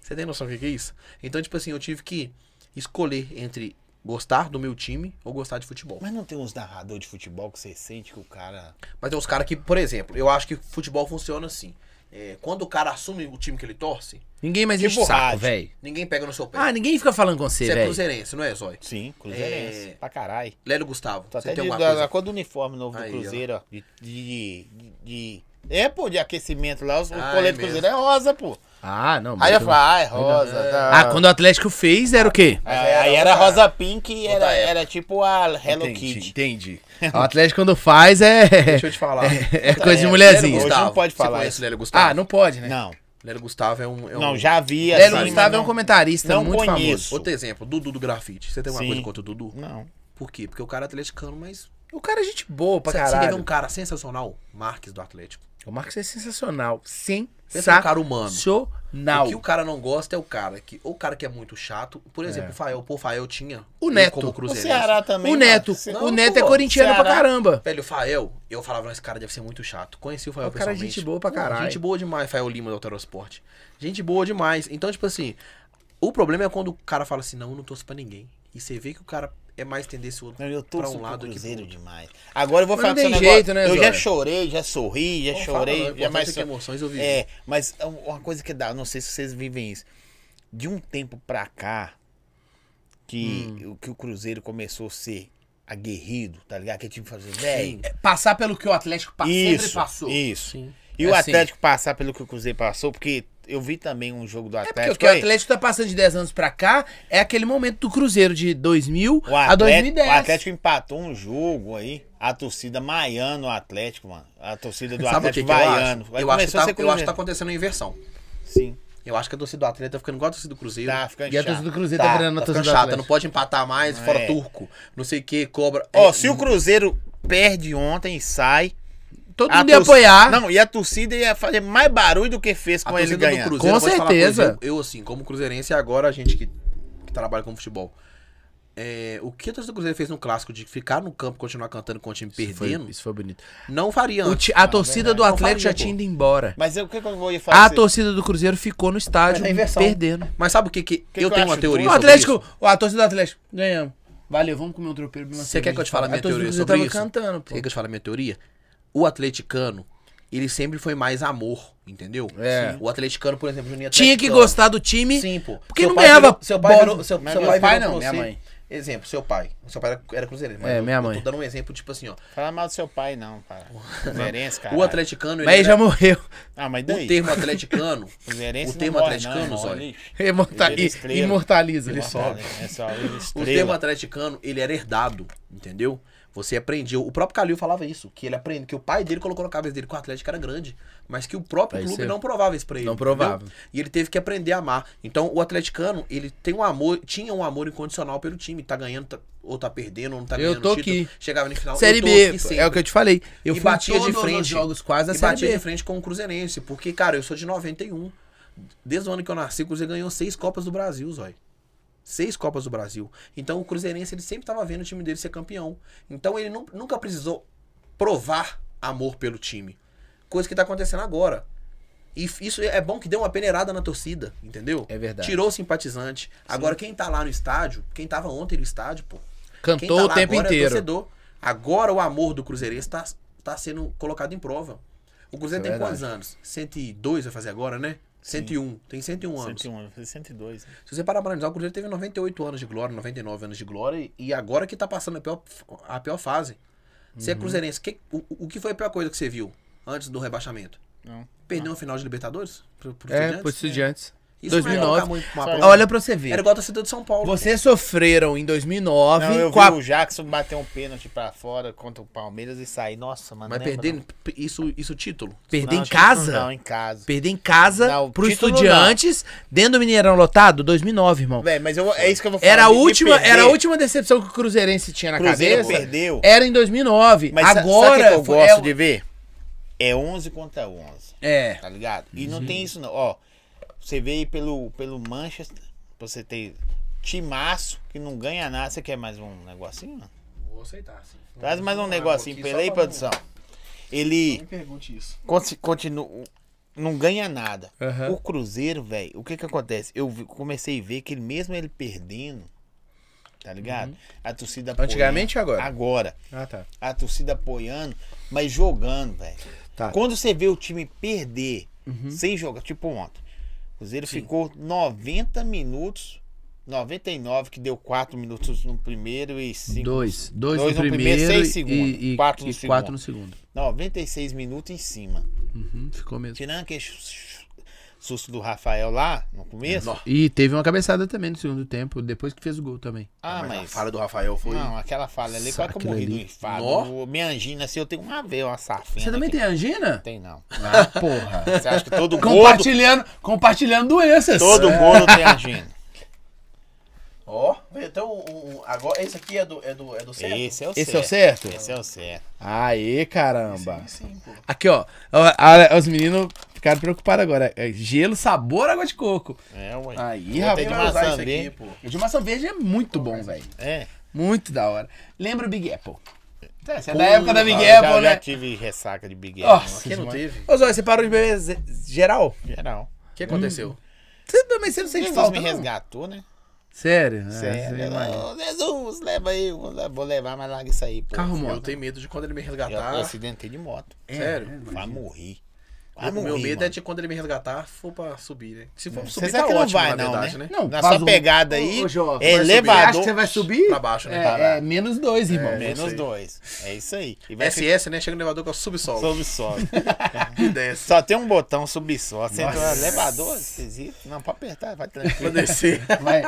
Você tem noção do que que é isso? Então, tipo assim, eu tive que escolher entre gostar do meu time ou gostar de futebol. Mas não tem uns narradores de futebol que você sente que o cara... Mas tem uns caras que, por exemplo, eu acho que futebol funciona assim. É, quando o cara assume o time que ele torce, Ninguém mais Que enche o saco, borracha. velho. ninguém pega no seu pé. Ah, ninguém fica falando com você, você é velho. cruzeirense, não é, Zói? Sim, cruzeirense, cruzeirense. Pra caralho. Lélio Gustavo, Tô é. você Tá até tem de, alguma da, coisa? da cor do uniforme novo Aí, ó. do Cruzeiro, ó. De, de, de- de- É, pô, de aquecimento lá. Os, Ah, o colete é do mesmo. Cruzeiro é rosa, pô. Ah, não. Aí mas eu eu- falo, ah, é rosa. tá. Ah, quando o Atlético fez, era o quê? Aí, aí era rosa pink e era, época. era tipo a Hello Kitty. entendi. O Atlético quando faz é. Deixa eu te falar. É coisa de É, mulherzinha. Hoje não pode falar Você conhece isso. o Lélio Gustavo? Ah, não pode, né? Não, Lélio Gustavo é um... É um... não, já vi. Lélio assim, Gustavo mas é um comentarista não muito conheço. famoso. Outro exemplo, Dudu do grafite. Você tem alguma Sim. coisa contra o Dudu? Não. Por quê? Porque o cara é atleticano, mas... O cara é gente boa pra Você, você quer ver caralho. um cara sensacional? Marques do Atlético. O Marcos é sensacional. Pensa num Sensacional. cara humano. O que o cara não gosta é o cara que. Ou o cara que é muito chato. Por exemplo, o Fael. Pô, o Fael tinha. O eu Neto. Como O cruzeirense. Ceará também. O mano. Neto. Se- o Não, Neto é pô, corintiano pra assim. Ceará. caramba. Velho, o Fael, eu falava, esse cara deve ser muito chato. Conheci o Fael O cara é pessoalmente. gente boa pra Pô, caralho. Gente boa demais, Fael Lima do Autorosport. Gente boa demais. Então, tipo assim, o problema é quando o cara fala assim, não, eu não torço pra ninguém. E você vê que o cara é mais tendencioso Não, eu tô pra pro um lado que pro Cruzeiro outro. demais. Agora eu vou Mas falar não pra tem você um negócio. jeito, né, eu Zóia? já chorei, já sorri, já Não, fala, chorei. não, o já mais importante é que emoções eu vivi. É, mas é um- uma coisa que dá, não sei se vocês vivem isso. De um tempo pra cá, que, Hum. o, que o Cruzeiro começou a ser aguerrido, tá ligado? Que tipo fazer, velho. É, Passar pelo que o Atlético pa- sempre Isso, passou. isso. Sim. E É o assim. Atlético passar pelo que o Cruzeiro passou, porque eu vi também um jogo do É porque o Atlético. que o aí. Atlético tá passando de 10 anos pra cá é aquele momento do Cruzeiro de 2000 O a Atlético, 2010. o Atlético empatou um jogo aí. A torcida maiando o Atlético, mano. A torcida do é Sabe o que, Atlético que eu vaiando. acho? Aí Eu acho que, começou a tá, ser eu acho que Cruzeiro. tá acontecendo a inversão. Sim. Eu acho que a torcida do Atlético tá ficando igual a torcida do Cruzeiro. Tá, ficando E a chato. torcida do Cruzeiro tá, virando a Tá torcida do ficando chata, não Atlético. pode empatar mais, fora É. turco, não sei o que, cobra. Ó, É, se o Cruzeiro perde ontem e sai... Todo a mundo ia torci- apoiar. Não, e a torcida ia fazer mais barulho do que fez a com ele torcida do ganhando. Cruzeiro, Com eu vou te falar uma certeza. coisa, eu, eu, assim, como cruzeirense, e agora a gente que, que trabalha com futebol. é, o que a torcida do Cruzeiro fez no clássico de ficar no campo e continuar cantando com o time Isso foi- perdendo, isso foi bonito. não faria O antes. ti- a torcida do Não Atlético já faria, tinha pô. ido embora. Mas eu- o que, que eu vou falar? A pra você? torcida do Cruzeiro ficou no estádio Mas é inversão. perdendo. Mas sabe o que, que, que eu eu tenho uma acho teoria O sobre Atlético, isso? a torcida do Atlético, ganhamos. Valeu, vamos comer um tropeiro. beber uma Você quer cerveja. que eu te fale a minha torcida do teoria Cruzeiro sobre tava isso? cantando, pô. Você quer que eu te fale a minha teoria? O atleticano, ele sempre foi mais amor, entendeu? É. Sim. O atleticano, por exemplo, Juninho Tinha que atleticano. gostar do time. Sim, pô. Porque Seu não pai ganhava virou- seu pai, bola. virou, seu, Mas seu meu pai, pai virou não, pra minha você. mãe. Exemplo, seu pai. Seu pai era- era cruzeirense. mas É, eu- minha eu mãe. Tô dando um exemplo, tipo assim, ó. Fala mal do seu pai, não, cara. Cruzeirense, cara. O atleticano, ele Mas ele já era- morreu. Ah, mas daí? o termo atleticano, Cruzeirense o termo não é morre, atleticano, não, Zóio, é lixo. Imorta- Ele é estrela. Imortaliza. Ele Ele sobe. É só ele o estrela. termo atleticano, ele era herdado, entendeu? Você aprendeu, o próprio Calil falava isso, que ele aprende, que o pai dele colocou na cabeça dele que o Atlético era grande, mas que o próprio Aí clube você- não provava isso pra ele. Não provava. entendeu? E ele teve que aprender a amar. Então, o atleticano, ele tem um amor, tinha um amor incondicional pelo time, tá ganhando tá- ou tá perdendo, ou não tá Eu ganhando tô título, aqui. chegava no final, Série eu tô B, aqui pô, sempre. é o que eu te falei. Eu E fui em batia de todos os frente. jogos quase da e Série batia de B. frente com o Cruzeirense, porque, um. cara, eu sou de 91. Desde o ano que eu nasci, o Cruzeiro ganhou seis Copas do Brasil, Zói. Seis Copas do Brasil. Então o Cruzeirense ele sempre estava vendo o time dele ser campeão. Então ele nu- nunca precisou provar amor pelo time. Coisa que tá acontecendo agora. E f- isso é bom que deu uma peneirada na torcida, entendeu? É verdade. Tirou o simpatizante. Agora quem tá lá no estádio, quem tava ontem no estádio, pô. quem Cantou tá o lá tempo agora é inteiro. torcedor. Agora o amor do Cruzeirense tá, tá sendo colocado em prova. O Cruzeiro Isso é tem quantos anos? 102 vai fazer agora, né? 101. Tem 101 anos. 101, 102. né? Se você parar pra analisar, o Cruzeiro teve 98 anos de glória, 99 anos de glória, e agora que tá passando a pior, a pior fase. Você Uhum. é cruzeirense, que- o, o que foi a pior coisa que você viu antes do rebaixamento? Não. Perdeu uma final de Libertadores? Pro, pro É, Estudiantes? por estudiantes. Isso não é 2009. colocar muito mapa. Só- Olha pra você ver. Era igual a torcida de São Paulo. Vocês sofreram em 2009 Não, eu com a vi o Jackson bater um pênalti pra fora contra o Palmeiras e sair. Nossa, mano. Vai lembra, perder não? p- isso, isso título. perder Não, em acho que casa. Não, em casa. Perder em casa Não, pro título estudiantes dentro do Mineirão lotado 2009, irmão. Véi, mas eu vou- é isso que eu vou falar. Era a de- de última, perder. era a última decepção que o Cruzeirense tinha na Cruzeiro cabeça. perdeu. Era em 2009. Mas sa- Agora sabe o que eu foi- gosto é, de ver? É 11 contra 11. é. Tá ligado? E não tem isso não. Ó, você veio pelo, pelo Manchester, pra você ter timaço que não ganha nada. Você quer mais um negocinho? mano? Vou aceitar, sim. Traz mais um negocinho pra ele aí, produção. Ele... pergunte isso. Conti- continua não ganha nada. O Cruzeiro, velho, o que que acontece? Eu vi- comecei a ver que ele, mesmo ele perdendo, tá ligado? A torcida apoiando. Uhum. Antigamente ou agora? Agora. Ah, tá. A torcida apoiando, mas jogando, velho. Tá. Uhum. Quando você vê o time perder sem jogar, tipo ontem. O Cruzeiro ficou 90 minutos, 99, que deu 4 minutos no primeiro e 5 Dois. Dois, Dois no no primeiro, primeiro, seis e, segundos. e- Quatro no e segundo. quatro no segundo. 96 minutos em cima. Uhum, ficou mesmo. Tirando aquele sus- susto do Rafael lá no começo. E teve uma cabeçada também no segundo tempo, depois que fez o gol também. Ah, mas, a mas. fala do Rafael foi... Não, aquela falha ali, quase que eu Aquilo morri do ali. infarto. Nó. Minha angina, assim, eu tenho uma veia, uma safena. Você também aqui. tem angina? Tem, não. Ah, porra. Você acha que todo gordo, compartilhando, compartilhando doenças. É. todo gordo tem angina? Ó, veio até um, um- um- Agora, esse aqui é do, é do, é do certo? Esse é o Esse é o certo. certo? Esse é o é certo. Aê, caramba. Sim, sim, pô. Aqui, ó. a- a- os meninos ficaram preocupados agora. É gelo, sabor, água de coco. É, ué. Aí, Vou rapaz. até de Quem vai usar maçã isso aqui, verde. pô? O de maçã verde é muito bom, velho. É. Muito da hora. Lembra o Big Apple? Você é da época da Big já, Apple, já né? tive ressaca de né? Big Apple. Nossa, Quem não demais. teve? Ô, Zóia, você parou de beber ze- geral? Geral. O que aconteceu? Hum. Você também você não sente Jesus falta, me não? resgatou, né? Sério? Sério. É, você- Ô, Jesus, leva aí. eu vou- Vou levar, mas larga isso aí, pô. Carro Eu moto. Tá. tenho medo de quando ele me Eu, eu É, resgatar. acidentei de moto. Sério? Vai morrer. Vai o meu morrer, medo é Ah, mano. de quando ele me resgatar, for pra subir, né? Se for pra Você subir, sabe tá que não ótimo, vai, na não, verdade, né? né? Não, Na vaza sua um- pegada Ô, aí, ô, Jô, é vai subir. Acho que você elevador, vai subir? Pra baixo, né? É, é, menos dois, irmão. É. menos sei. dois. É isso aí. E vai ficar SS, né? Chega no elevador com o subsolo. sob solo. E desce. Só tem um botão subsolo. Você entra no elevador, vocês ir- Não, pode apertar, vai Pra tranquilo. descer. Vai,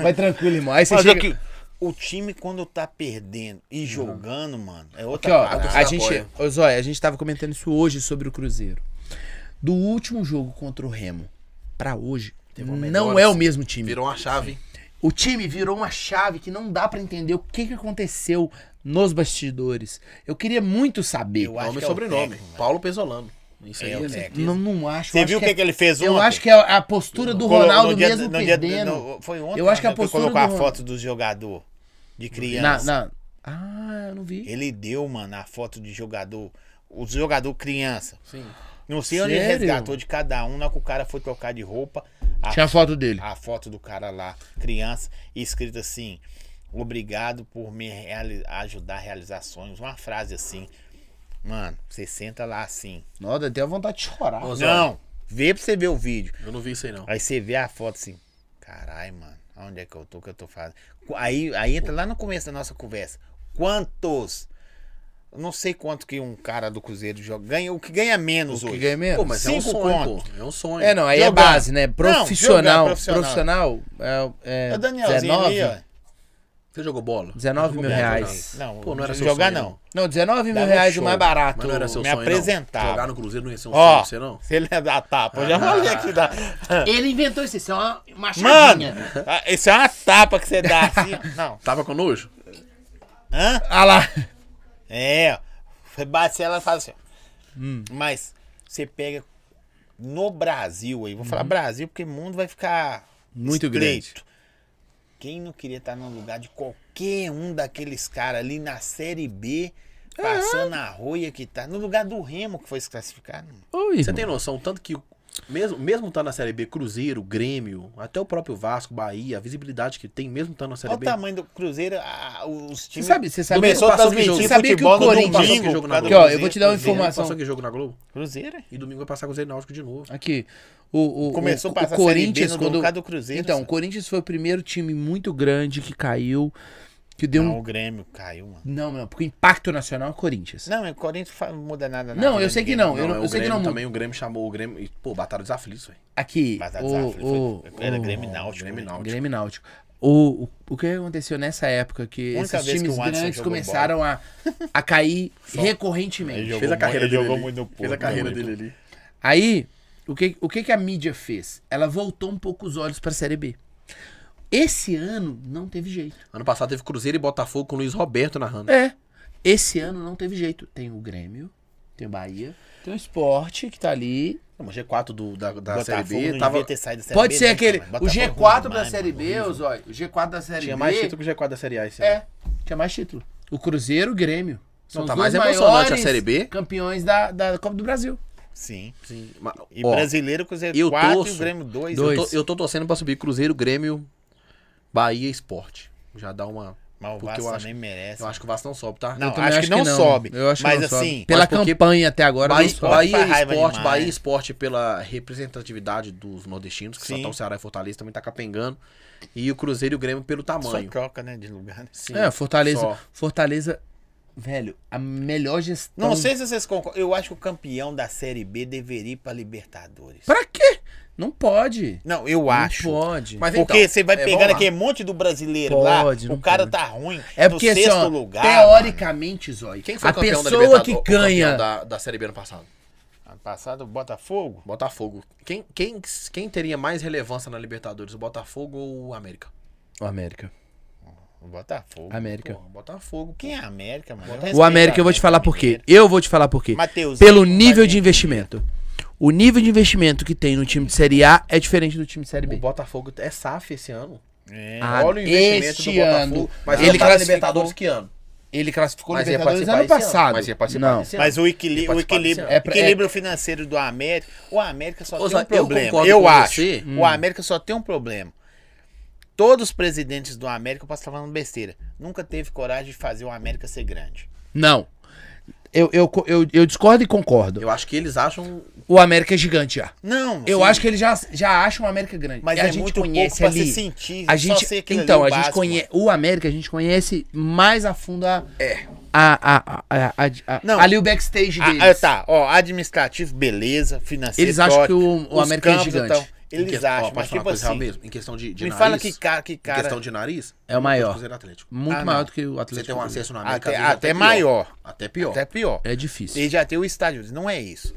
vai tranquilo, irmão. Aí você Mas chega... aqui, o time quando tá perdendo Uhum. e jogando, mano, é Aqui, outra ó, parada. a apoia. gente, ô, Zóia, a gente tava comentando isso hoje sobre o Cruzeiro. Do último jogo contra o Remo pra hoje, uma não melhora, é o sim. mesmo time. Virou uma chave. hein? O time virou uma chave que não dá pra entender o que, que aconteceu nos bastidores. Eu queria muito saber. Eu acho Nome que é e o sobrenome. técnico, né? Paulo Pesolano. Isso aí um É o eu técnico. não, não acho. eu Você acho viu o que, que ele fez Eu ontem? acho que é a postura do Colo- Ronaldo no dia- mesmo no dia- perdendo. no- foi ontem Eu acho que a né, ele postura colocou do a Ron- foto do jogador de na, criança. na- Ah, eu não vi. Ele deu, mano, a foto de jogador. O jogador criança. Sim. Não sei onde ele Sério? resgatou de cada um. Na hora que o cara foi trocar de roupa, a, Tinha a foto dele. a foto do cara lá, criança, escrito assim: Obrigado por me reali- ajudar a realizar sonhos. Uma frase assim. Mano, você senta lá assim. Nossa, deu vontade de chorar. Ô, Zóio, Não, vê pra você ver o vídeo. Eu não vi isso aí, não. Aí você vê a foto assim, caralho, mano, onde é que eu tô, o que eu tô fazendo? Qu- Aí, aí entra lá no começo da nossa conversa. Quantos? Eu Não sei quanto que um cara do Cruzeiro joga. Ganha, o que ganha menos Que hoje. ganha menos. Pô, mas é um Cinco sonho, conto. pô. É um sonho. É, não, aí Jogando. é base, né? Não, Profissional. jogar profissional. profissional. é, É é o Danielzinho 19, ali, ó. Você jogou bola? 19 mil Não, reais. Não, Pô, não era seu jogar sonho, não. Não, 19 Dava mil reais show. o mais barato. Mas não era seu me sonho, não. apresentava. Jogar no Cruzeiro não ia ser um sonho Ó, pra você, não? Ah. se ele dá tapa, eu já falei aqui da... Ele inventou isso, isso é uma Mano, machadinha. ah, isso é uma tapa que você dá assim. ó. Não. Tava com nojo? Hã? Ah lá. É, ó. você bate ela e faz assim. ó. Hum. Mas você pega no Brasil aí, vou falar Brasil porque o mundo vai ficar Uhum. Muito grande. estreito. Quem não queria estar no lugar de qualquer um daqueles caras ali na Série B, passando a roia que tá, no lugar do Remo que foi se classificar? mano. Oi, Você tem noção, tanto que, mesmo, mesmo estando na Série B, Cruzeiro, Grêmio, até o próprio Vasco, Bahia, a visibilidade que tem, mesmo estando na Série Olha o B. tamanho do Cruzeiro, a- os Tá Você times... sabe, você sabe. Começou a Passou que transmitir jogo- sabia que o futebol no Corinthians. domingo. jogo na Aqui, ó, eu Cruzeiro, vou te dar uma Cruzeiro. informação. Passou que jogo na Globo? Cruzeiro, é? E domingo vai passar Cruzeiro e Náutico de novo. Aqui. O, o, Começou o, a passar o a Série B Corinthians no quando. lugar do Cruzeiro, então, o sabe? Corinthians foi o primeiro time muito grande que caiu. Que deu Não, um. o Grêmio caiu, mano. Não, não, porque o impacto nacional é o Corinthians. Não, o Corinthians fa- não muda nada. na Não, vida eu de sei que ninguém. não. Eu, não- é, o eu sei que Grêmio não muda. também, o Grêmio chamou o Grêmio. E, pô, batalha dos aflitos, velho. Aqui. Mas a o- Zafra foi- o- era o- Grêmio e Náutico. Grêmio e né? Náutico. Grêmio e Náutico. O, o, o que aconteceu nessa época que A única esses vez que times o Watson grandes jogou começaram a, a cair Ele recorrentemente. jogou Fez a mu- carreira ele dele. jogou ali. muito né? no Fez a Porto, carreira muito. dele ali. Aí, o que, o que que a mídia fez? Ela voltou um pouco os olhos pra Série B. Esse ano não teve jeito. Ano passado teve Cruzeiro e Botafogo com o Luiz Roberto narrando. É. Esse ano não teve jeito. Tem o Grêmio, tem o Bahia, tem o Esporte que tá ali. O G4 do, da, da Série Botafogo B não tava. devia ter saído da Série Pode B, ser né, aquele. cara? o Botafogo G4 ruim da demais, Série mano, B, horrível. Zói. O G4 da Série Tinha B. mais título que o G4 da Série A esse ano. É, tinha mais título. O Cruzeiro, o Grêmio. São Não, os tá dois mais emocionante a maiores Série B. Campeões da, da Copa do Brasil. Sim. Sim. Mas, E ó, brasileiro, Cruzeiro eu 4 e o torço- Grêmio 2. dois. Eu, tô, eu tô torcendo pra subir Cruzeiro, Grêmio, Bahia e Esporte. Já dá uma. Mas o Porque eu Vasco acho- também merece. Eu acho que o Vasco não sobe, tá? Não, Eu Também acho que não sobe, Eu acho mas que não assim- sobe. Pela Mas porque- campanha até agora, Bahia, não sobe. Bahia Faz e raiva Esporte, demais. Bahia e Esporte pela representatividade dos nordestinos, que só Sim. tá o Ceará e Fortaleza, também tá capengando. E o Cruzeiro e o Grêmio pelo Só é tamanho. troca, né, de lugar. né? Sim, É, Fortaleza. só. Fortaleza, velho, a melhor gestão. Não sei se vocês concordam. Eu acho que o campeão da Série B deveria ir pra Libertadores. Pra quê? Não pode. Não, eu acho. Não pode. Mas Porque então, você vai é, pegando vamos lá. aquele monte do brasileiro Pode, lá, não o cara pode. tá ruim. É porque, no assim, sexto ó, lugar. teoricamente, Zói, Quem foi a o campeão da pessoa que Libertadores- o campeão ganha... da, da Série B ano passado? mano. Ano passado, o Botafogo. Botafogo. Quem, quem, quem teria mais relevância na Libertadores, o Botafogo ou o América? O América. O Botafogo. América. Pô, Botafogo. Quem é a América, mano? O América, eu vou te né? falar por quê. Eu vou te falar por quê. Mateus. Pelo nível de investimento. O nível de investimento que tem no time de Série A é diferente do time de Série O B. Botafogo é SAF esse ano. É. Ah, Olha o investimento este do Botafogo. ano. Mas Ele ele tá na classificou- Libertadores que ano? Ele classificou Mas ia Libertadores participar ano esse ano, passado. mas ia participar Não. desse ano. Mas o equilíbrio, Ele o participar equilíbrio, desse ano. É, o equilíbrio financeiro do América. O América só Ô, tem Zé, um eu problema. Eu, concordo com acho. você. Hum. O América só tem um problema. Todos os presidentes do América, eu posso estar falando besteira, nunca teve coragem de fazer o América ser grande. Não. Eu, eu, co- eu, eu discordo e concordo. Eu acho que eles acham. O América é gigante já. Não, Eu sim, acho que ele já, já acha o América grande. Mas E a é gente muito conhece pouco pra ali. se sentir. a só gente, ser aquilo ali, então, o a gente básico, conhece. mano. É. O América a gente conhece mais a fundo a. A, a, a, a- a- Não. Ali o backstage Ah, deles. ah, tá, ó, administrativo, beleza, financeiro. Eles acham que ótimo, o- o os América é campos, gigante. então, Em eles que- ó, acham, posso mas falar tipo uma coisa real assim. mesmo? Em questão de, de Me nariz. fala que cara. Que Em cara questão de nariz. É o maior. Cruzeiro e Atlético. Muito Ah, maior não. do que o tipo, Você Atlético. tem um Mineiro. acesso na América. até, às vezes, até maior. Até pior. Até pior. É difícil. Ele já tem o estádio, não é isso.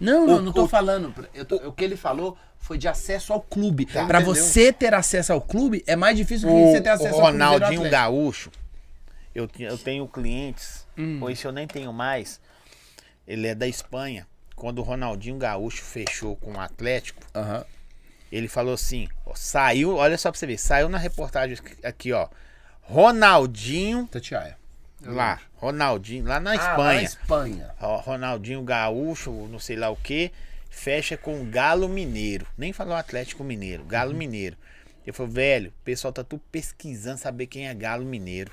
Não, não, O- não tô o- falando. Eu tô- o que ele falou foi de acesso ao clube. Pra Entendeu? você ter acesso ao clube, é mais difícil do que Tá. O, você ter acesso o ao clube. Ronaldinho Gaúcho, eu, ti- eu tenho clientes, Hum. ou isso eu nem tenho mais. Ele é da Espanha. Quando o Ronaldinho Gaúcho fechou com o Atlético, Aham. ele falou assim: ó, saiu, olha só pra você ver, saiu na reportagem aqui, ó. Ronaldinho Tatiaia. lá, Hum. Ronaldinho, lá na Ah, lá na Espanha. Espanha. Ó, Ronaldinho Gaúcho, não sei lá o que, fecha com Galo Mineiro. Nem falou Atlético Mineiro, Uhum. Galo Mineiro. Eu falei, velho, o pessoal tá tudo pesquisando saber quem é Galo Mineiro.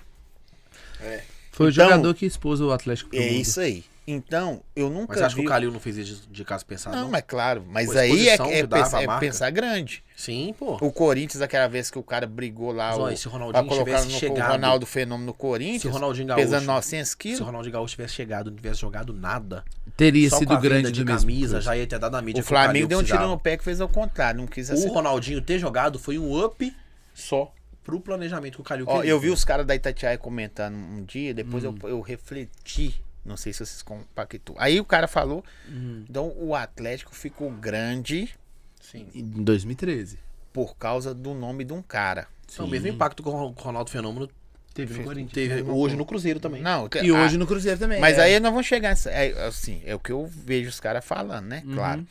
Foi Então- o jogador que expôs o Atlético. É isso aí. Então, eu nunca. Mas acho que vi- o Calil não fez isso de caso pensado, Não, não. mas claro. Mas Pô, aí é, exposição é que dava pensar, a é marca. pensar grande. Sim, pô. O Corinthians, aquela vez que o cara brigou lá, Zói, o, se o Ronaldinho a colocar tivesse no, chegado- o Ronaldo Fenômeno no Se o Corinthians, Ronaldinho Gaúcho. pesando 900 Se o quilos, Ronaldinho Gaúcho tivesse chegado, não tivesse jogado nada. Teria só com sido a grande venda de do mesmo. camisa, já ia ter dado a mídia. o que Calil Flamengo deu um tiro precisava. no pé que fez ao contrário. Não quis O aceitar. Ronaldinho ter jogado foi um up só pro planejamento que o Calil Ó, queria. eu vi os caras da Itatiaia comentando um dia, depois eu, eu refleti. Não sei se vocês compactuam. Aí o cara falou. Então o Atlético ficou grande Sim. Em 2013. por causa do nome de um cara. Então, o mesmo impacto que o Ron- Ronaldo Fenômeno Teve no Corinthians. teve hoje no Cruzeiro também. Não, E ah, hoje no Cruzeiro também. Mas é. aí nós vamos chegar. nessa- é, Assim, é o que eu vejo os caras falando, né? Claro.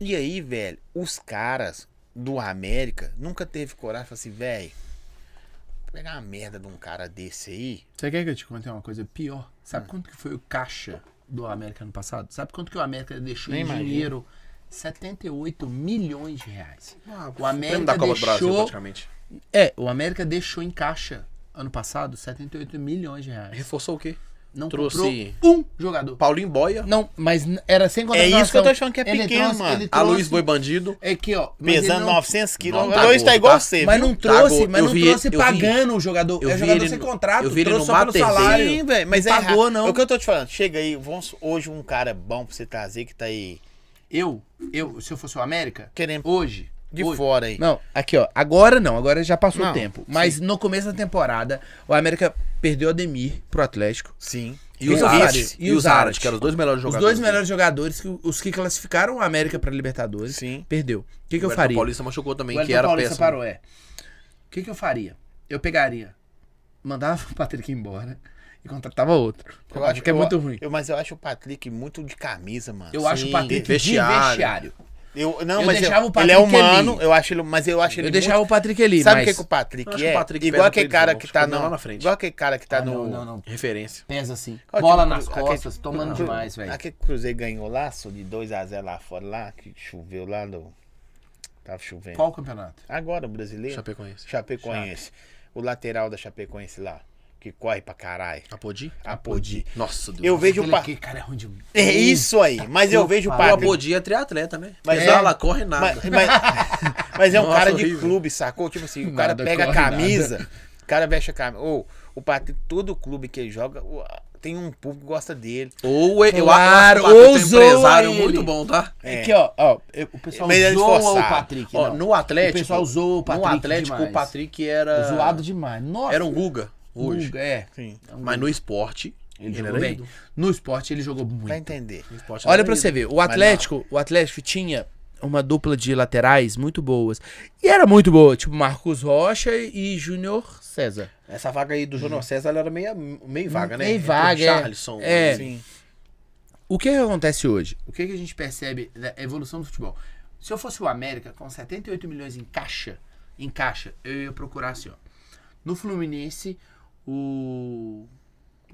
E aí, velho, os caras do América nunca teve coragem de falar assim, velho, Pegar uma merda de um cara desse aí. Você quer que eu te conte uma coisa pior? Sabe quanto que foi o caixa do América ano passado? Sabe quanto que o América deixou Nem em imagino. dinheiro? 78 milhões de reais. Ah, o Prêmio América da Copa do Brasil, deixou... praticamente. É, o América deixou em caixa ano passado 78 milhões de reais. Reforçou o quê? Não Trouxe- comprou um jogador. Paulinho Boia, Não, mas n- era sem contratação. isso que eu tô achando que é Ele pequeno, trouxe- mano. ele a trouxe- Luiz Boi Bandido. É que, ó. mas ele Pesando não- 900 quilos. não O tá Luiz tá gordo, igual tá? você, Mas viu? não trouxe, Tá, mas eu não vi- trouxe eu vi- pagando o jogador. eu é vi jogador ele sem no- contrato, eu vi ele trouxe no só pelo Mater Dei. salário. Sim, velho. Mas é pagou, errado. não. É o que eu tô te falando. Chega aí, vamos hoje um cara bom pra você trazer que tá aí Eu, eu, se eu fosse o América, Querendo- hoje. de hoje- fora aí. Não, aqui ó, agora não, agora já passou Não, o tempo. Mas no começo da temporada, o América perdeu o Ademir pro Atlético. Sim. E os Ares. E os Aras, que eram os dois melhores Os jogadores. dois melhores jogadores, que, os que classificaram o América pra Libertadores, Sim. perdeu. O que, que O eu Wellington faria? Paulista machucou também, O Wellington que era Paulista péssimo. parou, é. O que, que eu faria? Eu pegaria, mandava o Patrick embora e contratava outro. Porque eu acho que é eu- muito ruim. eu- mas eu acho o Patrick muito de camisa, mano. Eu acho o Patrick vestiário. de vestiário. Eu, não, eu mas deixava eu, o ele Patrick é humano, ali. eu acho ele, mas eu acho ele Eu deixava o Patrick ali, muito... Sabe o mas... que, que o Patrick Eu acho que é? o Patrick igual pesa aquele pra ele, cara não. que Acho tá que não, no, lá na frente. igual aquele cara que tá Ah, no não, não, não. Referência. Pesa assim. Qual Bola time nas cru- costas, tipo, aquele- tomando aquele- demais, velho. Aquele que o Cruzeiro ganhou lá, só de 2x0 lá fora, lá, que choveu lá no... Tava chovendo. Qual campeonato? Agora, o brasileiro. Chapecoense. Chapecoense. O lateral da Chapecoense lá, que corre pra caralho. Apodi? Apodi. Nossa, Deus. Eu vejo o Aquele Patrick. aqui, cara, é ruim demais. É isso aí, mas eu que vejo o pariu. O Patrick. Apodi é triatleta, né? Mas Mas é- ela corre nada. Mas, mas- mas é um Nossa, cara de horrível. clube, sacou? Tipo assim, o Nada, cara pega a corre camisa, o cara veste a camisa. Ou o Patrick, todo clube que ele joga, o- tem um público que gosta dele. Ou eu, eu Claro, acho que o Patrick é ousou um empresário ele. muito bom, tá? É. que, ó, ó, eu- o pessoal Mas ele zoa o esforçado. Patrick. Ó, não. no Atlético. O pessoal zoou o Patrick é No Atlético, demais. o Patrick era. Zoado demais. Nossa. Era um Guga hoje. Guga, É. Sim. Mas no esporte. Ele jogou bem. ídolo. No esporte, ele jogou Vai muito. entender. No esporte ele Olha era pra ídolo. você ver. O Atlético, o Atlético tinha uma dupla de laterais muito boas. E era muito boa. Tipo, Marcos Rocha e Júnior César. Essa vaga aí do Júnior César ela era meio, meio Uhum. vaga, né? Meio Entre o vaga, é. Charlison. É. Sim. O que, que acontece hoje? O que, que a gente percebe da evolução do futebol? Se eu fosse o América, com 78 milhões em caixa, em caixa, eu ia procurar assim, ó. No Fluminense, o.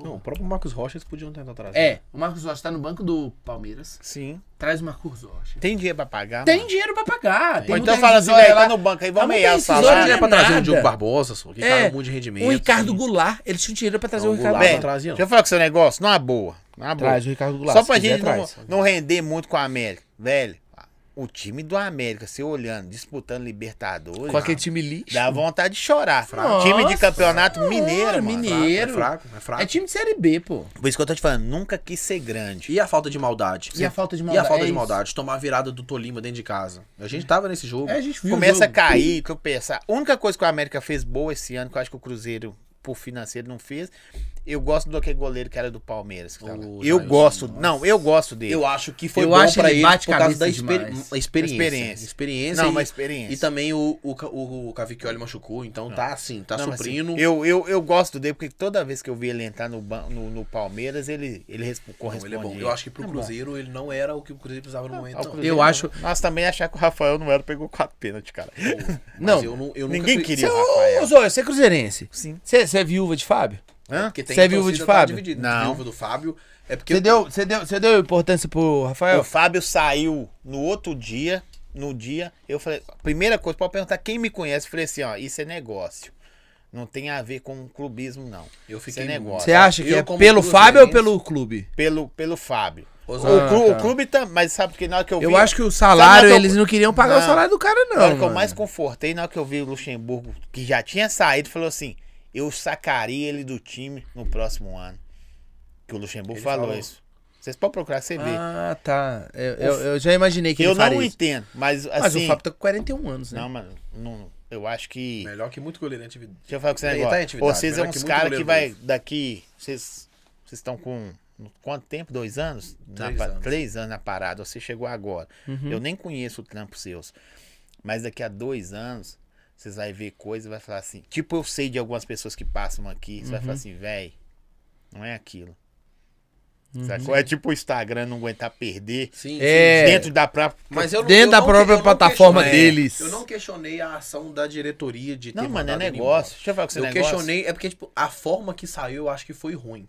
Não, o próprio Marcos Rocha eles podiam tentar trazer. É, o Marcos Rocha tá no banco do Palmeiras. Sim. Traz o Marcos Rocha. Tem dinheiro pra pagar? Tem mano? dinheiro pra pagar. Tem um Ou então muita fala assim, rescisória velho, tá lá lá. no banco, aí Não vamos tem meiar o esses Não olhos, salário. tinha né? né? pra trazer nada. um Diogo Barbosa, só, que cara, É, um monte de rendimento. O Ricardo assim. Goulart, eles tinham dinheiro pra trazer Não, o Ricardo Goulart Bem, não Goulart. trazia, não. Deixa eu falar com seu negócio, numa boa. Numa boa. Traz o Ricardo Goulart. Só pra se quiser, gente não, traz. não render muito com a América. Velho, o time do América, se olhando, disputando Libertadores, Com aquele time lixo. dá vontade de chorar. Um time de Nossa campeonato Senhora, mineiro, mano. Mineiro. É fraco, é fraco. É time de Série B, pô. Por isso que eu tô te falando, nunca quis ser grande. E a falta de maldade. E a falta de E maldade, a falta é de isso. maldade. Tomar a virada do Tolima dentro de casa. A gente tava nesse jogo. É, a gente viu o Começa a jogo. cair, tropeçar. A única coisa que o América fez boa esse ano, que eu acho que o Cruzeiro, por financeiro, não fez. Eu gosto do aquele goleiro que era do Palmeiras. que tava. O eu Jailson, gosto. Não, eu gosto dele. Eu acho que foi Eu bom acho pra ele ele bate por causa da cabeça experi- demais. a experiência. Experiência. Experiência Não, e- mas experiência. E também o, o, Ca- o, o Cavicchioli machucou, então tá assim, tá Não, mas, suprindo. assim, eu, eu, eu gosto dele, porque toda vez que eu vi ele entrar no, ban- no, no Palmeiras, ele, ele respo- Não, ele correspondia. é bom. Eu acho que pro Cruzeiro ele não era o que o Cruzeiro precisava no momento. Ao não. Cruzeiro, Eu acho- Nós também achar que o Rafael não era, pegou quatro pênaltis, cara. Mas Não. eu nu- eu nunca Ninguém acre- queria Você, o ô, ô, Rafael. Zóio, você é cruzeirense? Sim. Você você é viúva de Fábio? Hã? Porque tem Você é a viúva torcida de Fábio? Tá dividida, Não. Viúva do Fábio. É porque Você deu, você deu, você deu importância pro Rafael? O Fábio saiu no outro dia, no dia, eu falei, primeira coisa, pode perguntar quem me conhece, eu falei assim, ó, isso é negócio. Não tem a ver com clubismo, não. Eu Isso fiquei é negócio. Você acha que Eu é como pelo cruzeirense- Fábio ou pelo clube? Pelo, pelo Fábio. O, Osasco. clu- Ah, o tá. clube também, mas sabe que na hora que eu vi... Eu acho que o Sabe salário, na hora que eu- eles não queriam pagar o Não. salário do cara, não. Na hora que eu mano. mais confortei, na hora que eu vi o Luxemburgo, que já tinha saído, falou assim: eu sacaria ele do time no próximo ano. Que o Luxemburgo Ele falou, falou. isso. Vocês podem procurar, você vê. Ah, tá. Eu, eu- eu já imaginei que eu ele faria não isso. entendo, mas assim. Mas o Fábio tá com 41 anos, né? Não, mano, não, eu acho que. Melhor que muito goleiro em atividade. Deixa eu falar com você Ele tá em agora. atividade, Vocês melhor são que uns muito caras que goleiro vai daqui. Vocês vocês estão com quanto tempo? Dois anos? Na Três pa- anos. Uhum. Três anos na parada. Você chegou agora. Eu nem conheço o trampo seus. Mas daqui a dois anos, vocês vão ver coisas e vai falar assim. Tipo, eu Uhum. sei de algumas pessoas que passam aqui. Você vai falar assim, véi, não é aquilo. Uhum. Sacou? É tipo o Instagram não aguentar perder. Sim, É. Dentro da própria. Mas eu não, Dentro eu da não- própria eu não plataforma questionei- deles. Eu não questionei a ação da diretoria de ter Não, mano, é mandado ele negócio. Deixa eu falar com um esse embora. Eu negócio. questionei, é porque, tipo, a forma que saiu eu acho que foi ruim.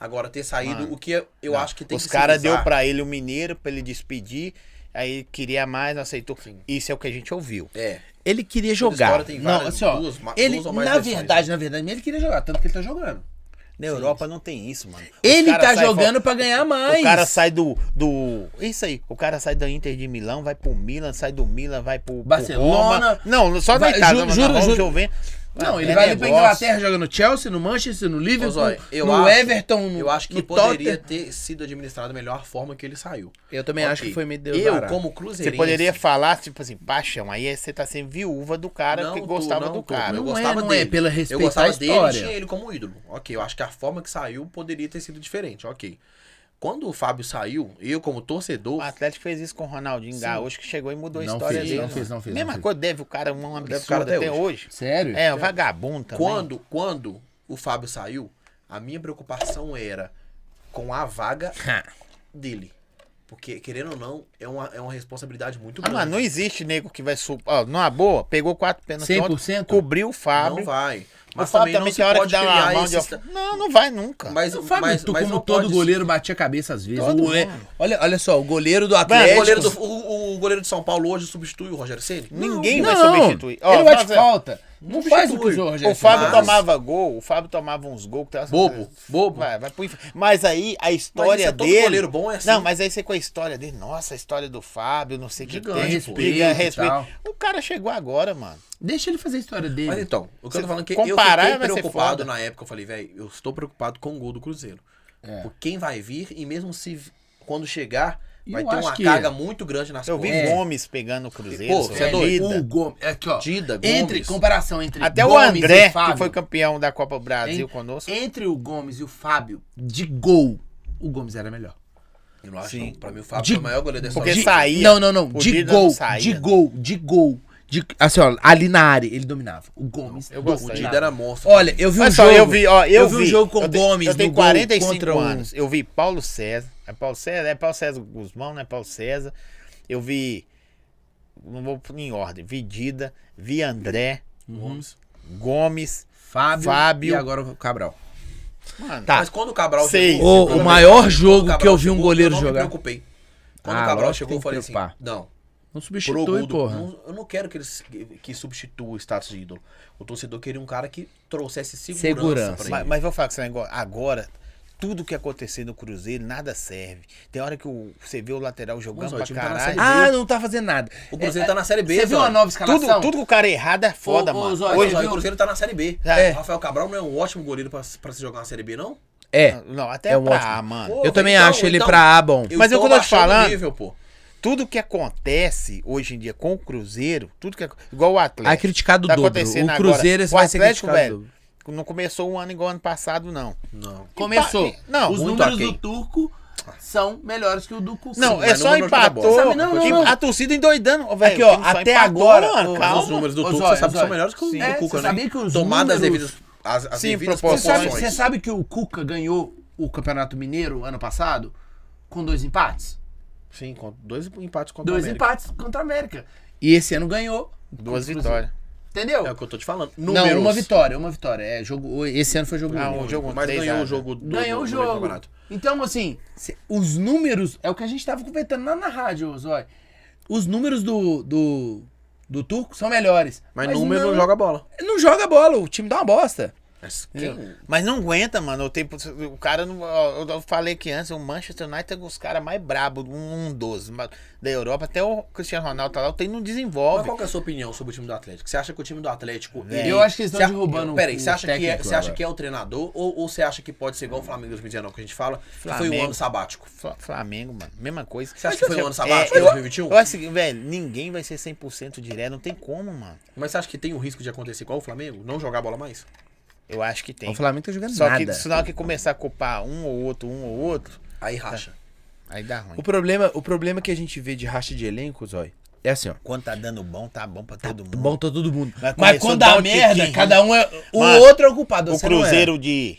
Agora, ter saído, Ah. Mano, o que eu eu acho que tem Os que caras deu pra. pra ele o mineiro pra ele despedir. Aí queria mais, não aceitou. Isso é o que a gente ouviu. É. Ele queria Toda jogar. história tem Não, várias- assim, ó. duas- ma- ele, duas ou mais na versões, verdade, na verdade, ele queria jogar, tanto que ele tá jogando. Na Europa não tem isso, mano. Os Ele cara tá sai jogando pra ganhar mais. O cara sai do, do. Isso aí. O cara sai da Inter de Milão, vai pro Milan, sai do Milan, vai pro. pro Barcelona. Roma. Não, só na Vai- Itália. juro- na juro- Roma, juro- Juventus. Não, Ah, ele é vai ali pra negócio. Inglaterra jogando no Chelsea, no Manchester, no Ô, Liverpool, Zóia, eu no acho- Everton, no Eu acho que no poderia Tottenham. ter sido administrado melhor a forma que ele saiu. Eu também acho Ok. que foi meio Deus Eu, dará. como Você cruzeirense... poderia falar, tipo assim, paixão. Aí você tá sendo viúva do cara Não que tô, gostava não do tô, cara. Eu Não é, gostava não é, dele. pela eu respeito à gostava dele história. tinha ele como ídolo. Ok, eu acho que a forma que saiu poderia ter sido diferente. Ok. Quando o Fábio saiu, eu como torcedor... O Atlético fez isso com o Ronaldinho Gaúcho, que chegou e mudou a Não história fez, dele. não fez, não fez, não Mesma fez. coisa, deve o cara um Deve o cara absurdo até até hoje. Sério? É, o vagabundo também. Quando, quando o Fábio saiu, a minha preocupação era com a vaga dele. Porque, querendo ou não, é uma, é uma responsabilidade muito Ah, grande. mano, não existe nego que vai... Su... Ó, numa boa, pegou quatro pênaltis 100%? cobriu o Fábio. Não vai. Mas Mas o Fábio também, também, não se tem hora que pode dá uma criar mão de... esse... esta- Não, não vai nunca. Mas, Não, Fábio, mas, tu, mas como não todo pode- goleiro, batia a cabeça às vezes. Todo O goleiro- mundo. olha, olha só, o goleiro do é? Mano, O Atlético. goleiro, do, o, o goleiro de São Paulo hoje substitui o Rogério Ceni? Ninguém vai Não, substituir. Ó, ele vai de fazer- falta. Não faz o que substitui. usou, Rogério. O Fábio tá Mas- tomava gol, o Fábio tomava uns gols. que tava- Bobo, bobo. Vai, vai pro inferno. Mas aí a Mas história isso é todo dele. goleiro bom é assim. Não, mas aí você com a história dele. Nossa, a história do Fábio, não sei o que Gigante, tem. respeito briga, e respeito. tal. O cara chegou agora, mano. Deixa ele fazer a história dele. Mas então, o que eu tô falando é que comparar, eu vai ser fiquei foda. preocupado na época. Eu falei, velho, eu estou preocupado com o gol do Cruzeiro. É. Por quem vai vir e mesmo se quando chegar, E vai eu ter acho uma que- carga muito grande nas Eu vi É. costas. Gomes pegando o Cruzeiro. Pô, sou você é doido? vida. O Gomes. é Aqui, ó. Dida, Gomes. Entre, comparação entre Até o Gomes André, e Fábio, que foi campeão da Copa Brasil hein? conosco. Entre o Gomes e o Fábio, de gol, o Gomes era melhor. Eu não acho, Sim. não. Pra mim, o Fábio De- foi o maior goleiro dessa Porque Porque... de, saía. Não, não, não. O De Dida gol, não saía. de gol, de gol. De, assim, ó, ali na área, ele dominava. O Gomes. Eu dominava. gostei. O Dida era monstro. Olha, eu vi um Olha só, jogo. eu vi, ó, eu, vi vi. um jogo com o eu tenho- Gomes Eu tenho no gol 45 contra um- anos. Eu vi Paulo César. É Paulo César? É Paulo César Guzmão, não é Paulo César. Eu vi. Não vou pôr em ordem. Vi Dida, vi André, Gomes. Gomes. Fábio, Fábio. e agora o Cabral. Mano, Tá. Mas quando é o Cabral Sei. chegou... O, eu o também- maior quando o jogo que eu Cabral vi um chegou, goleiro Eu não me jogar. preocupei. Quando Ah, o Cabral lógico chegou, que eu tem falei que assim, preocupar. não, Não pro substitui, gol do- porra. não- eu não quero que eles que substitua o status de ídolo. O torcedor queria um cara que trouxesse segurança, Segurança. pra ele. mas, mas vou falar com esse negócio. Agora, tudo que acontecer no Cruzeiro, nada serve. Tem hora que o- você vê o lateral jogando Mas, ó, o pra time tá na caralho. Série B. Ah, não tá fazendo nada. O Cruzeiro tá na Série B, Você viu Zóio. a nova tudo, escalação? tudo que o cara errado é ô, foda, mano. Zóio, Hoje, Zóio, o Cruzeiro tá na Série B. É. O Rafael Cabral não é um ótimo goleiro pra, pra se jogar na Série B, não? É. não, até É é um pra, ótimo. mano. Eu Porra, também então, acho ele então, pra A bom. Mas eu tô quando eu tô te abaixando o falando- Nível, pô. tudo que acontece hoje em dia com o Cruzeiro, tudo que é, igual o Atlético. Tá Aí criticado dobro. acontecendo O Cruzeiro esse o vai ser Atlético, criticado velho, não começou um ano igual ano passado não. Não. Começou. Empa- Não, Os muito números ok. do Turco são melhores que o do Cucu. Não, Mas é só número joga empatou. bola. Sabe, não, não, E não. A torcida endoidando, Ó, velho. Aqui, ó, o time só até empatou, agora, ô, mano, Mas os calma. números do Ô, Turco, Zóio, você sabe que Zóio. são melhores que o Sim. do É, Cuca, você né? sabia que os Tomadas números- devidas... As, as Sim, devidas Você sabe, proporções. você sabe que o Cuca ganhou o Campeonato Mineiro ano passado com dois empates? Sim, com dois empates contra Dois o América. empates contra a América. E esse ano ganhou. Duas Cruzeiro. vitórias. Entendeu? É o que eu tô te falando. Não, Números. uma vitória, uma vitória. É, jogo, esse ano foi jogo Ah, único. um jogo, Mas três ganhou a- o jogo do Ganhou o do- do primeiro jogo. campeonato. Então, assim, cê- os números. É o que a gente tava comentando lá na rádio, Zói. Os números do, do, do Turco são melhores. Mas, número não joga bola. Não joga bola, o time dá uma bosta. Mas quem... Mas não aguenta, mano. O tempo. O cara não. ó, Eu falei que antes, o Manchester United é os caras mais brabos, um, um 12. mas Da Europa, até o Cristiano Ronaldo tá lá, o time não Mas desenvolve. qual que é a sua opinião sobre o time do Atlético? Você acha que o time do Atlético. É. ele- Eu acho que eles estão Você a- derrubando Peraí, o você acha, que é, técnico você acha agora. que é o treinador? Ou, ou você acha que pode ser igual o Flamengo em 2019 que a gente fala? Que foi Flamengo. um ano sabático. Fla- Flamengo, mano. Mesma coisa. Você acha que foi um ano sabático, É, eu, 2021? eu acho que, velho, ninguém vai ser 100% direto. Não tem como, mano. Mas você acha que tem o risco de acontecer igual o Flamengo? Não jogar bola mais? Eu acho que tem. O Flamengo tá jogando Só nada. que se na hora que começar a culpar um ou outro, um ou outro, Aí racha. aí dá ruim. O problema, o problema que a gente vê de racha de elenco, Zói, é assim, ó. Quando tá dando bom, tá bom pra todo mundo. Bom tá todo mundo. Mas Mas começou quando a dar dá um merda, tiquinho. cada um é. O Mano, outro é o culpado. O você não é. Cruzeiro de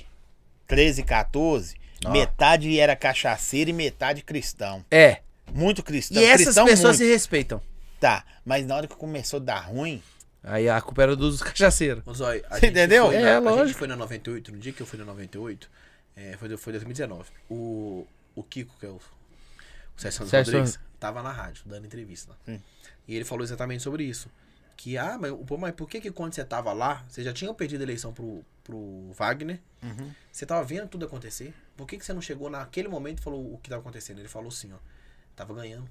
13, 14 Metade era cachaceiro e metade cristão. É. Muito cristão. E essas cristão pessoas se muito. respeitam. Tá, mas na hora que começou a dar ruim, Aí a culpa era dos cachaceiros. Ô, Zói, a Você gente entendeu? Foi, É, na, A gente lógico. foi na 98, no dia que eu fui na 98, é, foi, foi 2019. O, o Kiko, que é o, o Sérgio Santos Sérgio Rodrigues, tava na rádio, dando entrevista. né? E ele falou exatamente sobre isso. Que, ah, mas, pô, mas por que que quando você tava lá, você já tinha perdido a eleição pro, pro Wagner, você tava vendo tudo acontecer, por que que você não chegou naquele momento e falou o que tava acontecendo? Ele falou assim, ó, tava ganhando,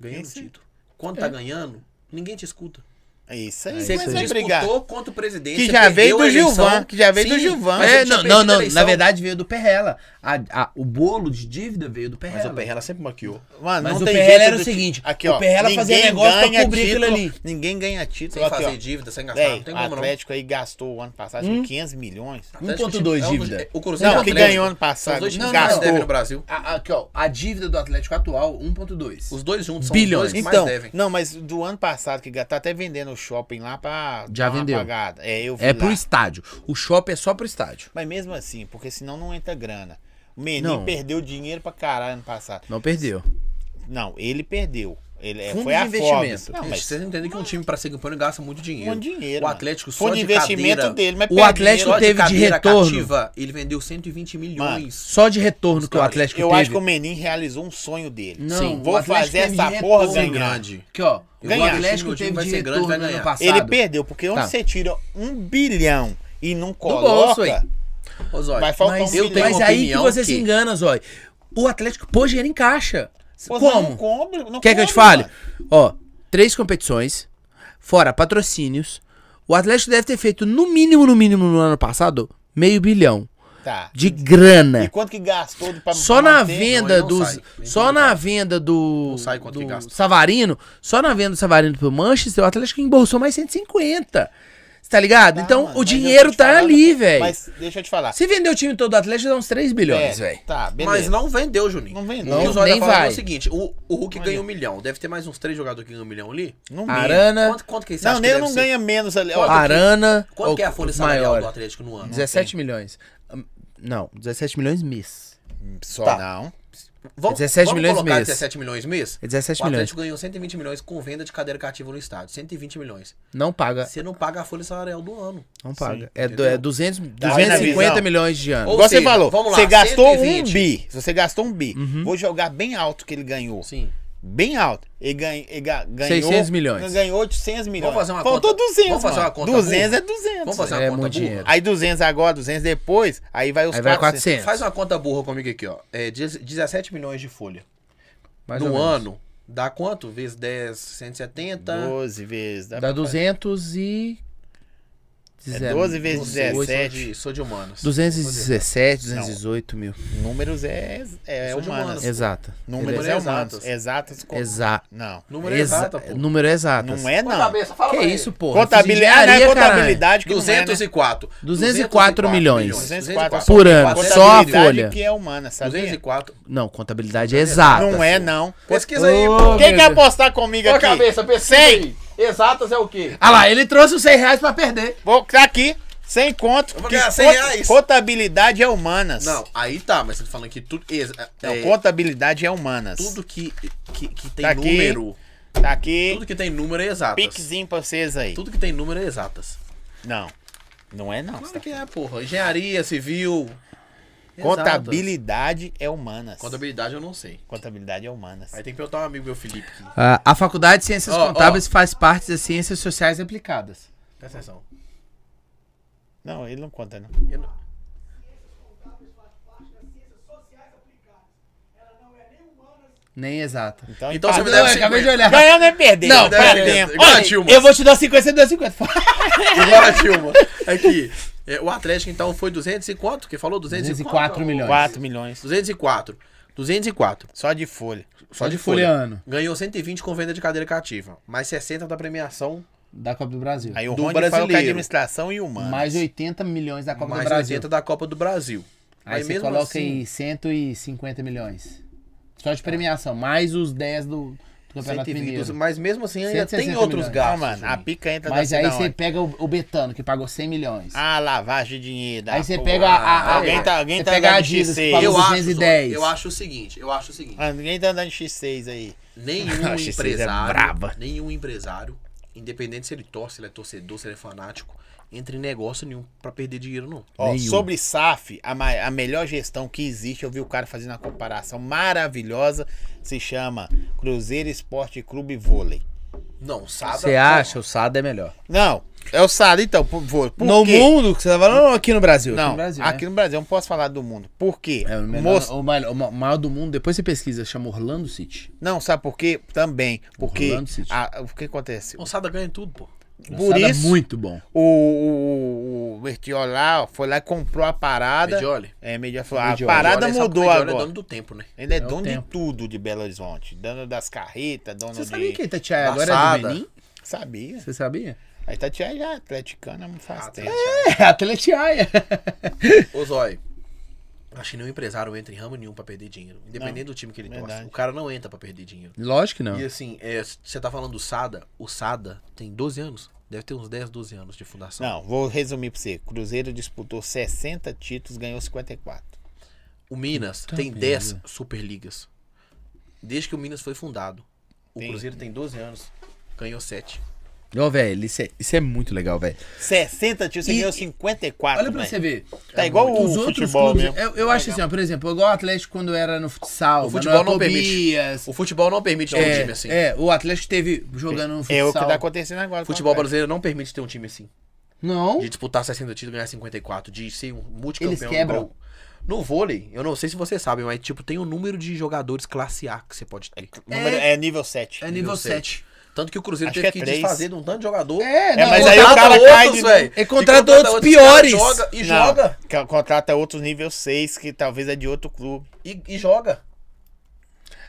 ganhando o Esse- título. Quando tá ganhando, ninguém te escuta. é isso aí. Você mas disputou é brigar. contra o presidente. Que você já veio perdeu a do eleição. Gilvan, que já veio do Sim, Gilvan. mas É, você tinha não, perdido não, a não, eleição. na verdade veio do Perrela. A- a- o bolo de dívida veio do Perrela. Mas o Perrela sempre maquiou. Mano, Mas não o tem Perrella jeito era o do ti- seguinte, aqui, o ó, Perrella fazia ninguém negócio pra ganha cobrir aquilo título, ali. Ninguém ganha título. Sem aqui, fazer ó. dívida, sem gastar, Véi, não tem o como não. Atlético aí gastou o ano passado Hum? acho que 500 milhões. Atlético 1.2 é um dos- dívida. O Cruzeiro e Não, o que Atlético ganhou ano são os passado. dois times que mais gastou. devem no Brasil. A- aqui, ó, a dívida do Atlético atual, 1.2. Os dois juntos são Bilhões. os dois que Então, mais devem. não, mas do ano passado, que tá até vendendo o shopping lá pra. Já dar uma vendeu. Apagada. É, eu vi É lá. pro estádio. O shopping é só pro estádio. Mas mesmo assim, porque senão não entra grana. O menino Não. perdeu dinheiro pra caralho ano passado. Não perdeu. Não, ele perdeu. Ele, é, Fundo foi de a investimento. é Forbes. Não, Gente, mas vocês entendem que um time pra ser campeão ele gasta muito dinheiro. muito dinheiro. O mano. Atlético só Fundo de de investimento cadeira, dele, mas o perde Atlético dinheiro. teve de cadeira retorno. cativa, ele vendeu 120 milhões. Só de retorno que o Cara, Atlético Eu teve. acho que o Menin realizou um sonho dele. Não, Sim, o é vou Atlético fazer teve essa de porra retorno. Sem ganhar. grande. Aqui, ó. O Ganhar. Atlético Meu time teve vai de ser grande, retorno vai no ano ganhar. passado. Ele perdeu, porque onde Tá. você tira um bilhão e não bolso, coloca, aí. Ô, Zói, vai faltar Mas, um eu bilhão. tenho mas uma aí que opinião você que- se engana, Zói. O Atlético pôs dinheiro em caixa. Pô, mas Como? Não compra, não Quer que eu te compra, fale? mano. Ó, três competições, fora patrocínios. O Atlético deve ter feito, no mínimo, no mínimo, no ano passado, meio bilhão Tá. de E grana. quanto que gastou pra Só na manter? venda não, ele não dos. sai. Nem Só tudo na venda do. Não sai quanto do que gasta. Savarino. Só na venda do Savarino pro Manchester, o Atlético embolsou mais 150. Você tá ligado? Tá, então mano, o mas eu tô dinheiro te tá falando, ali, velho. Mas deixa eu te falar. Se vender o time todo do Atlético, dá uns 3 bilhões, É, velho. Tá, Mas beleza. não vendeu, Juninho. Não vendeu. O que o Zói Nem tá falando é vai. o seguinte, o, o Hulk ganha um milhão. Deve ter mais uns três jogadores que ganham um milhão ali. Não, mesmo. Arana. Quanto, quanto que você não acha que nego deve não ser? ganha menos ali. Ó, Arana. Quanto ou- que é a folha os salarial maior. do Atlético no ano? 17 milhões. Hum, Não, 17 milhões mês. Só Tá. não. Vamos, 17 vamos milhões colocar mês. 17 milhões mês? É 17 o milhões. Atlético ganhou 120 milhões com venda de cadeira cativa no estádio. 120 milhões. Não paga, Você não paga a folha salarial do ano. não paga. Sim, é, do, entendeu? é 200, Tá aí na 250 visão. milhões de ano. Ou Igual você seja, falou, vamos lá, você gastou 120. um bi. Se você gastou um bi, Uhum. vou jogar bem alto que ele ganhou. Sim. Bem alto. Ele, ganha, ele ga- ganhou... 600 milhões. Ganhou 800 milhões. Vamos fazer uma Faltou conta- 200, vamos fazer uma mano. conta 200 burra? é 200. Vamos fazer uma É conta muito burra? dinheiro. É. Aí 200 agora, 200 depois, aí vai os Aí vai 400. 400. Faz uma conta burra comigo aqui, ó. É 10 17 milhões de folha. mais ou no menos. ano, dá quanto? Vezes 10, 170. 12 vezes. Dá Dá pra- 200 e... É 12 vezes Dezen- Sou 17. de, sou de humanos. 217, 218 mil. Números é, é Sou de humanas. humanas. Exato. Números Números é exatos. humanos. Exatas. co- Exato. Não. Número é exato, pô. Número exato. Assim. Não é, não. Cabeça, fala Que pra ele. isso, pô? Contabilidade, não é contabilidade que não é, né? 204. 204 milhões. 204. Por ano, só a Contabilidade folha. que é humana, sabia? 204. Não, contabilidade é exata. Não assim. é, não. Pesquisa aí, pô. Ô, Quem meu quer Deus. apostar comigo aqui? pesquisa Sei. Exatas é o quê? Ah lá, ele trouxe os 100 reais pra perder. Vou tá aqui. Sem conto. vou que ganhar 100 cont- reais. Contabilidade é humanas. Não, aí tá, mas você tá falando que tudo. ex- Não, é, contabilidade é humanas. tudo que, que, que tem Tá aqui. número. Tá aqui. Tudo que tem número é exatas. Piquezinho pra vocês aí. Tudo que tem número é exatas. Não. Não é, não. Claro que é, porra. Engenharia, civil. exatas. Contabilidade é humanas. Contabilidade eu não sei. Contabilidade é humanas. Aí tem que perguntar um amigo meu, Felipe. Que... Ah, a Faculdade de Ciências Ó, Contábeis faz parte das Ciências Sociais Aplicadas. Presta atenção. Não, ele não conta, não. Eu não- Nem exata. Então, Então você me empatamos. deve eu acabei de 50. olhar. Ganhando é perder. Não, pra deve- dentro. igual Olha, a Dilma. Eu vou te dar 50, você dá 50. Agora, Dilma. Aqui. É, o Atlético, então, foi 200 e quanto? Que falou? 204 204 milhões. 4 milhões. 204. 204. Só de folha. Só de folha folha. ano. Ganhou 120 com venda de cadeira cativa. Mais 60 da premiação. Da Copa do Brasil. Aí o Do Rony falou que brasileiro. a administração e humanas. Ah, mais 80 milhões da Copa mais do Brasil. 80 da Copa do Brasil. Aí Mas você mesmo coloca assim- aí 150 milhões. Só de premiação. Mais os 10 do, do Campeonato 122, Mineiro. mas mesmo assim ainda 160 tem outros milhões. gastos. Ah, mano, a pica entra Mas daqui aí da você onde? pega o, o Betano, que pagou 100 milhões. Ah, lavagem de dinheiro. da aí você porra. pega a, a- Alguém tá, alguém você tá pega a andando de Adidas, assim, que X6. pagou eu acho, 210. eu acho o seguinte, eu acho o seguinte. Alguém tá andando de X6 aí. Nenhum A X6 é empresário, braba. nenhum empresário, independente se ele torce, se ele é torcedor, se ele é fanático, entra em negócio nenhum pra perder dinheiro não. Ó, Nenhum. sobre SAF, a, ma- a melhor gestão que existe, eu vi o cara fazendo uma comparação maravilhosa, se chama Cruzeiro Esporte Clube Vôlei. Não, Sada. Você acha o Sada é melhor. Não, é o Sado, então, por, por, por no quê? mundo que você tá falando ou aqui no Brasil? Não, no Brasil, né? aqui no Brasil, eu não posso falar do mundo. Por quê? É o, melhor- Mos- o maior, o maior do mundo, depois você pesquisa, chama Orlando City. Não, sabe por quê? Também, porque Orlando City. a- o que acontece? O Sada ganha tudo, pô. Por Sada isso, é muito bom. o, o, o Mertiol lá ó, foi lá e comprou a parada. Medioli. É, Medioli falou, a Medioli. parada Medioli é só mudou porque Medioli é agora. dono do tempo, né? Ele é, o dono tempo. de tudo de Belo Horizonte. Dono das carretas, dono Você de... sabia que a Itatiaia da agora é do Sada. Benin? Sabia. Você sabia? A Itatiaia já é atleticana não faz tempo. É, a Atletiaia. Ô, Zói. Acho que nenhum empresário entra em ramo nenhum pra perder dinheiro. Independente do time que ele verdade. torce. O cara não entra pra perder dinheiro. Lógico que não. E assim, é, você tá falando do Sada. O Sada tem 12 anos. Deve ter uns 10, 12 anos de fundação. Não, vou resumir pra você. Cruzeiro disputou 60 títulos, ganhou 54. O Minas tem 10 Superligas. Desde que o Minas foi fundado. O Tem. Cruzeiro tem 12 anos. Ganhou 7. Ô, velho, isso, é, isso é muito legal, velho. 60 títulos, você E- ganhou 54. Olha pra velho. você ver. Tá igual o Os outros futebol clubes. mesmo. Eu, eu acho assim, ó, por exemplo, igual o Atlético quando era no futsal. O futebol Manuel não permite. Tobias, O futebol não permite ter um é, time assim. é, o Atlético teve jogando no futsal. É o que tá acontecendo agora. O futebol brasileiro. brasileiro não permite ter um time assim. Não. De tipo, disputar 60 títulos e ganhar 54. De ser um multicampeão. Um. Eles quebram. igual. No vôlei, eu não sei se vocês sabem, mas tipo, tem o número de jogadores classe A que você pode ter. Número- É, nível 7. É nível 7. Tanto que o Cruzeiro Acho teve que que, é três. desfazer de um tanto de jogador. É, É, não, mas aí o Contrata cara cai outros, de E velho. contrata E contrata outros outros, cara, piores. joga E Não, joga. ca- Contrata outros nível 6, que talvez é de outro clube. E, e joga.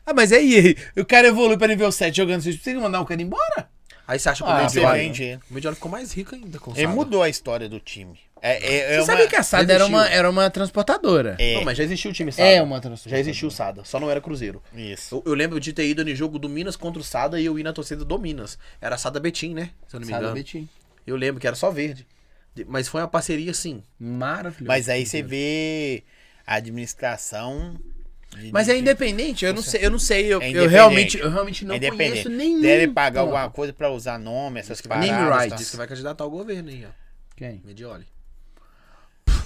Ah, mas aí, o cara evolui pra nível 7 jogando. Você tem que mandar o cara embora? Aí você acha que Ah, o você Medioli- vende ele. O Medioli ficou mais rico ainda com o Ele Sada. mudou a história do time. É, é, é Você uma- sabia que a SAD era existiu. uma, era uma transportadora. É, Não, mas já existiu o time Sada. É uma transportadora. Já existiu o Sada, só não era Cruzeiro. é- Isso. Eu, eu lembro de ter ido no jogo do Minas contra o Sada e eu ir na torcida do Minas. Era Sada Betim, né? Se eu não me Sada engano. Betim. Eu lembro que era só verde. De- Mas foi uma parceria, assim. sim. Maravilhoso. Mas aí você vê a administração. de- Mas é independente, eu não sei, eu não sei, eu, É eu independente. realmente, eu realmente é não independente. conheço nenhum. Deve pagar Pô. alguma coisa pra usar nome, essas Name paradas. rights. tá? Diz que vai candidatar ao governo aí, ó. Quem? Medioli. Tipo,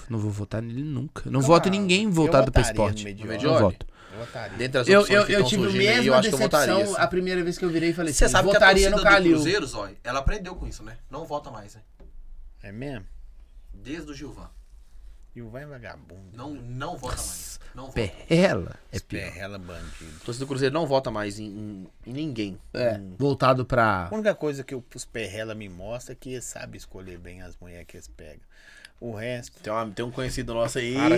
Não vou votar nele nunca. Não voto em ninguém eu voltado pra votaria esporte. no Medioli. Não voto. Eu otário. Dentre as Eu, opções eu, que eu estão tive a surgindo aí, mesma eu acho que eu votaria. decepção sim. a primeira vez que eu virei e falei Você assim, sabe votaria que a no torcida do Calil. Cruzeiro, Zói, ela aprendeu com isso, né? Não vota mais, né? É mesmo? Desde o Gilvan. E o vai vagabundo. Não, não vota mais. Não vota. Perrela é pior. Perrela bandido. A torcida do Cruzeiro não vota mais em, em- em ninguém. É, voltado pra... A única coisa que os perrela me mostra é que eles sabem escolher bem as mulheres que eles pegam. O resto. Tem, uma- tem um conhecido nosso aí Para,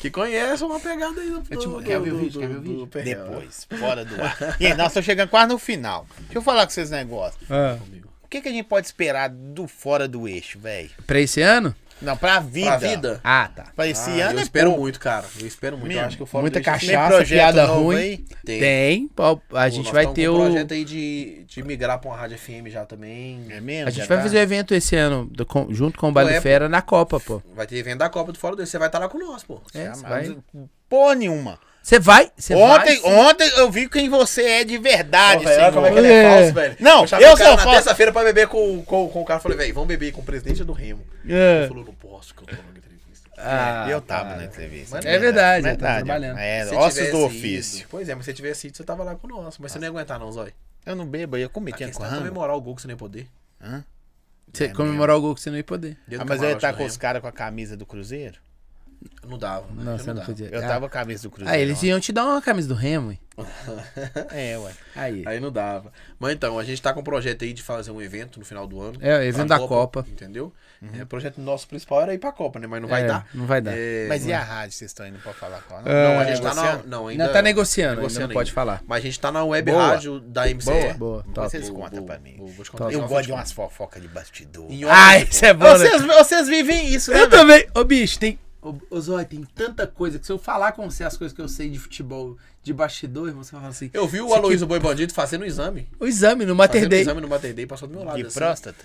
que conhece uma pegada aí do, do, te- quer ver o vídeo? Quer ver o vídeo? do Perrela. Depois, fora do ar. E aí, nós estamos chegando quase no final. Deixa eu falar com vocês um negócios. Ah, O que, que a gente pode esperar do fora do eixo, velho? pra esse ano? Não, pra vida. Pra vida? Ah, tá. Pra esse Ah, ano eu é espero pouco. muito, cara. Eu espero muito. Eu Mesmo. acho que eu fora Muita do eixo- cachaça. Tem piada novo ruim. aí? Tem. Tem, pô, a Pô, gente nós vai tamo ter com o... um projeto aí de, de migrar pra uma rádio FM já também. É mesmo? A gente Já vai tá? fazer o evento esse ano, do- com- junto com o Baile é, pô. Fera, na Copa, pô. Vai ter evento da Copa do Fora do Eixo. Você vai estar lá com nós, pô. É, você Mas vai. um- Porra nenhuma. Você vai, você Ontem, vai. ontem eu vi quem você é de verdade, Pô, velho, olha senhor. como é que ele É. é falso, velho. Não, chamei eu o cara sou na falso. terça-feira pra beber com, com, com o cara. Falei, velho, vamos beber com o presidente do Remo. É. Ele falou, não posso, que eu tô numa entrevista. É, Ah, eu tava na entrevista. É verdade, eu tava verdade. trabalhando. É, Se ossos tivesse do ido- ofício. pois é, mas se tivesse ido, você tava lá com nós. Mas você não ia aguentar, não, Zói. Eu não bebo, eu ia comer A tinha questão é ramo. comemorar o gol que você não ia poder. Hã? É Você comemorar o gol que né? você não ia poder. Dentro Ah, do mas eu ia camarote estar do com os Remo. caras com a camisa do Cruzeiro? Não dava. né? Não, Já você não dava. podia. Eu ah, tava com a camisa do Cruzeiro. Ah, eles iam te dar uma camisa do Remo. hein? ó. É, ué. Aí. Aí não dava. Mas então, a gente tá com um projeto aí de fazer um evento no final do ano. É, o evento Pra da Copa. Uhum. Entendeu? É, o projeto nosso principal era ir pra Copa, né? Mas não vai É, dar. Não vai dar. é, É, Mas e a rádio, vocês estão indo pra falar com ela? Não, a gente tá negociando? na... Não, ainda... Ainda tá negociando, ainda negociando não pode falar. Mas a gente tá na web Boa. rádio da MCE. Boa, Boa, Depois top. vocês Boa, contam pra boa, mim. boa, Tá vou te Top. contar. Eu Não, gosto de vou umas fofocas de bastidor. te- Em Ah, off, isso é bom, né? vocês, vocês vivem isso, né? Eu também. Ô, bicho, tem... Ô, ô Zói, tem tanta coisa que se eu falar com você as coisas que eu sei de futebol de bastidor, irmão, você vai falar assim. Eu vi o Aloysio Boi Bandido fazendo um exame. O exame no Mater Fazendo Day. exame no Mater Day passou do meu lado. De assim. próstata.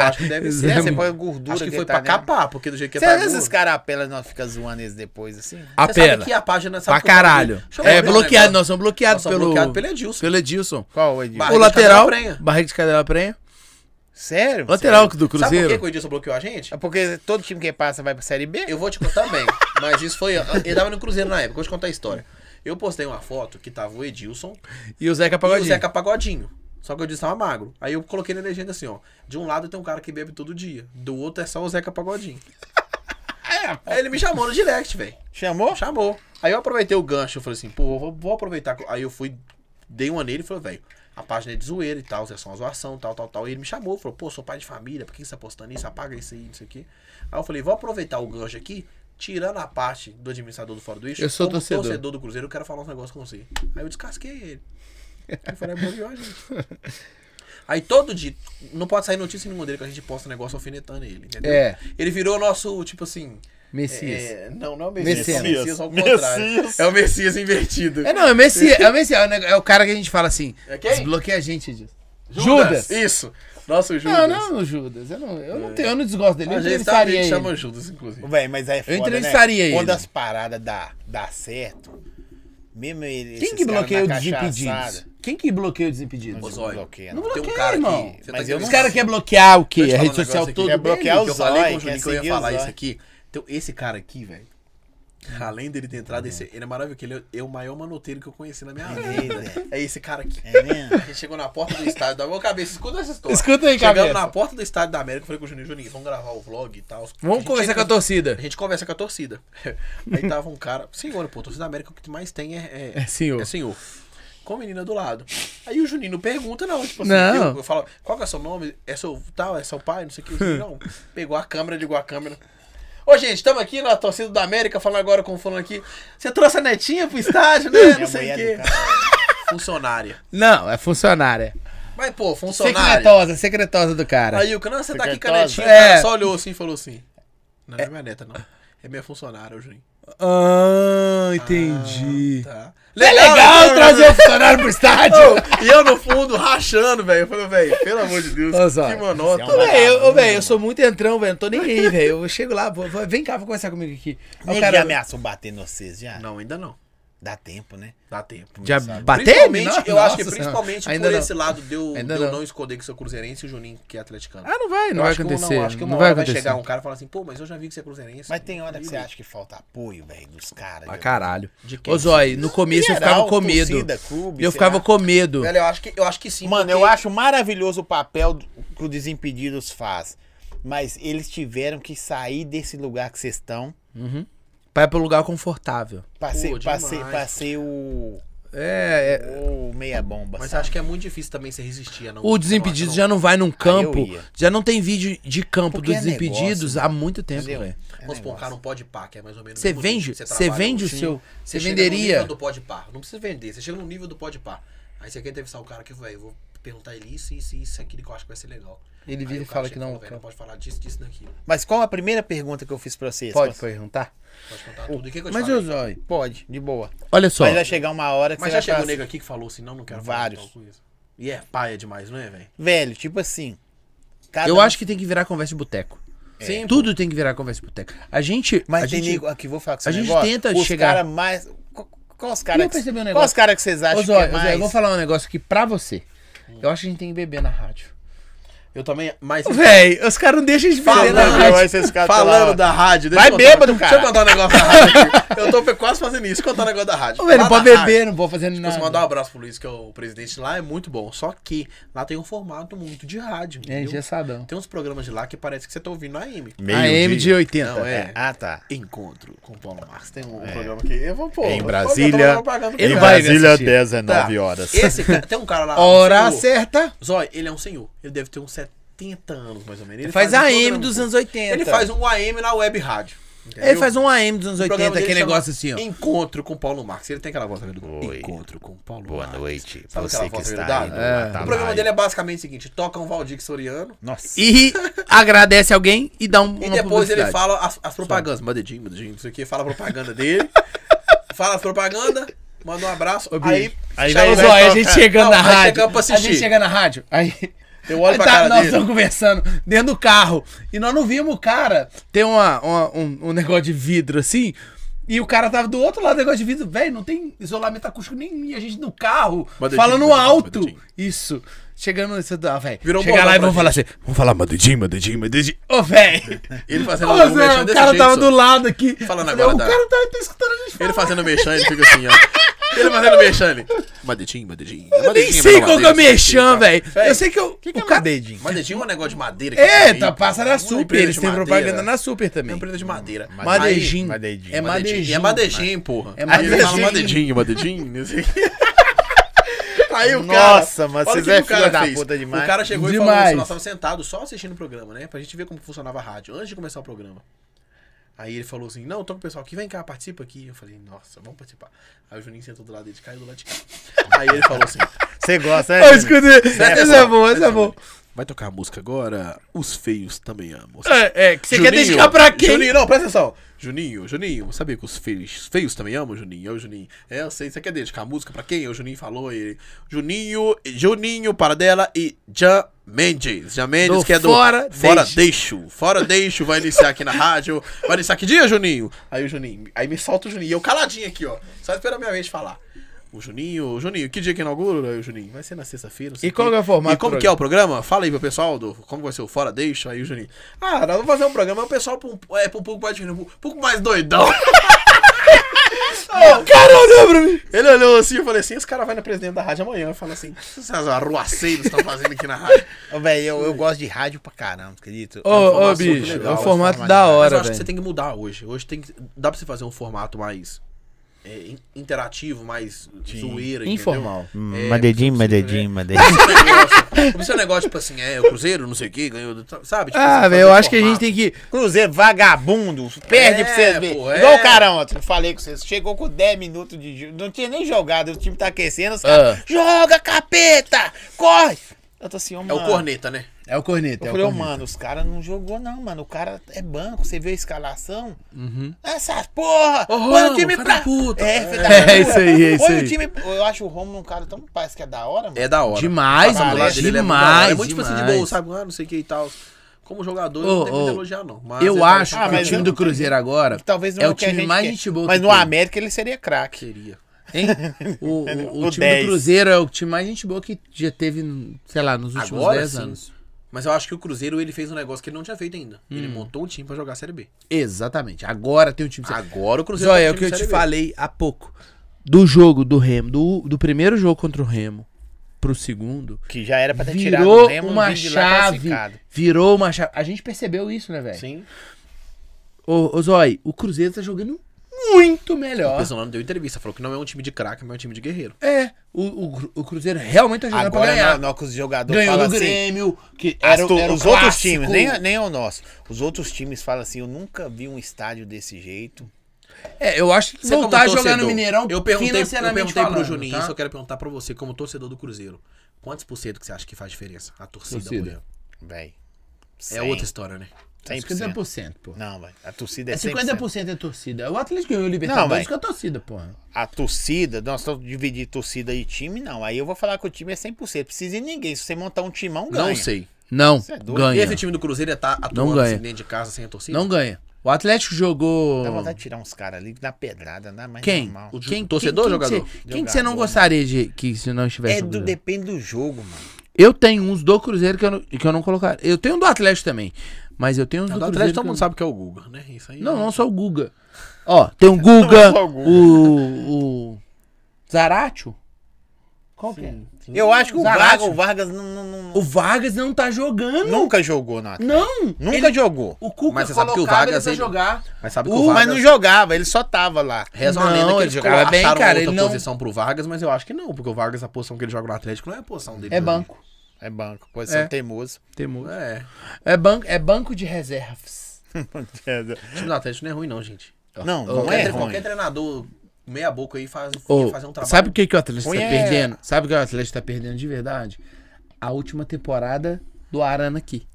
acho que deve ser. É, você Exame. põe a gordura Acho que foi ele pra tá nele. capar, porque do jeito que é ele Será tá que esses gordo. carapelas não ficam zoando eles depois, assim? A Você sabe pena. que a página... sabe Pra que eu tava caralho. vendo? Deixa eu É, ver um bloqueado. negócio. Nós somos bloqueados Nós somos pelo. bloqueados pelo Edilson. Pelo Edilson. Qual, o Edilson? o Barriga de lateral. cadela prenha. Barriga de cadela prenha. Sério? Lateral do Sabe por que Cruzeiro. que o Edilson bloqueou a gente? É porque todo time que passa vai pra Série B? Eu vou te contar bem, mas isso foi... Ele tava no Cruzeiro na época, eu vou te contar a história. Eu postei uma foto que tava o Edilson E o Zeca e o Pagodinho. Zeca Pagodinho. Só que o Edilson tava magro. Aí eu coloquei na legenda assim, ó. De um lado tem um cara que bebe todo dia. Do outro é só o Zeca Pagodinho. Aí ele me chamou no direct, velho. Ah, é. Chamou? Chamou. Aí eu aproveitei o gancho, eu falei assim, pô, vou, vou aproveitar. que- Aí eu fui, dei uma nele e falei, velho, a página é de zoeira e tal, é só uma zoação, tal, tal, tal. E ele me chamou, falou, pô, sou pai de família, por que você tá postando isso? Apaga isso aí, isso aqui. Aí eu falei, vou aproveitar o gancho aqui, tirando a parte do administrador do Fora do Ixo. Eu sou como torcedor. do Cruzeiro, eu quero falar uns negócios com você. Aí eu descasquei ele. Eu falei, é bom gente. Aí todo dia, não pode sair notícia nenhuma dele que a gente posta um negócio alfinetando ele, entendeu? É. Ele virou nosso, tipo assim, Messias. é, não, não é o Messias. Mecenas. É o Messias ao contrário. É o Messias invertido. É, não, é o Messias. É o Messias. É o neg- É o cara que a gente fala assim. É quem? Desbloqueia a gente, Edilson. Judas. Isso. Nosso Judas. Não, não, o Judas. Eu não, eu não, tenho, eu não desgosto dele. Eu A gente entrevistaria sabe que ele. chama Judas, inclusive. Véi, mas é foda, entrevistaria né? ele. Quando as paradas dá, dá certo, mesmo ele... Quem esses que caras bloqueia o na Desimpedidos? cachaçada- Quem que bloqueia o Desimpedidos? Ô, Zóio, bloqueia, não. Tem Bloqueia, um cara irmão. aqui. Mas eu não Os caras Os cara querem é bloquear o Deixa eu quê? A te falar um rede é negócio social aqui. toda. Quer bloquear Eu os falei com o olhos, Juninho quer que eu ia seguir falar os isso olhos. aqui. Então, esse cara aqui, velho. Além dele ter entrado, esse, ele é maravilhoso. que Ele é, é o maior manoteiro que eu conheci na minha vida. É esse cara aqui. É mesmo? A gente chegou na porta do estádio da minha cabeça. Escuta essa história. Escuta aí, Chegamos cabeça. na porta do estádio da América, eu falei com o Juninho, Juninho, vamos gravar o vlog e tal. Vamos conversar é com a torcida. A gente conversa com a torcida. Aí tava um cara. Senhor, pô, torcida da América o que mais tem é. É senhor. É senhor. Com a menina do lado. Aí o Juninho não pergunta, não. Tipo assim, Não. Eu, eu falo, qual que é seu nome? É seu tal? É seu pai? Não sei o que. O Juninho, não. Pegou a câmera, ligou a câmera. Ô, gente, estamos aqui na torcida da América, falando agora com o fulano aqui. Você trouxe a netinha pro estádio, né? Não Minha sei o mulher quê. do cara. Funcionária. Não, é funcionária. Mas, pô, funcionária. Secretosa, secretosa do cara. Aí o cara, "Ah, você tá aqui com a Secretosa. netinha, É. o cara só olhou assim e falou assim. Não, não é minha neta, não. É minha funcionária, o Juninho. Ah, entendi. Tá. É legal trazer o funcionário pro estádio. Ô, E eu no fundo rachando, velho. Eu falei, velho, pelo amor de Deus. Ô, Zóio, que manota. você é um Véi, eu, ô, véi, eu sou muito entrão, velho. Não tô nem aí, velho. Eu chego lá, vou- vou- vem cá, vou conversar comigo aqui. Aí o Ninguém cara- ameaçou bater em vocês já? Não, ainda não. Dá tempo, né? Dá tempo. Já bateu? Principalmente, Nossa, eu acho que senhora. principalmente Ainda por não. esse lado deu, Ainda deu não. não. esconder que eu sou cruzeirense e o Juninho que é atleticano. Ah, não vai, não eu vai acho acontecer. Que, eu- não, acho que uma não hora vai vai acontecer. chegar um cara e falar assim, pô, mas eu já vi que você é cruzeirense. Mas tem hora que você acha que falta apoio, velho, dos caras. Pra de- caralho. De quem? Ô, Zói, no começo eu ficava Geral, com medo. torcida, clube, Eu sei ficava lá. com medo. Velho, eu acho que, eu acho que sim. Mano, porque- eu acho maravilhoso o papel do- que o Desimpedidos faz. Mas eles tiveram que sair desse lugar que vocês estão Vai pra um lugar confortável. pra, Pô, ser, pra, demais, ser, pra ser o, É, é. o meia-bomba. Mas sabe? acho que é muito difícil também você resistir a não. O Desimpedidos já não vai num campo. ia. Já não tem vídeo de campo Porque dos é Desimpedidos negócio, há muito tempo, Entendeu? velho. É Vamos supor, um negócio. cara não pode par, que é mais ou menos. o Você mesmo vende, nível que você trabalha vende o hoje. seu. Você chega No venderia. nível do pode par. Não precisa vender, você chega no nível do pode par. Aí você quer entrevistar o cara que, velho, eu vou perguntar ele isso, isso, isso, aquilo que eu acho que vai ser legal. Ele Aí vira o e cara fala chega que não, fala, velho, não pode falar disso, disso, daquilo. Mas qual a primeira pergunta que eu fiz pra vocês? Pode Pra- perguntar. Pode contar tudo. E o que, que eu te Mas, ô, falei? Zói, Pode, de boa. olha só. Mas é vai chegar uma hora que Mas você já vai chegou falar um nego aqui que falou assim, não, não quero Vários. falar de tal coisa. E é paia demais, não é, velho? assim, Velho, tipo assim. cada Eu um- acho que tem que virar conversa de boteco. Sim. Tudo tem que virar conversa de boteco. A gente. Mas a tem gente... nego. Aqui, vou falar com você. a um gente tenta os chegar- Cara mais... Qu- Qual os Eu caras que... percebi um Qual negócio. os caras que vocês acham Ô, Zói, que é ô, Zói, mais... eu vou falar um negócio aqui pra você. Eu acho que a gente tem que beber na rádio. Eu também, mas... Véi, os caras não deixam de beber Falando, na rádio. vai ser esse cara falando lá. da rádio. Vai eu contar- bêbado, cara. Deixa eu contar um negócio da rádio aqui. Eu tô quase fazendo isso, contar um negócio da rádio. Ô, velho, Lá não pode na beber, rádio- não pode fazer nada. Posso mandar um abraço pro Luiz, que é o presidente lá, é muito bom. Só que lá tem um formato muito de rádio. É, entendeu? engessadão. Tem uns programas de lá que parece que você tá ouvindo a AM. A M de 80. Não, é. Ah, tá. Encontro com o Paulo Marx. Tem um programa que eu vou pôr. É. Em eu vou Brasília, botar uma propaganda pro Ele Em cara. vai Brasília, assistir. 19 Tá. horas. Esse cara, tem um cara lá. um Hora senhor. certa. Zói, ele é um senhor. Ele deve ter uns 70 anos, mais ou menos. Ele Faz um a AM programa- dos anos 80. Ele faz um AM na web rádio. Ele faz um AM dos anos 80, aquele negócio assim, ó. Encontro com Paulo Marx. Ele tem aquela voz do Oi. Encontro com Paulo Boa Marx. noite. Sabe aquela você que foto está aí dele? no É. O Atalaia. programa dele é basicamente o seguinte: toca um Valdir Soriano. Nossa. E agradece alguém e dá um, E uma depois ele publicidade. fala as, as propagandas. Madedinho, madedinho, não sei o que. Fala a propaganda dele. fala as propagandas. Manda um abraço. aí. Aí chama vai- o vai- Zóio, a gente chegando Não, na aí rádio. chegamos pra A gente assistir. chega na rádio. Aí. Eu olho pra Tá, cara nós dele. estamos conversando dentro do carro e nós não vimos o cara. Tem uma, uma- um, um negócio de vidro assim. E o cara tava do outro lado do negócio de vidro. Velho, não tem isolamento acústico nem e a gente no carro, Madudinho, falando madudinho, alto. madudinho. Isso. Chegando nesse. Ah, velho. Virou um Chegar bordão lá e pra vamos falar assim. Vamos falar Madudinho, Madudinho, Madudinho. Ô, velho. Ele Ô, fazendo Zé, merchan o um desse cara jeito, tava só. do lado aqui. Falando Eu agora falei, da- O cara tá, tá escutando a gente falar. Ele fazendo merchan, ele fica assim, ó. Ele fazendo merchan, ele. Madedinho, madedinho. Eu nem sei qual que é o um merchan, velho. Eu sei que eu. o cara- Madedinho é um negócio de madeira. que tem É, aí, tá, pô. passa na Uma Super. empresa Eles de têm madeira. propaganda na Super É uma também. empresa de madeira. Madejinho. Madejinho. É Madejinho. Madejinho. É madejinho, porra. É Aí ele fala madejinho. madejinho, madejinho, não sei o quê. Aí o cara. Nossa, mas olha vocês o que é o cara filho da fez. puta demais. O cara chegou e falou Demais. assim: nós estávamos sentados só assistindo o programa, né? Pra gente ver como funcionava a rádio, antes de começar o programa. Aí ele falou assim: não, tô com o pessoal aqui, vem cá, participa aqui. Eu falei: nossa, vamos participar. Aí o Juninho sentou do lado dele, caiu do lado de cá. Aí ele falou assim: Você gosta, né? Ô, escuta, essa é atenção, boa, essa é atenção, boa. vai tocar a música agora? Os feios também amam. É, é, que você quer Juninho, dedicar pra quem? Juninho, não, presta atenção. Juninho, Juninho, sabia que os feios, feios também amam, Juninho? É o Juninho. É, eu sei, você quer dedicar a música pra quem? O Juninho falou ele. Juninho, Juninho, Paradela e Jan Mendes. Jan Mendes, Do que é do Fora Fora Deixo. Deixo. Fora Deixo, vai iniciar aqui na rádio. Vai iniciar que dia, Juninho? Aí o Juninho, aí me solta o Juninho. E eu caladinho aqui, ó. Só esperando a minha vez de falar. O Juninho, o Juninho, que dia que inaugura? Aí o Juninho, vai ser na sexta-feira. não sei E qual quê. que é o formato E como do que é o programa? Fala aí pro pessoal do como vai ser o Fora Deixa aí o Juninho. Ah, nós vamos fazer um programa, é o pessoal pra um, é, pra um pouco mais diferente, um pouco mais doidão. Cara, olha pra mim. Ele olhou assim e falei assim: esse cara vai na presidente da rádio amanhã e fala assim: essas arruaceiras estão fazendo aqui na rádio. Ô, velho, eu, eu gosto de rádio pra caramba, acredito. Ô, É uma ô, formação bicho, legal, é um esse formato de da rádio. Mas eu hora, Ah, acho que você velho. tem que mudar hoje. Hoje tem que, dá pra você fazer um formato mais é, in- interativo, mais zoeira. entendeu? Informal. Hum, É, Madedinho, você precisa- madedinho, madedinho. Não precisa ser um negócio- não precisa ser um negócio tipo assim, é, o Cruzeiro, não sei o quê, ganhou, do- sabe? Tipo, Ah, assim, velho, eu fazer acho que a gente formato. tem que. Cruzeiro, vagabundo. Perde É, pra vocês verem. pô, é. Igual o cara ontem. eu Falei com vocês. Chegou com 10 minutos de jogo. Não tinha nem jogado. O time tá aquecendo. Os caras. Ah. Joga, capeta! Corre! Eu tô assim, ó, É mano. o corneta, né? É o corneta. Eu é o falei, ô, corneta. mano, os caras não jogou, não, mano. O cara é banco. Você viu a escalação? Uhum. Essas porra! Ô, põe o Romo, time filho pra. da puta. É, filho da É, puta. isso aí, é isso Põe aí. o time. Eu acho o Romulo um cara tão paz que é da hora, mano. É da hora. Demais, Tá, mano. lá Demais. dele, ele é muito da hora. É muito tipo assim de demais. gol, sabe? Ah, não sei o que e tal. Como jogador, eu Ô, não tenho muito ô, elogiar, não. Mas ele Eu tá- acho Ah, que o mas time eu do não tenho- Cruzeiro agora Talvez não é o o que a time gente mais quer. gente boa. Mas que no tem. América ele seria craque. Queria. Hein? O, né? o- o O time 10. do Cruzeiro é o time mais gente boa que já teve, sei lá, nos últimos Agora 10 sim. anos. Hum. Mas eu acho que o Cruzeiro ele fez um negócio que ele não tinha feito ainda. Ele montou um time pra jogar a Série B. Exatamente. Agora tem um time. Agora o Cruzeiro. Zóia, tá é um o que time eu de te Série B. falei há pouco. Do jogo do Remo, do, do primeiro jogo contra o Remo pro segundo, Que já era pra ter tirado virou o Remo, uma vim de lá chave. classificado. Virou uma chave. A gente percebeu isso, né, velho? Sim. Ô, ô Zói, o Cruzeiro tá jogando muito O melhor. Pesolano deu entrevista, falou que não é um time de craque, mas é um time de guerreiro. É, o, o, Cru- o Cruzeiro realmente tá jogando pra Agora ganhar. não, não que os jogadores Ganhou falam do assim. Grêmio, que Era, era, o- era o os outros clássico. times, nem, nem é o nosso. Os outros times falam assim: eu nunca vi um estádio desse jeito. É, eu acho que Você como voltar a jogar torcedor, no Mineirão eu perguntei, eu financeiramente perguntei pro falando, Juninho, tá? isso eu quero perguntar pra você, como torcedor do Cruzeiro. Quantos por cento que você acha que faz diferença? A torcida, Torcida. apoiando? Véi. É outra história, né? É 100%. 50%, pô. Não, velho. A torcida é, É 100%. 50% é torcida. O Atlético ganhou o Não, Libertadores mas- com a torcida, porra. A torcida, nós estamos dividir torcida e time, não. Aí eu vou falar que o time é 100%. Precisa de ninguém. Se você montar um timão, ganha. Não sei. Não, Você é doido. E ganha. esse time do Cruzeiro ia tá Não atuando ganha. assim, dentro de casa sem a torcida? Não ganha. O Atlético jogou... Dá vontade de Então tirar uns caras ali na pedrada, nada mais Quem? normal. O quem? torcedor quem, ou jogador? né? Quem que você- quem que você não Jogador, gostaria de que se não estivesse É no do, Cruzeiro? depende do jogo, mano. Eu tenho uns do Cruzeiro que eu, não, que eu não colocaria. Eu tenho um do Atlético também, mas eu tenho uns É, do, do Cruzeiro Atlético todo que eu mundo sabe que é o Guga, né? Isso aí. Não, não só o Guga. Ó, tem o Guga, o, o Zaratio. Qual que é? Eu acho que o, Zaratio. Vargas, o Vargas não- não- não- não- O Vargas não tá jogando. nunca jogou na Não! Nunca jogou. O Cuca Mas mas você sabe colocava que o ele Vargas, pra ele- jogar. Mas sabe que Uh, o Vargas... mas não jogava, ele só tava lá. Reza uma Não, lenda que ele eles jogava bem, acharam cara, outra ele não- posição pro Vargas, mas eu acho que não, porque o Vargas, a posição que ele joga no Atlético, não é a posição dele. É jogar. banco. É banco, posição É. teimoso. Teimoso. É. É banco, é banco de reservas. O time do Atlético não é ruim, não, gente. Não, não Qualquer, é tre- qualquer ruim. treinador meia boca aí faz, ia Ô, fazer um trabalho. sabe o que, que o Atlético Ruim tá é- perdendo? Sabe o que o Atlético tá perdendo de verdade? A última temporada do Arana aqui.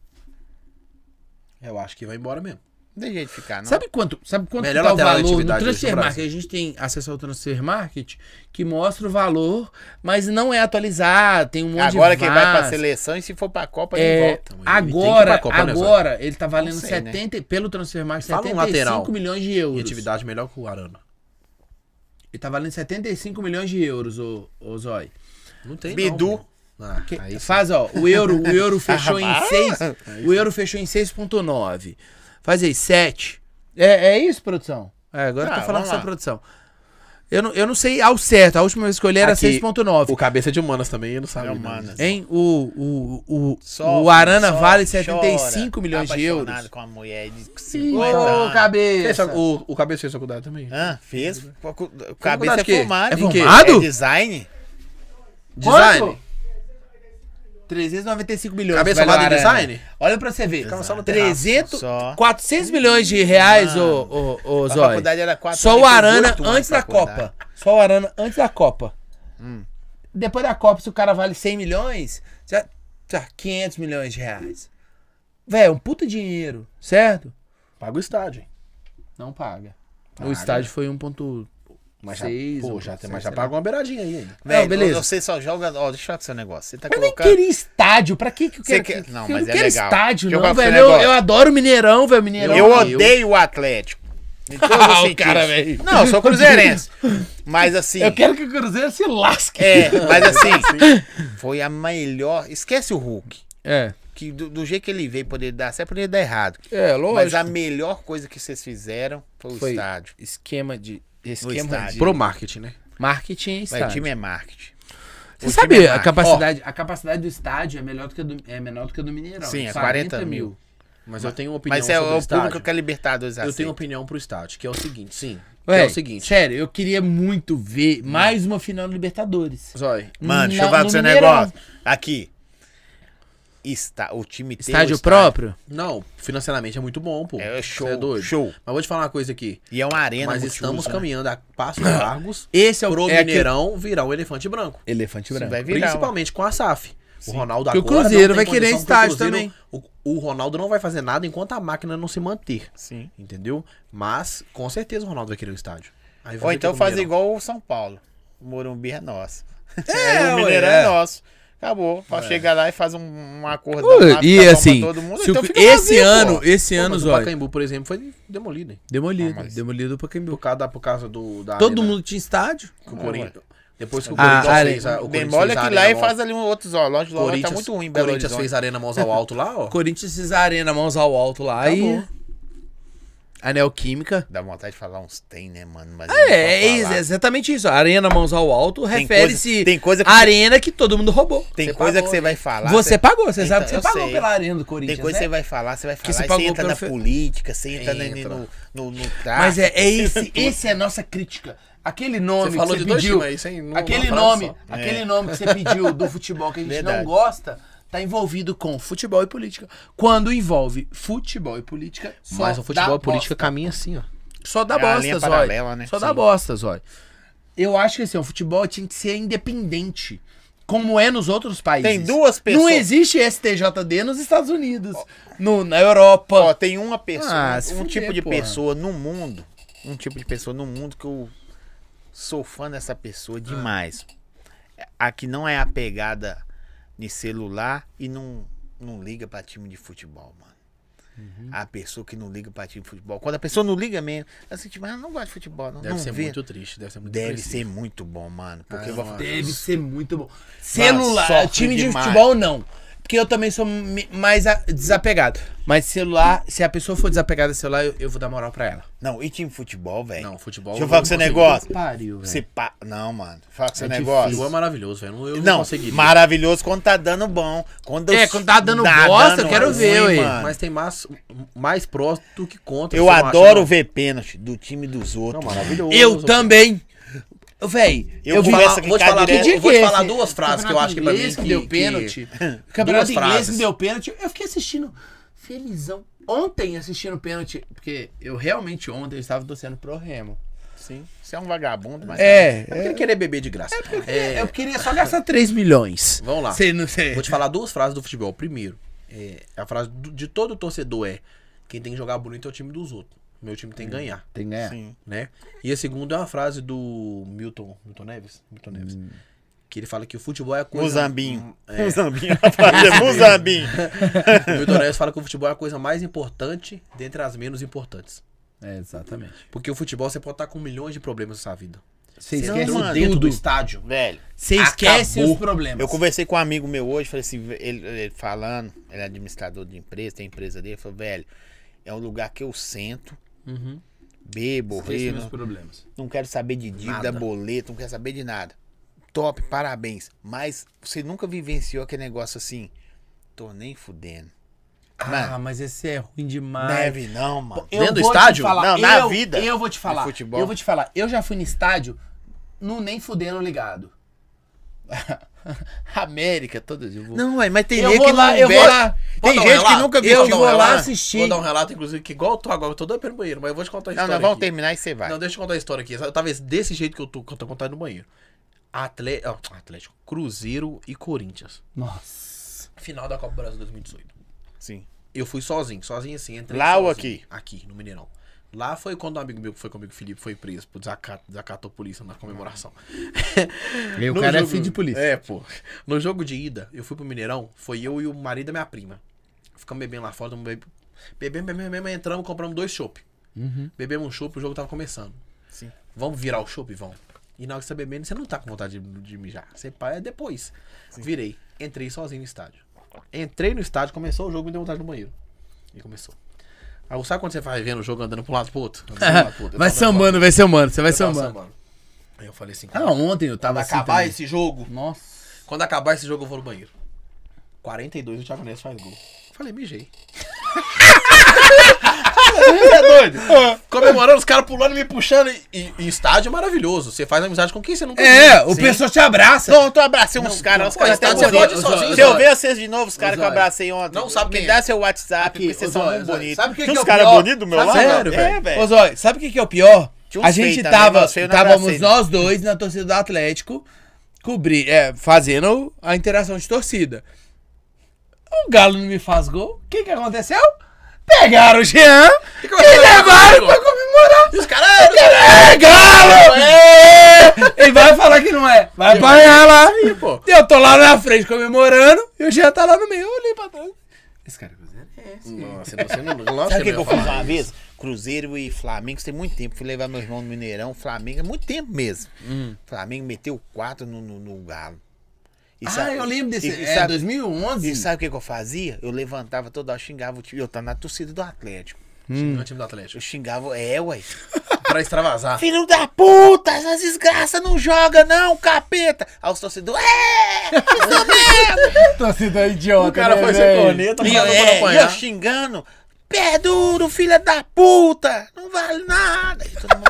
Eu acho que vai embora mesmo. Não tem jeito de ficar, não. Sabe quanto? Sabe quanto Melhor tá o lateral de valor no atividade hoje no transfer market? Brasil. A gente tem acesso ao transfer market que mostra o valor, mas não é atualizado, tem um monte Agora de quem vai pra vaz. seleção e se for pra Copa, ele É, volta. mano. agora, pra Copa, né, Zé? agora, ele tá valendo Não sei, né? 70, pelo transfer market, Fala um 75 lateral. milhões de E euros. atividade melhor que o Arana. Ele tá valendo 75 milhões de euros, ô, ô Zói. Não tem Bidu. não. Ah, Que- aí sim. É faz, ó, o euro, o euro fechou em 6. O euro fechou em 6.9. Faz aí, 7. É, é isso, produção? É, agora Tá, tá falando vamos com essa lá. produção. Eu não, eu não sei ao certo, a última vez que eu olhei era Aqui, 6.9. O cabeça de humanas também, eu não sabe. É não. humanas. Hein? O, o, o, Sofre, o Arana sofre, vale 75 chora, Tá milhões de apaixonado euros. com a mulher de Ô, 50 anos. Fez cabeça. facu- O, o cabeça fez faculdade também. Hã? Fez. Facu- Cabeça de é quê? formada. É em quê? formado? É design? Design? 395 milhões. Cabeça vale o lá do Arana. design? Olha pra você ver. só no terraço, 300, só. 400 milhões de reais, ô, ô, ô A Zói. faculdade era quatro Só anos, o ele fez Arana oito anos antes pra da acordar. Hum. Copa. Só o Arana antes da Copa. Depois da Copa, se o cara vale 100 milhões, já, já 500 milhões de reais. Véi, é um puta dinheiro, certo? Paga o estádio, hein? Não paga. Paga. O estádio foi 1.6. Mas já, pô, já, tem- mas já sei lá. paga uma beiradinha aí ainda. Não, Velho, beleza. Você só joga. Ó, deixa eu falar com seu negócio. Você tá Eu nem colocando. queria estádio. Pra que que eu Você quero? quer- não, eu mas é quero legal. estádio, Deixa eu não, velho. falar pra você um Eu, negócio. eu adoro o Mineirão, velho. Mineirão. é Eu odeio o Atlético. Em todos os Ah, o sentidos. cara, velho. Não, eu sou cruzeirense. Mas assim. Eu quero que o Cruzeiro se lasque. É, mas assim. foi a melhor. Esquece o Hulk. É. Que do, do jeito que ele veio, poderia dar certo, poderia dar errado. É, Mas lógico. a melhor coisa que vocês fizeram foi o Foi estádio. Esquema de. Esquema estádio. de Pro marketing, né? marketing e Mas o estádio. time é marketing. Você o sabe, time a, é marketing. capacidade, a capacidade do estádio é, melhor do que a do, é menor do que a do Mineirão. Sim, é 40 mil. Mas eu tenho uma opinião Mas é sobre o, o o público estádio. que a Libertadores Eu tenho aceita. opinião pro estádio, que é o seguinte, sim. que Véi, é o seguinte. Sério, eu queria muito ver Hum. mais uma final no Libertadores. Zói, Mano, deixa eu Na- falar no do seu Mineirão. negócio. Aqui. Está, o time tem Estádio o próprio? não, financeiramente é muito bom, pô. É show, Você é doido. show. Mas vou te falar uma coisa aqui. E é uma arena Mas multiuso, estamos né? caminhando a passos largos Esse é o pro é aquele- Mineirão virar um elefante branco. Elefante branco. vai virar, Principalmente com a SAF. O Ronaldo Que o agora não Cruzeiro tem vai querer condição, porque estádio o Cruzeiro- também. O, o Ronaldo não vai fazer nada enquanto a máquina não se manter. Sim. Entendeu? Mas, com certeza, o Ronaldo vai querer o estádio. Aí vai Ou ter então que ir pro fazer Mineirão. igual o São Paulo. O Morumbi é nosso. É, o Mineirão ué, é. é. nosso. Acabou. Pode chegar lá e faz um, um acordão Pô, lá, e fica bom pra assim, todo mundo, se o- então fica esse vazio, pô. ano, esse Pô, ano, mas o Zóio, Pacaembu, por exemplo, foi demolido, hein? demolido, Ah, é. mas- demolido pra Por Cambu. causa da, por causa do, da Todo arena mundo tinha estádio. que o Corinthians... Depois que o Ah, Corinthians arena. fez a... o Corinthians Demole fez a aqui arena lá e Mons- faz ali um outro zoológico. o O zoológico tá Corinthians, muito ruim, em Belo Corinthians Horizonte. fez a arena mãos ao alto lá, ó. Corinthians e Arena, mãos ao alto lá. Aí. Acabou. Anelquímica. Dá vontade de falar uns tem, né, mano? Mas É, é isso, é exatamente isso. Arena, mãos ao alto, Tem refere-se coisa- tem coisa que- à arena que todo mundo roubou. Tem Você coisa pagou. né? que você vai falar. Você pagou, você sabe que Então, você eu pagou sei. pela arena do Corinthians. Tem coisa que né? você vai falar, você vai falar. você aí Você, pagou entra pelo na fe- política, você entra, na- Entra. no, no, no Mas tráfico. é, é esse, esse é a nossa crítica. Aquele nome Você falou que você de dois pediu, times aí, sem- numa aquele frase nome, só. É. aquele nome que você pediu do futebol que a gente não Verdade. gosta, tá envolvido com futebol e política. Quando envolve futebol e política, só Mas o futebol dá e política caminha assim, ó. bosta. só dá É uma bosta, linha Zóio. paralela, né? Só dá Sim. bosta, Zóio. Eu acho que assim, o futebol tinha que ser independente. Como é nos outros países. Tem duas pessoas- Não existe STJD nos Estados Unidos, no, na Europa. Ó, tem uma pessoa, Ah, se um fuder, tipo de porra. pessoa no mundo, um tipo de pessoa no mundo que eu sou fã dessa Ah. pessoa demais. A que não é apegada em celular e não, não liga pra time de futebol, mano. Uhum. A pessoa que não liga pra time de futebol. Quando a pessoa não liga mesmo, assim, tipo, ah, não gosto de futebol, não. Deve não ser vê. muito triste, deve ser muito Deve depressivo. ser muito bom, mano. Porque Ah, eu vou eu falar. Deve ser muito bom. Celular, sofre time de demais. futebol não. Porque eu também sou me- mais a- desapegado. Mas celular, se a pessoa for desapegada do celular, eu, eu vou dar moral pra ela. Não, e time de futebol, velho? Não, futebol. Deixa eu falar com seu não consigo. negócio. Pariu, Você pa... Não, mano. Fala com seu Futebol é um negócio. maravilhoso, velho. Eu não, Não, consegui. maravilhoso quando tá dando bom. Quando É, eu- quando tá dando bosta, eu quero ver, ué. mano. Mas tem mais, mais prós do que contra. Eu você não acha, adoro não? ver pênalti do time dos outros. Não, mano. maravilhoso. Eu também. Véi, Eu eu vi vou falar- essa- vou te falar Que duas- dia Né? eu vou te que é falar esse? duas frases que eu Campeonato acho que pra mim inglês que que- deu que- pênalti. Campeonato Duas inglês que frases. deu pênalti. Eu fiquei assistindo felizão. Ontem, assistindo o pênalti, porque eu realmente ontem eu estava torcendo pro Remo. Sim. Você é um vagabundo, mas. É, É porque ele querer beber de graça. É, Eu queria só gastar 3 milhões. Vamos lá. Você não sei. Vou te falar duas frases do futebol. Primeiro, é, a frase do- de todo torcedor é: quem tem que jogar bonito é o time dos outros. Meu time Hum. tem que ganhar, Tem que ganhar. Sim. né? E a segunda é uma frase do Milton, Milton Neves, Milton Neves, Hum. que ele fala que o futebol é a coisa Muzambinho. Um Muzambinho. Rapaz, Muzambinho. O Milton Neves fala que o futebol é a coisa mais importante dentre as menos importantes. É, exatamente. Porque o futebol você pode estar com milhões de problemas na sua vida. Você Você esquece não o manda dentro do tudo. estádio. Velho. Você esquece Acabou. os problemas. Eu conversei com um amigo meu hoje, falei assim, ele, ele falando, ele é administrador de empresa, tem empresa dele, falou, velho, é um lugar que eu sento, Uhum. bebo, Esquece rio, meus problemas. não quero saber de dívida, Nada. boleto, não quero saber de nada. Top, parabéns. Mas você nunca vivenciou aquele negócio assim, tô nem fudendo. Ah, Mano, mas esse é ruim demais. neve não, mano. Eu Dentro do vou te estádio? falar, Não, na eu- vida. Eu vou te falar. No futebol. Eu vou te falar. Eu já fui no estádio, não nem fudendo ligado. América, todos eu vou. Não, ué, mas tem Eu gente vou que lá, não eu vê. vou lá. Tem Vou dar um gente que relato. nunca Eu viu. vou lá assistir. Vou dar um relato, inclusive, que igual eu tô agora, eu tô doido pra ir no banheiro, mas eu vou te contar a Não, história. nós vamos aqui. terminar e você vai. Não, deixa eu contar a história aqui. Eu tava desse jeito que eu tô, que eu tô contando no banheiro. Atle... ó, Atlético, Cruzeiro e Corinthians. Nossa. Final da Copa do Brasil 2018. Sim. Eu fui sozinho, sozinho assim. Entrei Lá ou sozinho. Aqui, no Mineirão. Lá foi quando um amigo meu que foi comigo, Felipe, foi preso por desacato, desacatou a polícia na comemoração. E o No cara é jogo- filho de polícia. É, pô. No jogo de ida, eu fui pro Mineirão, foi eu e o marido da minha prima. Ficamos bebendo lá fora, tamo bebe- bebendo, bebendo, bebendo, entramos, compramos dois chopp. Uhum. Bebemos um chopp, o jogo tava começando. Sim. Vamos virar o chopp, vamos. E na hora que você tá bebendo, você não tá com vontade de, de mijar. Você para é depois. Virei, entrei sozinho no estádio. Entrei no estádio, começou o jogo, me deu vontade no banheiro. E começou. Aí, sabe quando você vai vendo o jogo andando pro lado pro outro? Andando pro lado pro outro. Eu Vai tava andando pro sambando, vai sambando, você vai outro, eu tava sambando. sambando. Aí eu falei assim, Ah, ontem eu quando tava assim acabar também. esse jogo, Nossa. quando acabar esse jogo, eu vou no banheiro. 42, o Thiago Neves faz gol. Falei, mijei. é doido? Comemorando, os caras pulando, me puxando. E, e- e estádio é maravilhoso. Você faz amizade com quem você nunca É, viu. o pessoal te abraça. Não, tá tu abracei uns caras, os pô, caras então tá, até você morreram. pode ir sozinho, é Se eu Zóio. ver vocês de novo, os caras que eu Zóio. abracei ontem. Não sabe Me quem dá é. seu WhatsApp, porque vocês ô, são Zóio, muito Zóio, bonitos. sabe o que Tinha que é uns o caras pior? bonitos do meu Sabe lado? sério, É, velho? Ô, velho. Zóio, sabe o que, que é o pior? Tinha uns A gente feio também, tava. mas feio não Estávamos abracei, nós dois na torcida do Atlético, cobri, é, fazendo a interação de torcida. O Galo não me faz gol. O que, que aconteceu? Pegaram o Jean e levaram pra comemorar. E os caras. "É, não sei o quê". É, Galo! É! Ele vai falar que não é. Vai apanhar lá. Aí, pô. Eu tô lá na frente comemorando e o Jean tá lá no meio. Eu olhei pra trás. Esse cara é cruzeirense. Nossa, você não. Nossa, Sabe o que, não que eu ia fiz falar. uma vez? Cruzeiro e Flamengo, isso tem muito tempo. Fui levar meu irmão no Mineirão, Flamengo, é muito tempo mesmo. Flamengo meteu 4 no, no, no Galo. E Ah, sabe- eu lembro desse. E, e é, sabe, 2011. e sabe o que, que eu fazia? Eu levantava toda hora, xingava o time. Eu tava na torcida do Atlético. Xingando o time do Eu Atlético. xingava, é, ué. Pra extravasar. Filho da puta, essas desgraças não joga não, capeta. Aí os torcedores, é, isso mesmo. Torcida é idiota. né, O cara foi ser corneta, E eu, falando é, e pra eu apanhar. xingando, pé duro, filha da puta, não vale nada. E todo mundo,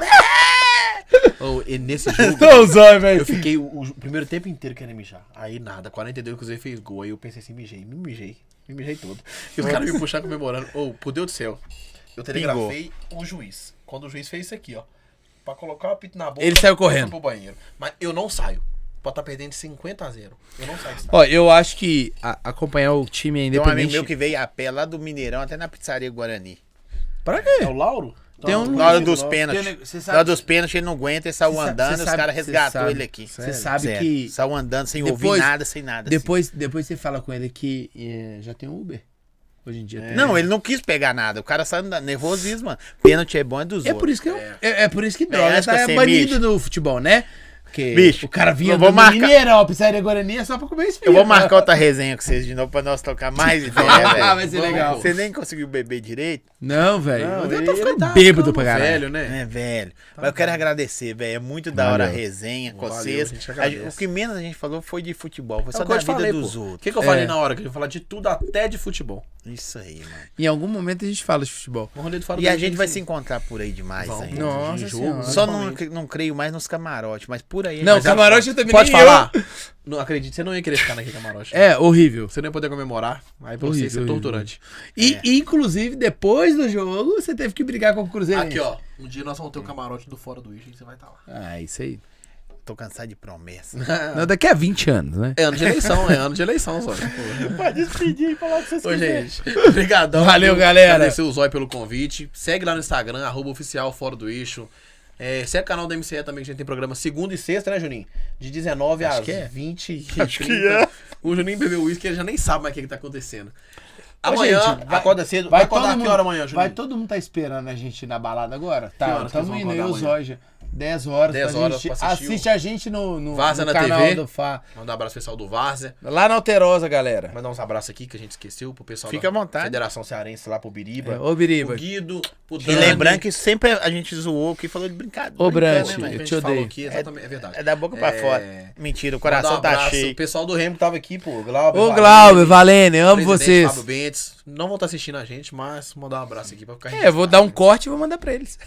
é. Ô, Oh, e nesse jogo. Não, zóio, Tá velho. Eu fiquei o, o primeiro tempo inteiro querendo mijar. Aí nada, 42 o Cruzeiro fez gol. Aí eu pensei assim, mijei, me mijei, me mijei todo. E os caras me puxaram comemorando. Ô, por Deus do céu. Eu telegrafei o juiz. Quando o juiz fez isso aqui, ó. Pra colocar o apito na boca. Ele saiu eu fui correndo. Pro banheiro. Mas eu não saio. Pode estar perdendo de 50 a 0. Eu não saio. Ó, eu acho que a- acompanhar o time é Tem um independente. amigo meu que veio a pé lá do Mineirão até na pizzaria Guarani. Pra quê? É o Lauro? Tem um- Na hora dos Tem um neg- cê pênaltis. sabe- Na hora dos pênaltis ele não aguenta, ele saiu Cê sa- andando, cê os sabe- caras cê resgatou sabe- ele aqui. cê sabe Sério. que- Saiu andando sem Depois- ouvir nada, sem nada. assim. Depois, depois você fala com ele que é, já tem um Uber. Hoje em dia tem. Não, ele não quis pegar nada. O cara saiu andando, nervosismo, mano. Pênalti é bom, é dos É por outros. isso que eu- é. é por isso que droga acho que tá você é banido bicho. do futebol, né? Porque Bicho, o cara vinha eu vou do marcar- Mineirão, a pizzaria Guarani é só pra comer esfirra. Eu vou marcar outra resenha com vocês de novo pra nós tocar mais ideia, Ah, velho. vai ser Vamos. legal. Você nem conseguiu beber direito? Não, velho. Não, Eu tô ele ficando tá é um bêbado ficando pra caralho. Velho, né? É, velho. Mas eu quero agradecer, velho. É muito da hora a Valeu. resenha com Valeu, vocês. a gente A gente- agradece. o que menos a gente falou foi de futebol. Foi É só o que da eu vida te falei, dos pô. O outros. que, que eu falei É. na hora? Que eu ia falar de tudo até de futebol. Isso aí, mano. Em algum momento a gente fala de futebol. O rolê do Faro E a Grande gente vai tem se encontrar por aí demais Vamos. ainda. Nossa de senhora. jogo. Só não, não creio mais nos camarotes, mas por por aí. hein? Não, Mas camarote eu também Pode nem falar. Não acredito, você não ia querer ficar naquele camarote. né? É, horrível. Você não ia poder comemorar. Aí pra você Horrível, isso é horrível. torturante. É. E, inclusive, depois do jogo, você teve que brigar com o Cruzeiro. Aqui, ó. Um dia nós vamos ter o camarote do Fora do Ixo e você vai estar lá. Ah, isso aí. Tô cansado de promessa. Ah. Não, daqui a 20 anos, né? É ano de eleição, é ano de eleição só. Pode despedir e falar o que vocês Ô, gente, brigadão. Valeu, viu? galera. Agradecer o Zói pelo convite. Segue lá no Instagram, arroba oficial Fora do Eixo. É, segue o canal da MCE também, que a gente tem programa segunda e sexta, né, Juninho? De 19 às que é. 20 e 30. O Juninho bebeu uísque, ele já nem sabe mais o que, que tá acontecendo. Amanhã, gente, vai- acorda cedo. Vai, acordar todo que mundo- hora amanhã, Juninho? Vai todo mundo tá esperando a gente ir na balada agora? Que Tá, horas que tamo eles vão indo, eu e o acordar Zóia. 10 horas, 10 pra horas gente- pra assistir o- assiste a gente no, no, Vaza no na canal TV. do Fá. Mandar um abraço pro pessoal do Várzea. Lá na Alterosa, galera. Mandar uns abraços aqui que a gente esqueceu pro pessoal Fica à da vontade. Federação Cearense lá pro Biriba. É, ô, Biriba. Pro Guido, pro E Dani. É, lembrando que sempre a gente zoou que falou de brincadeira. Ô, brincando, Brant, né, velho? eu A te gente falou odeio. aqui, exatamente, é verdade. É da boca pra É. fora. Mentira, o Mandar coração um tá abraço. cheio. O pessoal do Remo tava aqui, pô. Glauber. Ô, Valene, Glauber, Valene, amo presidente vocês. Fábio Bentes. Não vão estar assistindo a gente, mas mandar um abraço aqui pra ficar É, eu vou dar um corte e vou mandar pra eles.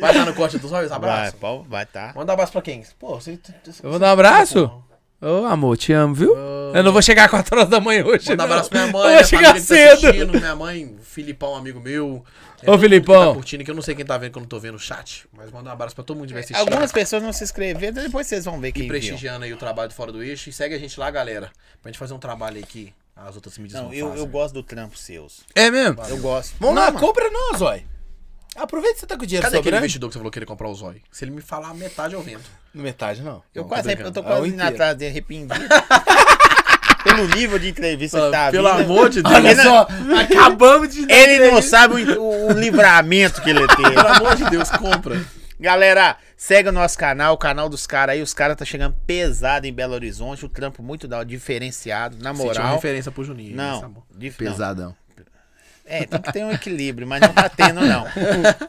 Vai lá no corte dos olhos, Vai, abraço. pô, vai tá. Manda um abraço pra quem? Pô, você. Eu vou dar um abraço? Ô, amor, te amo, viu? Eu não vou chegar às 4 horas da manhã hoje. Manda um não. abraço pra minha mãe, Eu minha vou família chegar que tá cedo. assistindo, minha mãe, o Filipão, um amigo meu. Ô, todo mundo Que Filipão. tá curtindo, que eu não sei quem tá vendo, que eu não tô vendo o chat. Mas manda um abraço pra todo mundo que vai assistir. Tá Algumas pessoas não se inscreveram, depois vocês vão ver quem viu. prestigiando aí o trabalho do Fora do Eixo. E segue a gente lá, galera. Pra gente fazer um trabalho aqui. As outras mídias Não, não né? eu, fazem. eu gosto do trampo seus. É mesmo? Eu gosto. Vamos Não, lá, mano. compra não, Zói. Aproveita que você tá com o dinheiro Cadê né? aquele sobrando. investidor que você falou que ele comprar o Zói? Se ele me falar a metade, eu vendo. No metade, não. Eu Não, quase, tô brincando. eu tô Ah, o quase indo inteiro. atrás dele, arrependido. Pelo nível de entrevista que tá Pelo vindo. amor de Deus. Olha Ele- só, acabamos de... Ele não sabe o, o- o livramento que ele Pelo teve. amor de Deus, compra. Galera, segue o nosso canal, o canal dos caras aí. Os caras tá chegando pesado em Belo Horizonte. O trampo muito da, diferenciado, na Senti uma moral. referência pro Juninho. é essa Não, mão. dif- não. Pesadão. É, tem que ter um equilíbrio, mas não tá tendo, não.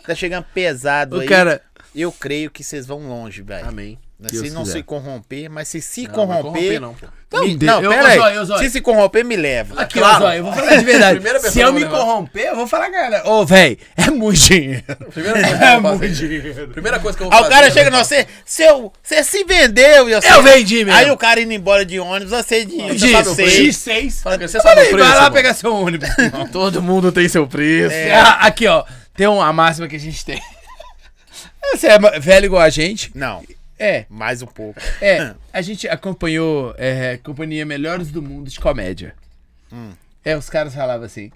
Tá chegando pesado O aí. cara... Eu creio que vocês vão longe, velho. Amém. Se Deus não quiser. se corromper, mas se se Não, corromper. não corromper, não, Tá pô. Não, me- de- não, Então, eu- pera ô, aí. Zóio, ô, Zóio. Se se corromper, me leva. Aqui, ó, Zói, eu vou falar de verdade. Primeira pessoa Se eu que eu me vou levar. corromper, eu vou falar, com a galera. Ô, véi, é muito dinheiro. Primeira É coisa, que eu vou fazer. muito dinheiro. Primeira coisa que eu né? vou Aí fazer. o cara chega, não, você, seu, você se vendeu. e Eu, Eu vendi mesmo. Aí o cara indo embora de ônibus, você de. você G, sabe o preço. G6. Fala com ele, você Eu sabe o falei, preço, vai lá mano. pegar seu ônibus. Todo mundo tem seu preço. É, Aqui, ó. Tem uma máxima que a gente tem. Você é ma- velho igual a gente. Não, É, mais um pouco. é. A gente acompanhou é, a companhia Melhores do Mundo de Comédia. É, os caras falavam assim.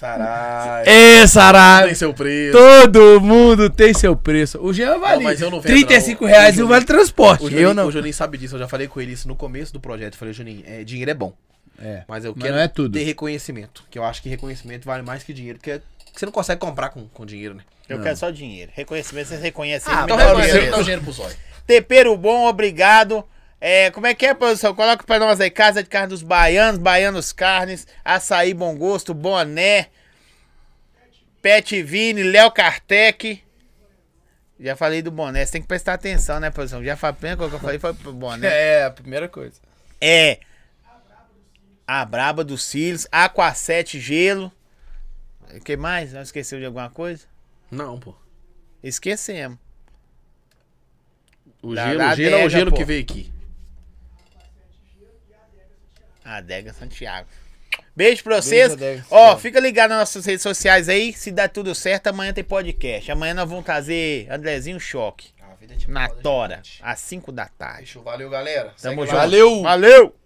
Caralho. Ê, Tem Saraiva! seu preço. Todo mundo tem seu preço. O Jean vale mas eu não vendo, 35 não. reais O e o Juninho- vale transporte. O Juninho, eu não. o Juninho sabe disso, eu já falei com ele isso no começo do projeto. Eu falei, Juninho, é, dinheiro é bom. É. Mas eu Mas quero não é tudo. ter reconhecimento. Que eu acho que reconhecimento vale mais que dinheiro, porque você não consegue comprar com, com dinheiro, né? Eu quero só dinheiro. Reconhecimento, vocês reconhecem. Ah, me então dá reconhece, dinheiro. dá o dinheiro pro Zóio. Tempero bom, obrigado. É, como é que é, produção? Coloca pra nós aí. Casa de carne dos baianos, baianos carnes, açaí bom gosto, boné, Pet Vini, Léo Kartek. Já falei do boné, você tem que prestar atenção, né, produção? Já falei, a primeira coisa que eu falei foi pro boné. É, a primeira coisa. É. A Braba dos Cílios, Aquacete Gelo. O que mais? Não esqueceu de alguma coisa? Não, pô. Esquecemos. O Da- gelo, da o gelo é o adega, gelo pô. que veio aqui. Adega Ah, Santiago. Beijo pra vocês. Adega Ó, Santiago. fica ligado nas nossas redes sociais aí. Se dá tudo certo, amanhã tem podcast. Amanhã nós vamos trazer Andrezinho Choque. A vida te Na Tora, às 5 da tarde. Valeu, galera. Tamo Segue lá. junto. Valeu!